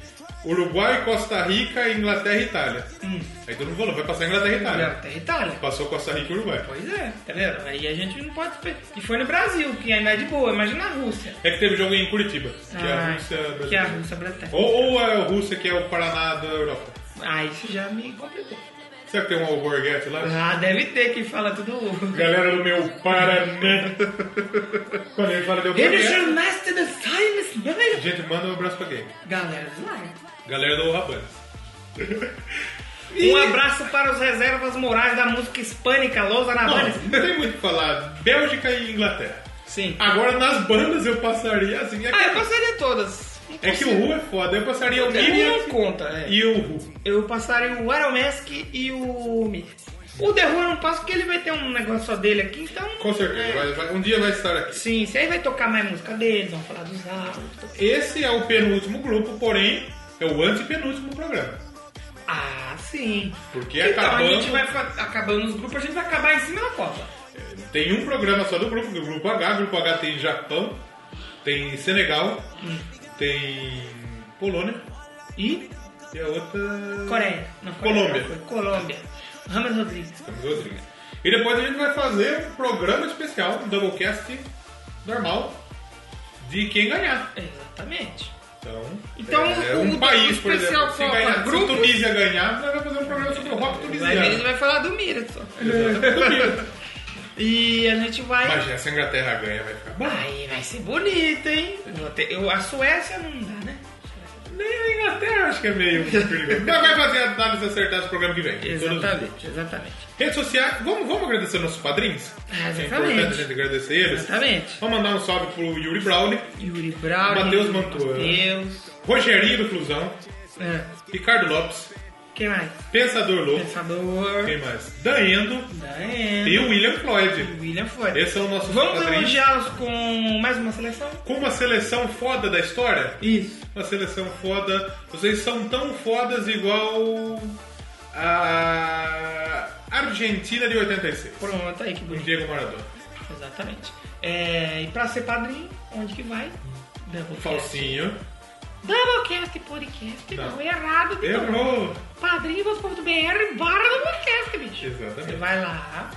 Speaker 2: Uruguai, Costa Rica, Inglaterra e Itália.
Speaker 1: Hum.
Speaker 2: Aí todo mundo falou, vai passar Inglaterra e Itália.
Speaker 1: Inglaterra e Itália.
Speaker 2: Passou Costa Rica e Uruguai.
Speaker 1: Pois é, tá vendo? Aí a gente não pode. esper- E foi no Brasil, que ainda é de boa. Imagina a Rússia.
Speaker 2: É que teve jogo em Curitiba, que é a
Speaker 1: Ah,
Speaker 2: Rússia
Speaker 1: Que é a
Speaker 2: brasileira.
Speaker 1: Rússia brasileira.
Speaker 2: Ou, ou é a Rússia que é o Paraná da Europa.
Speaker 1: Ah, isso já me complicou.
Speaker 2: Será que tem um alborguete lá?
Speaker 1: Ah, deve ter que fala tudo.
Speaker 2: Galera do meu Paraná. Quando ele fala de
Speaker 1: Ele
Speaker 2: alborguete,
Speaker 1: jornalista da Science,
Speaker 2: a gente manda um abraço pra quem?
Speaker 1: Galera do lar.
Speaker 2: Galera do Rabanes.
Speaker 1: Um abraço para os reservas morais da música hispânica Los Anavanes.
Speaker 2: Não, não tem muito o que falar. Bélgica e Inglaterra.
Speaker 1: Sim.
Speaker 2: Agora nas bandas eu passaria assim. É que,
Speaker 1: Ah, eu passaria todas.
Speaker 2: é que o Ru é foda. Eu passaria o
Speaker 1: Eu não
Speaker 2: Miriam
Speaker 1: conta, é.
Speaker 2: e o Ru.
Speaker 1: Eu passaria o Iron Mask e o Mir. O The Who eu não passo porque ele vai ter um negócio só dele aqui, então.
Speaker 2: Com certeza.
Speaker 1: é.
Speaker 2: vai- vai- um dia vai estar aqui.
Speaker 1: Sim, isso aí vai tocar mais música deles, vão falar dos álbuns.
Speaker 2: Esse é o penúltimo grupo, porém é o antepenúltimo programa.
Speaker 1: Ah, sim.
Speaker 2: Porque
Speaker 1: então,
Speaker 2: acabando-
Speaker 1: a gente vai fa- acabando os grupos, a gente vai acabar em cima da Copa.
Speaker 2: Tem um programa só do grupo, do grupo H. O grupo H tem Japão, tem Senegal, tem Polônia
Speaker 1: E
Speaker 2: e a outra.
Speaker 1: Coreia. Não, Coreia
Speaker 2: Colômbia.
Speaker 1: não, foi Colômbia. Ramos Rodrigues.
Speaker 2: Campos Rodrigues. E depois a gente vai fazer um programa especial, um doublecast normal, de quem ganhar.
Speaker 1: Exatamente.
Speaker 2: Então,
Speaker 1: Então,
Speaker 2: é
Speaker 1: o-
Speaker 2: um
Speaker 1: o
Speaker 2: país, por
Speaker 1: especial
Speaker 2: exemplo, se,
Speaker 1: Copa
Speaker 2: ganhar, se
Speaker 1: Grupos-
Speaker 2: Tunísia ganhar, nós vamos fazer um programa sobre o rock
Speaker 1: Mas ele
Speaker 2: tunisiano.
Speaker 1: vai falar do Mira só. E a gente vai.
Speaker 2: Imagina, se a Inglaterra ganha, vai ficar bom.
Speaker 1: Aí vai ser bonito, hein? Vou ter- eu- a Suécia não dá, né?
Speaker 2: Nem a Inglaterra acho que é meio perigoso. Mas vai fazer a análise acertada do programa que vem. Todos os-
Speaker 1: Exatamente, exatamente.
Speaker 2: Redes sociais, vamos, vamos agradecer nossos padrinhos?
Speaker 1: Ah,
Speaker 2: É
Speaker 1: exatamente.
Speaker 2: importante a gente agradecer eles.
Speaker 1: Exatamente.
Speaker 2: Vamos mandar um salve pro Yuri Brownie,
Speaker 1: Yuri Brown,
Speaker 2: Matheus Mantuan.
Speaker 1: Matheus.
Speaker 2: Rogerinho do Flusão,
Speaker 1: Ah,
Speaker 2: Ricardo Lopes,
Speaker 1: quem mais?
Speaker 2: Pensador Louco,
Speaker 1: Pensador.
Speaker 2: quem mais? Danendo
Speaker 1: Daendo.
Speaker 2: e o William Floyd.
Speaker 1: William foi.
Speaker 2: Esses são nossos
Speaker 1: Vamos
Speaker 2: padrinhos.
Speaker 1: elogiá-los com mais uma seleção?
Speaker 2: Com uma seleção foda da história,
Speaker 1: Isso.
Speaker 2: uma seleção foda. Vocês são tão fodas igual a Argentina de 86.
Speaker 1: Pronto, aí que
Speaker 2: Com
Speaker 1: bonito.
Speaker 2: Diego Maradona.
Speaker 1: Exatamente. É, e pra ser padrinho, onde que vai? Doublecast.
Speaker 2: Falsinho.
Speaker 8: Doublecast Podcast, não,
Speaker 2: assim. Não.
Speaker 8: errado, Vitor.
Speaker 1: Errou.
Speaker 8: Padrinhos.br barra Doublecast, bicho.
Speaker 1: Você
Speaker 2: Exatamente.
Speaker 1: vai lá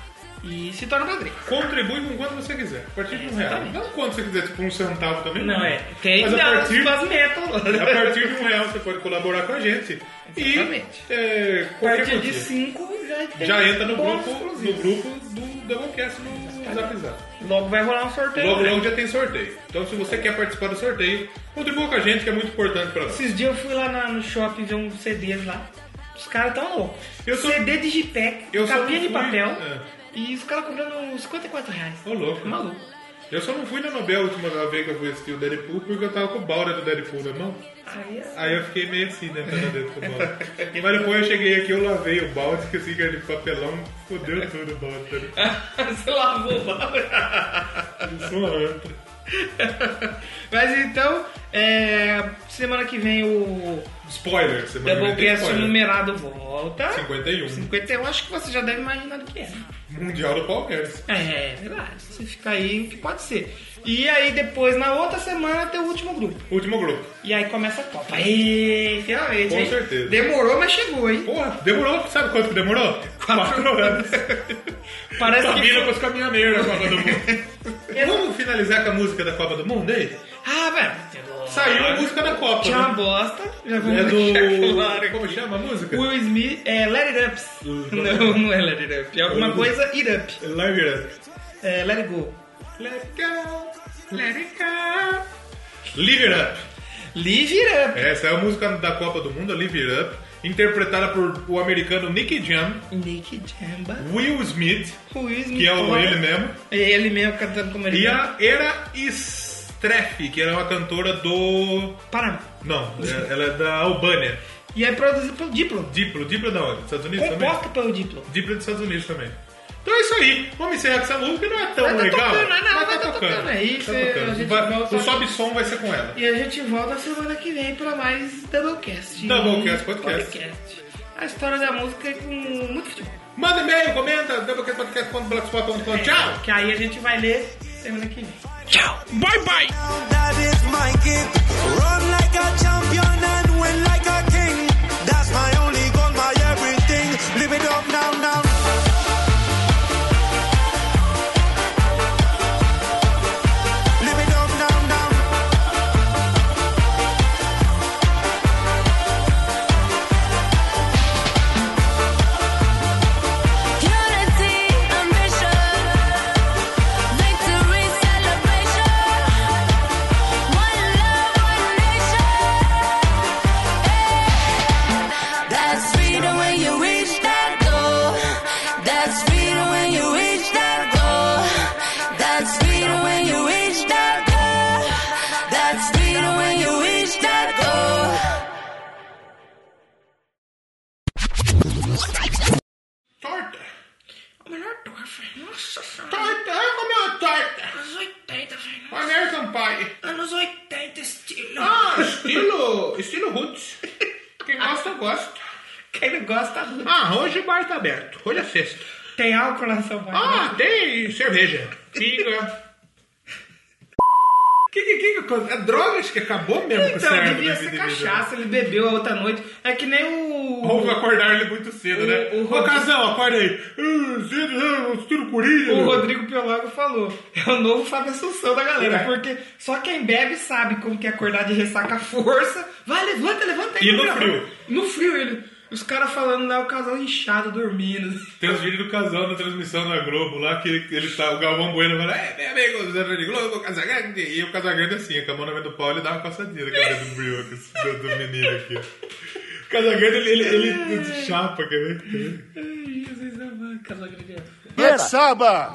Speaker 1: e se torna padrinho.
Speaker 2: Contribui com quanto você quiser. A partir de um real.
Speaker 1: Exatamente.
Speaker 2: Não quanto você quiser, tipo um centavo também.
Speaker 1: Não é? Tem
Speaker 2: Mas a partir,
Speaker 1: das metas.
Speaker 2: a partir de um real você pode colaborar com a gente.
Speaker 1: Exatamente.
Speaker 2: E é,
Speaker 1: A
Speaker 2: qualquer
Speaker 1: partir de
Speaker 2: quantia.
Speaker 1: 5 já, tem
Speaker 2: Já entra no
Speaker 1: bônus
Speaker 2: grupo, no
Speaker 1: exclusivo.
Speaker 2: grupo do Doublecast no Zap Zap.
Speaker 1: Logo vai rolar um sorteio.
Speaker 2: Logo,
Speaker 1: né?
Speaker 2: logo já tem sorteio. Então, se você quer participar do sorteio, contribua com a gente, que é muito importante pra nós.
Speaker 1: Esses dias eu fui lá na- no shopping ver um uns CDs lá. Os caras tão loucos.
Speaker 2: Eu sou-
Speaker 1: CD Digitec,
Speaker 2: eu só
Speaker 1: capinha
Speaker 2: não
Speaker 1: de
Speaker 2: fui-
Speaker 1: papel.
Speaker 2: é.
Speaker 1: E os caras cobrando uns 54 reais. Tá
Speaker 2: Ô, louco.
Speaker 1: Maluco.
Speaker 2: Eu só não fui na Nobel a última vez que eu fui assistir o Deadpool, porque eu tava com o balde do Deadpool na mão.
Speaker 1: Aí é
Speaker 2: Aí eu fiquei meio assim, né, tava dentro do balde. Mas depois eu cheguei aqui, eu lavei o balde, esqueci que era de papelão, fodeu tudo o balde. Tá
Speaker 1: é. Você lavou o balde.
Speaker 2: ligado?
Speaker 1: Mas então, é, semana que vem o
Speaker 2: Spoiler, semana que vem tem
Speaker 1: Doublecast
Speaker 2: spoiler.
Speaker 1: numerado volta.
Speaker 2: 51.
Speaker 1: 51, acho que você já deve imaginar do que é.
Speaker 2: Mundial do Palmeiras.
Speaker 1: É, é verdade. Você fica aí, o que pode ser. E aí depois, na outra semana, tem o último grupo.
Speaker 2: Último grupo.
Speaker 1: E aí começa a Copa. Ei, finalmente.
Speaker 2: Com
Speaker 1: hein?
Speaker 2: certeza.
Speaker 1: Demorou, mas chegou, hein?
Speaker 2: Porra, demorou, sabe quanto que demorou? Quatro horas.
Speaker 1: Parece
Speaker 2: Tá
Speaker 1: que
Speaker 2: vindo
Speaker 1: foi-
Speaker 2: com os caminhoneiros da Copa do Mundo. Vamos finalizar com a música da Copa do Mundo aí?
Speaker 1: Ah, velho.
Speaker 2: Saiu a música da Copa.
Speaker 1: Tinha uma
Speaker 2: Né?
Speaker 1: bosta. Já
Speaker 2: É
Speaker 1: vamos deixar claro
Speaker 2: do.
Speaker 1: aqui.
Speaker 2: Como chama a música?
Speaker 1: Will Smith é Let It Ups. Não, não é Let It Up. É alguma coisa It Up.
Speaker 2: Light It Up.
Speaker 1: É Let It Go.
Speaker 2: Let it go. Let it go. Live It Up.
Speaker 1: Live It Up.
Speaker 2: Essa é a música da Copa do Mundo, Live It Up. Interpretada por o americano Nick Jam,
Speaker 1: Nick Jamba.
Speaker 2: Will Smith,
Speaker 1: Will Smith.
Speaker 2: que é o,
Speaker 1: porra.
Speaker 2: ele mesmo,
Speaker 1: É ele mesmo cantando como ele
Speaker 2: e
Speaker 1: mesmo.
Speaker 2: a Era Streff, que era uma cantora do.
Speaker 1: Paraná.
Speaker 2: Não, é- ela é da Albânia.
Speaker 1: E é produzido pelo Diplo.
Speaker 2: Diplo, Diplo da onde? Estados Unidos também?
Speaker 1: Composto pelo Diplo.
Speaker 2: Diplo dos Estados Unidos também. Então é isso aí. Vamos encerrar com essa música, não é tão
Speaker 1: Mas tá
Speaker 2: legal.
Speaker 1: tocando, não, não,
Speaker 2: mas
Speaker 1: mas tá tocando aí,
Speaker 2: Tá
Speaker 1: cê-
Speaker 2: tocando.
Speaker 1: a gente
Speaker 2: Vai-
Speaker 1: volta-
Speaker 2: O sobe som vai ser com ela.
Speaker 1: E a gente volta semana que vem para mais Doublecast.
Speaker 2: Doublecast
Speaker 1: E
Speaker 2: Podcast.
Speaker 1: podcast. A história da música é com muito futebol.
Speaker 2: Manda e-mail, comenta, www.podcast.blogspot.com. Tchau!
Speaker 1: Que aí a gente vai ler semana que vem.
Speaker 9: That is my gift. Run like a champion and win like a king. That's my only goal, my everything. Live it up now, now. Live it up now, now.
Speaker 10: Unity, ambition, victory, celebration. One love, one nation. That's freedom when you reach that goal. That's freedom when you reach that goal. That's freedom when you reach that goal. That's freedom when you reach that goal.
Speaker 2: Torta!
Speaker 1: O melhor torre, velho. Nossa senhora.
Speaker 2: Torta! Eu comi uma torta!
Speaker 1: Anos 80, velho.
Speaker 2: Tá American Pie!
Speaker 1: Anos 80, estilo.
Speaker 2: Ah, estilo. estilo Roots. Quem gosta, gosta.
Speaker 1: Quem não gosta, não.
Speaker 2: Ah, hoje o bar tá aberto. Hoje é sexta.
Speaker 1: tem álcool na sua barra.
Speaker 2: Ah, tem cerveja. Pinga. Que que que que é drogas que acabou mesmo com o
Speaker 1: Então,
Speaker 2: cérebro né?
Speaker 1: devia
Speaker 2: do
Speaker 1: ser
Speaker 2: indivíduo.
Speaker 1: cachaça, ele bebeu a outra noite. É que nem o.
Speaker 2: Ou acordar ele muito cedo,
Speaker 1: O-
Speaker 2: né?
Speaker 1: o
Speaker 2: Ô,
Speaker 1: Rodrigo-
Speaker 2: Casão, acorda aí. Ah, Cedo, ah, eu tiro coringa.
Speaker 1: O Rodrigo Piolago falou. É o novo Fábio Assunção da galera.
Speaker 2: É.
Speaker 1: Porque só quem bebe sabe como que é acordar de ressaca à força. Vai, levanta, levanta aí.
Speaker 2: E no
Speaker 1: Gabriel.
Speaker 2: frio.
Speaker 1: No frio, ele. Os caras falando lá, o casal inchado, dormindo.
Speaker 2: Tem os vídeos do Casão na transmissão da Globo lá, que ele, ele tá, o Galvão Bueno fala, é, meu amigo, Zé de Globo, Casagrande. E o Casagrande assim, com a mão na mão do pau, ele dá uma coçadinha na cabeça do brioco, assim, do, do menino aqui. ó. O Casagrande, ele, ele, ele, ele chapa, quer ver?
Speaker 1: Ai, Jesus amado, casal grande.
Speaker 4: Samba!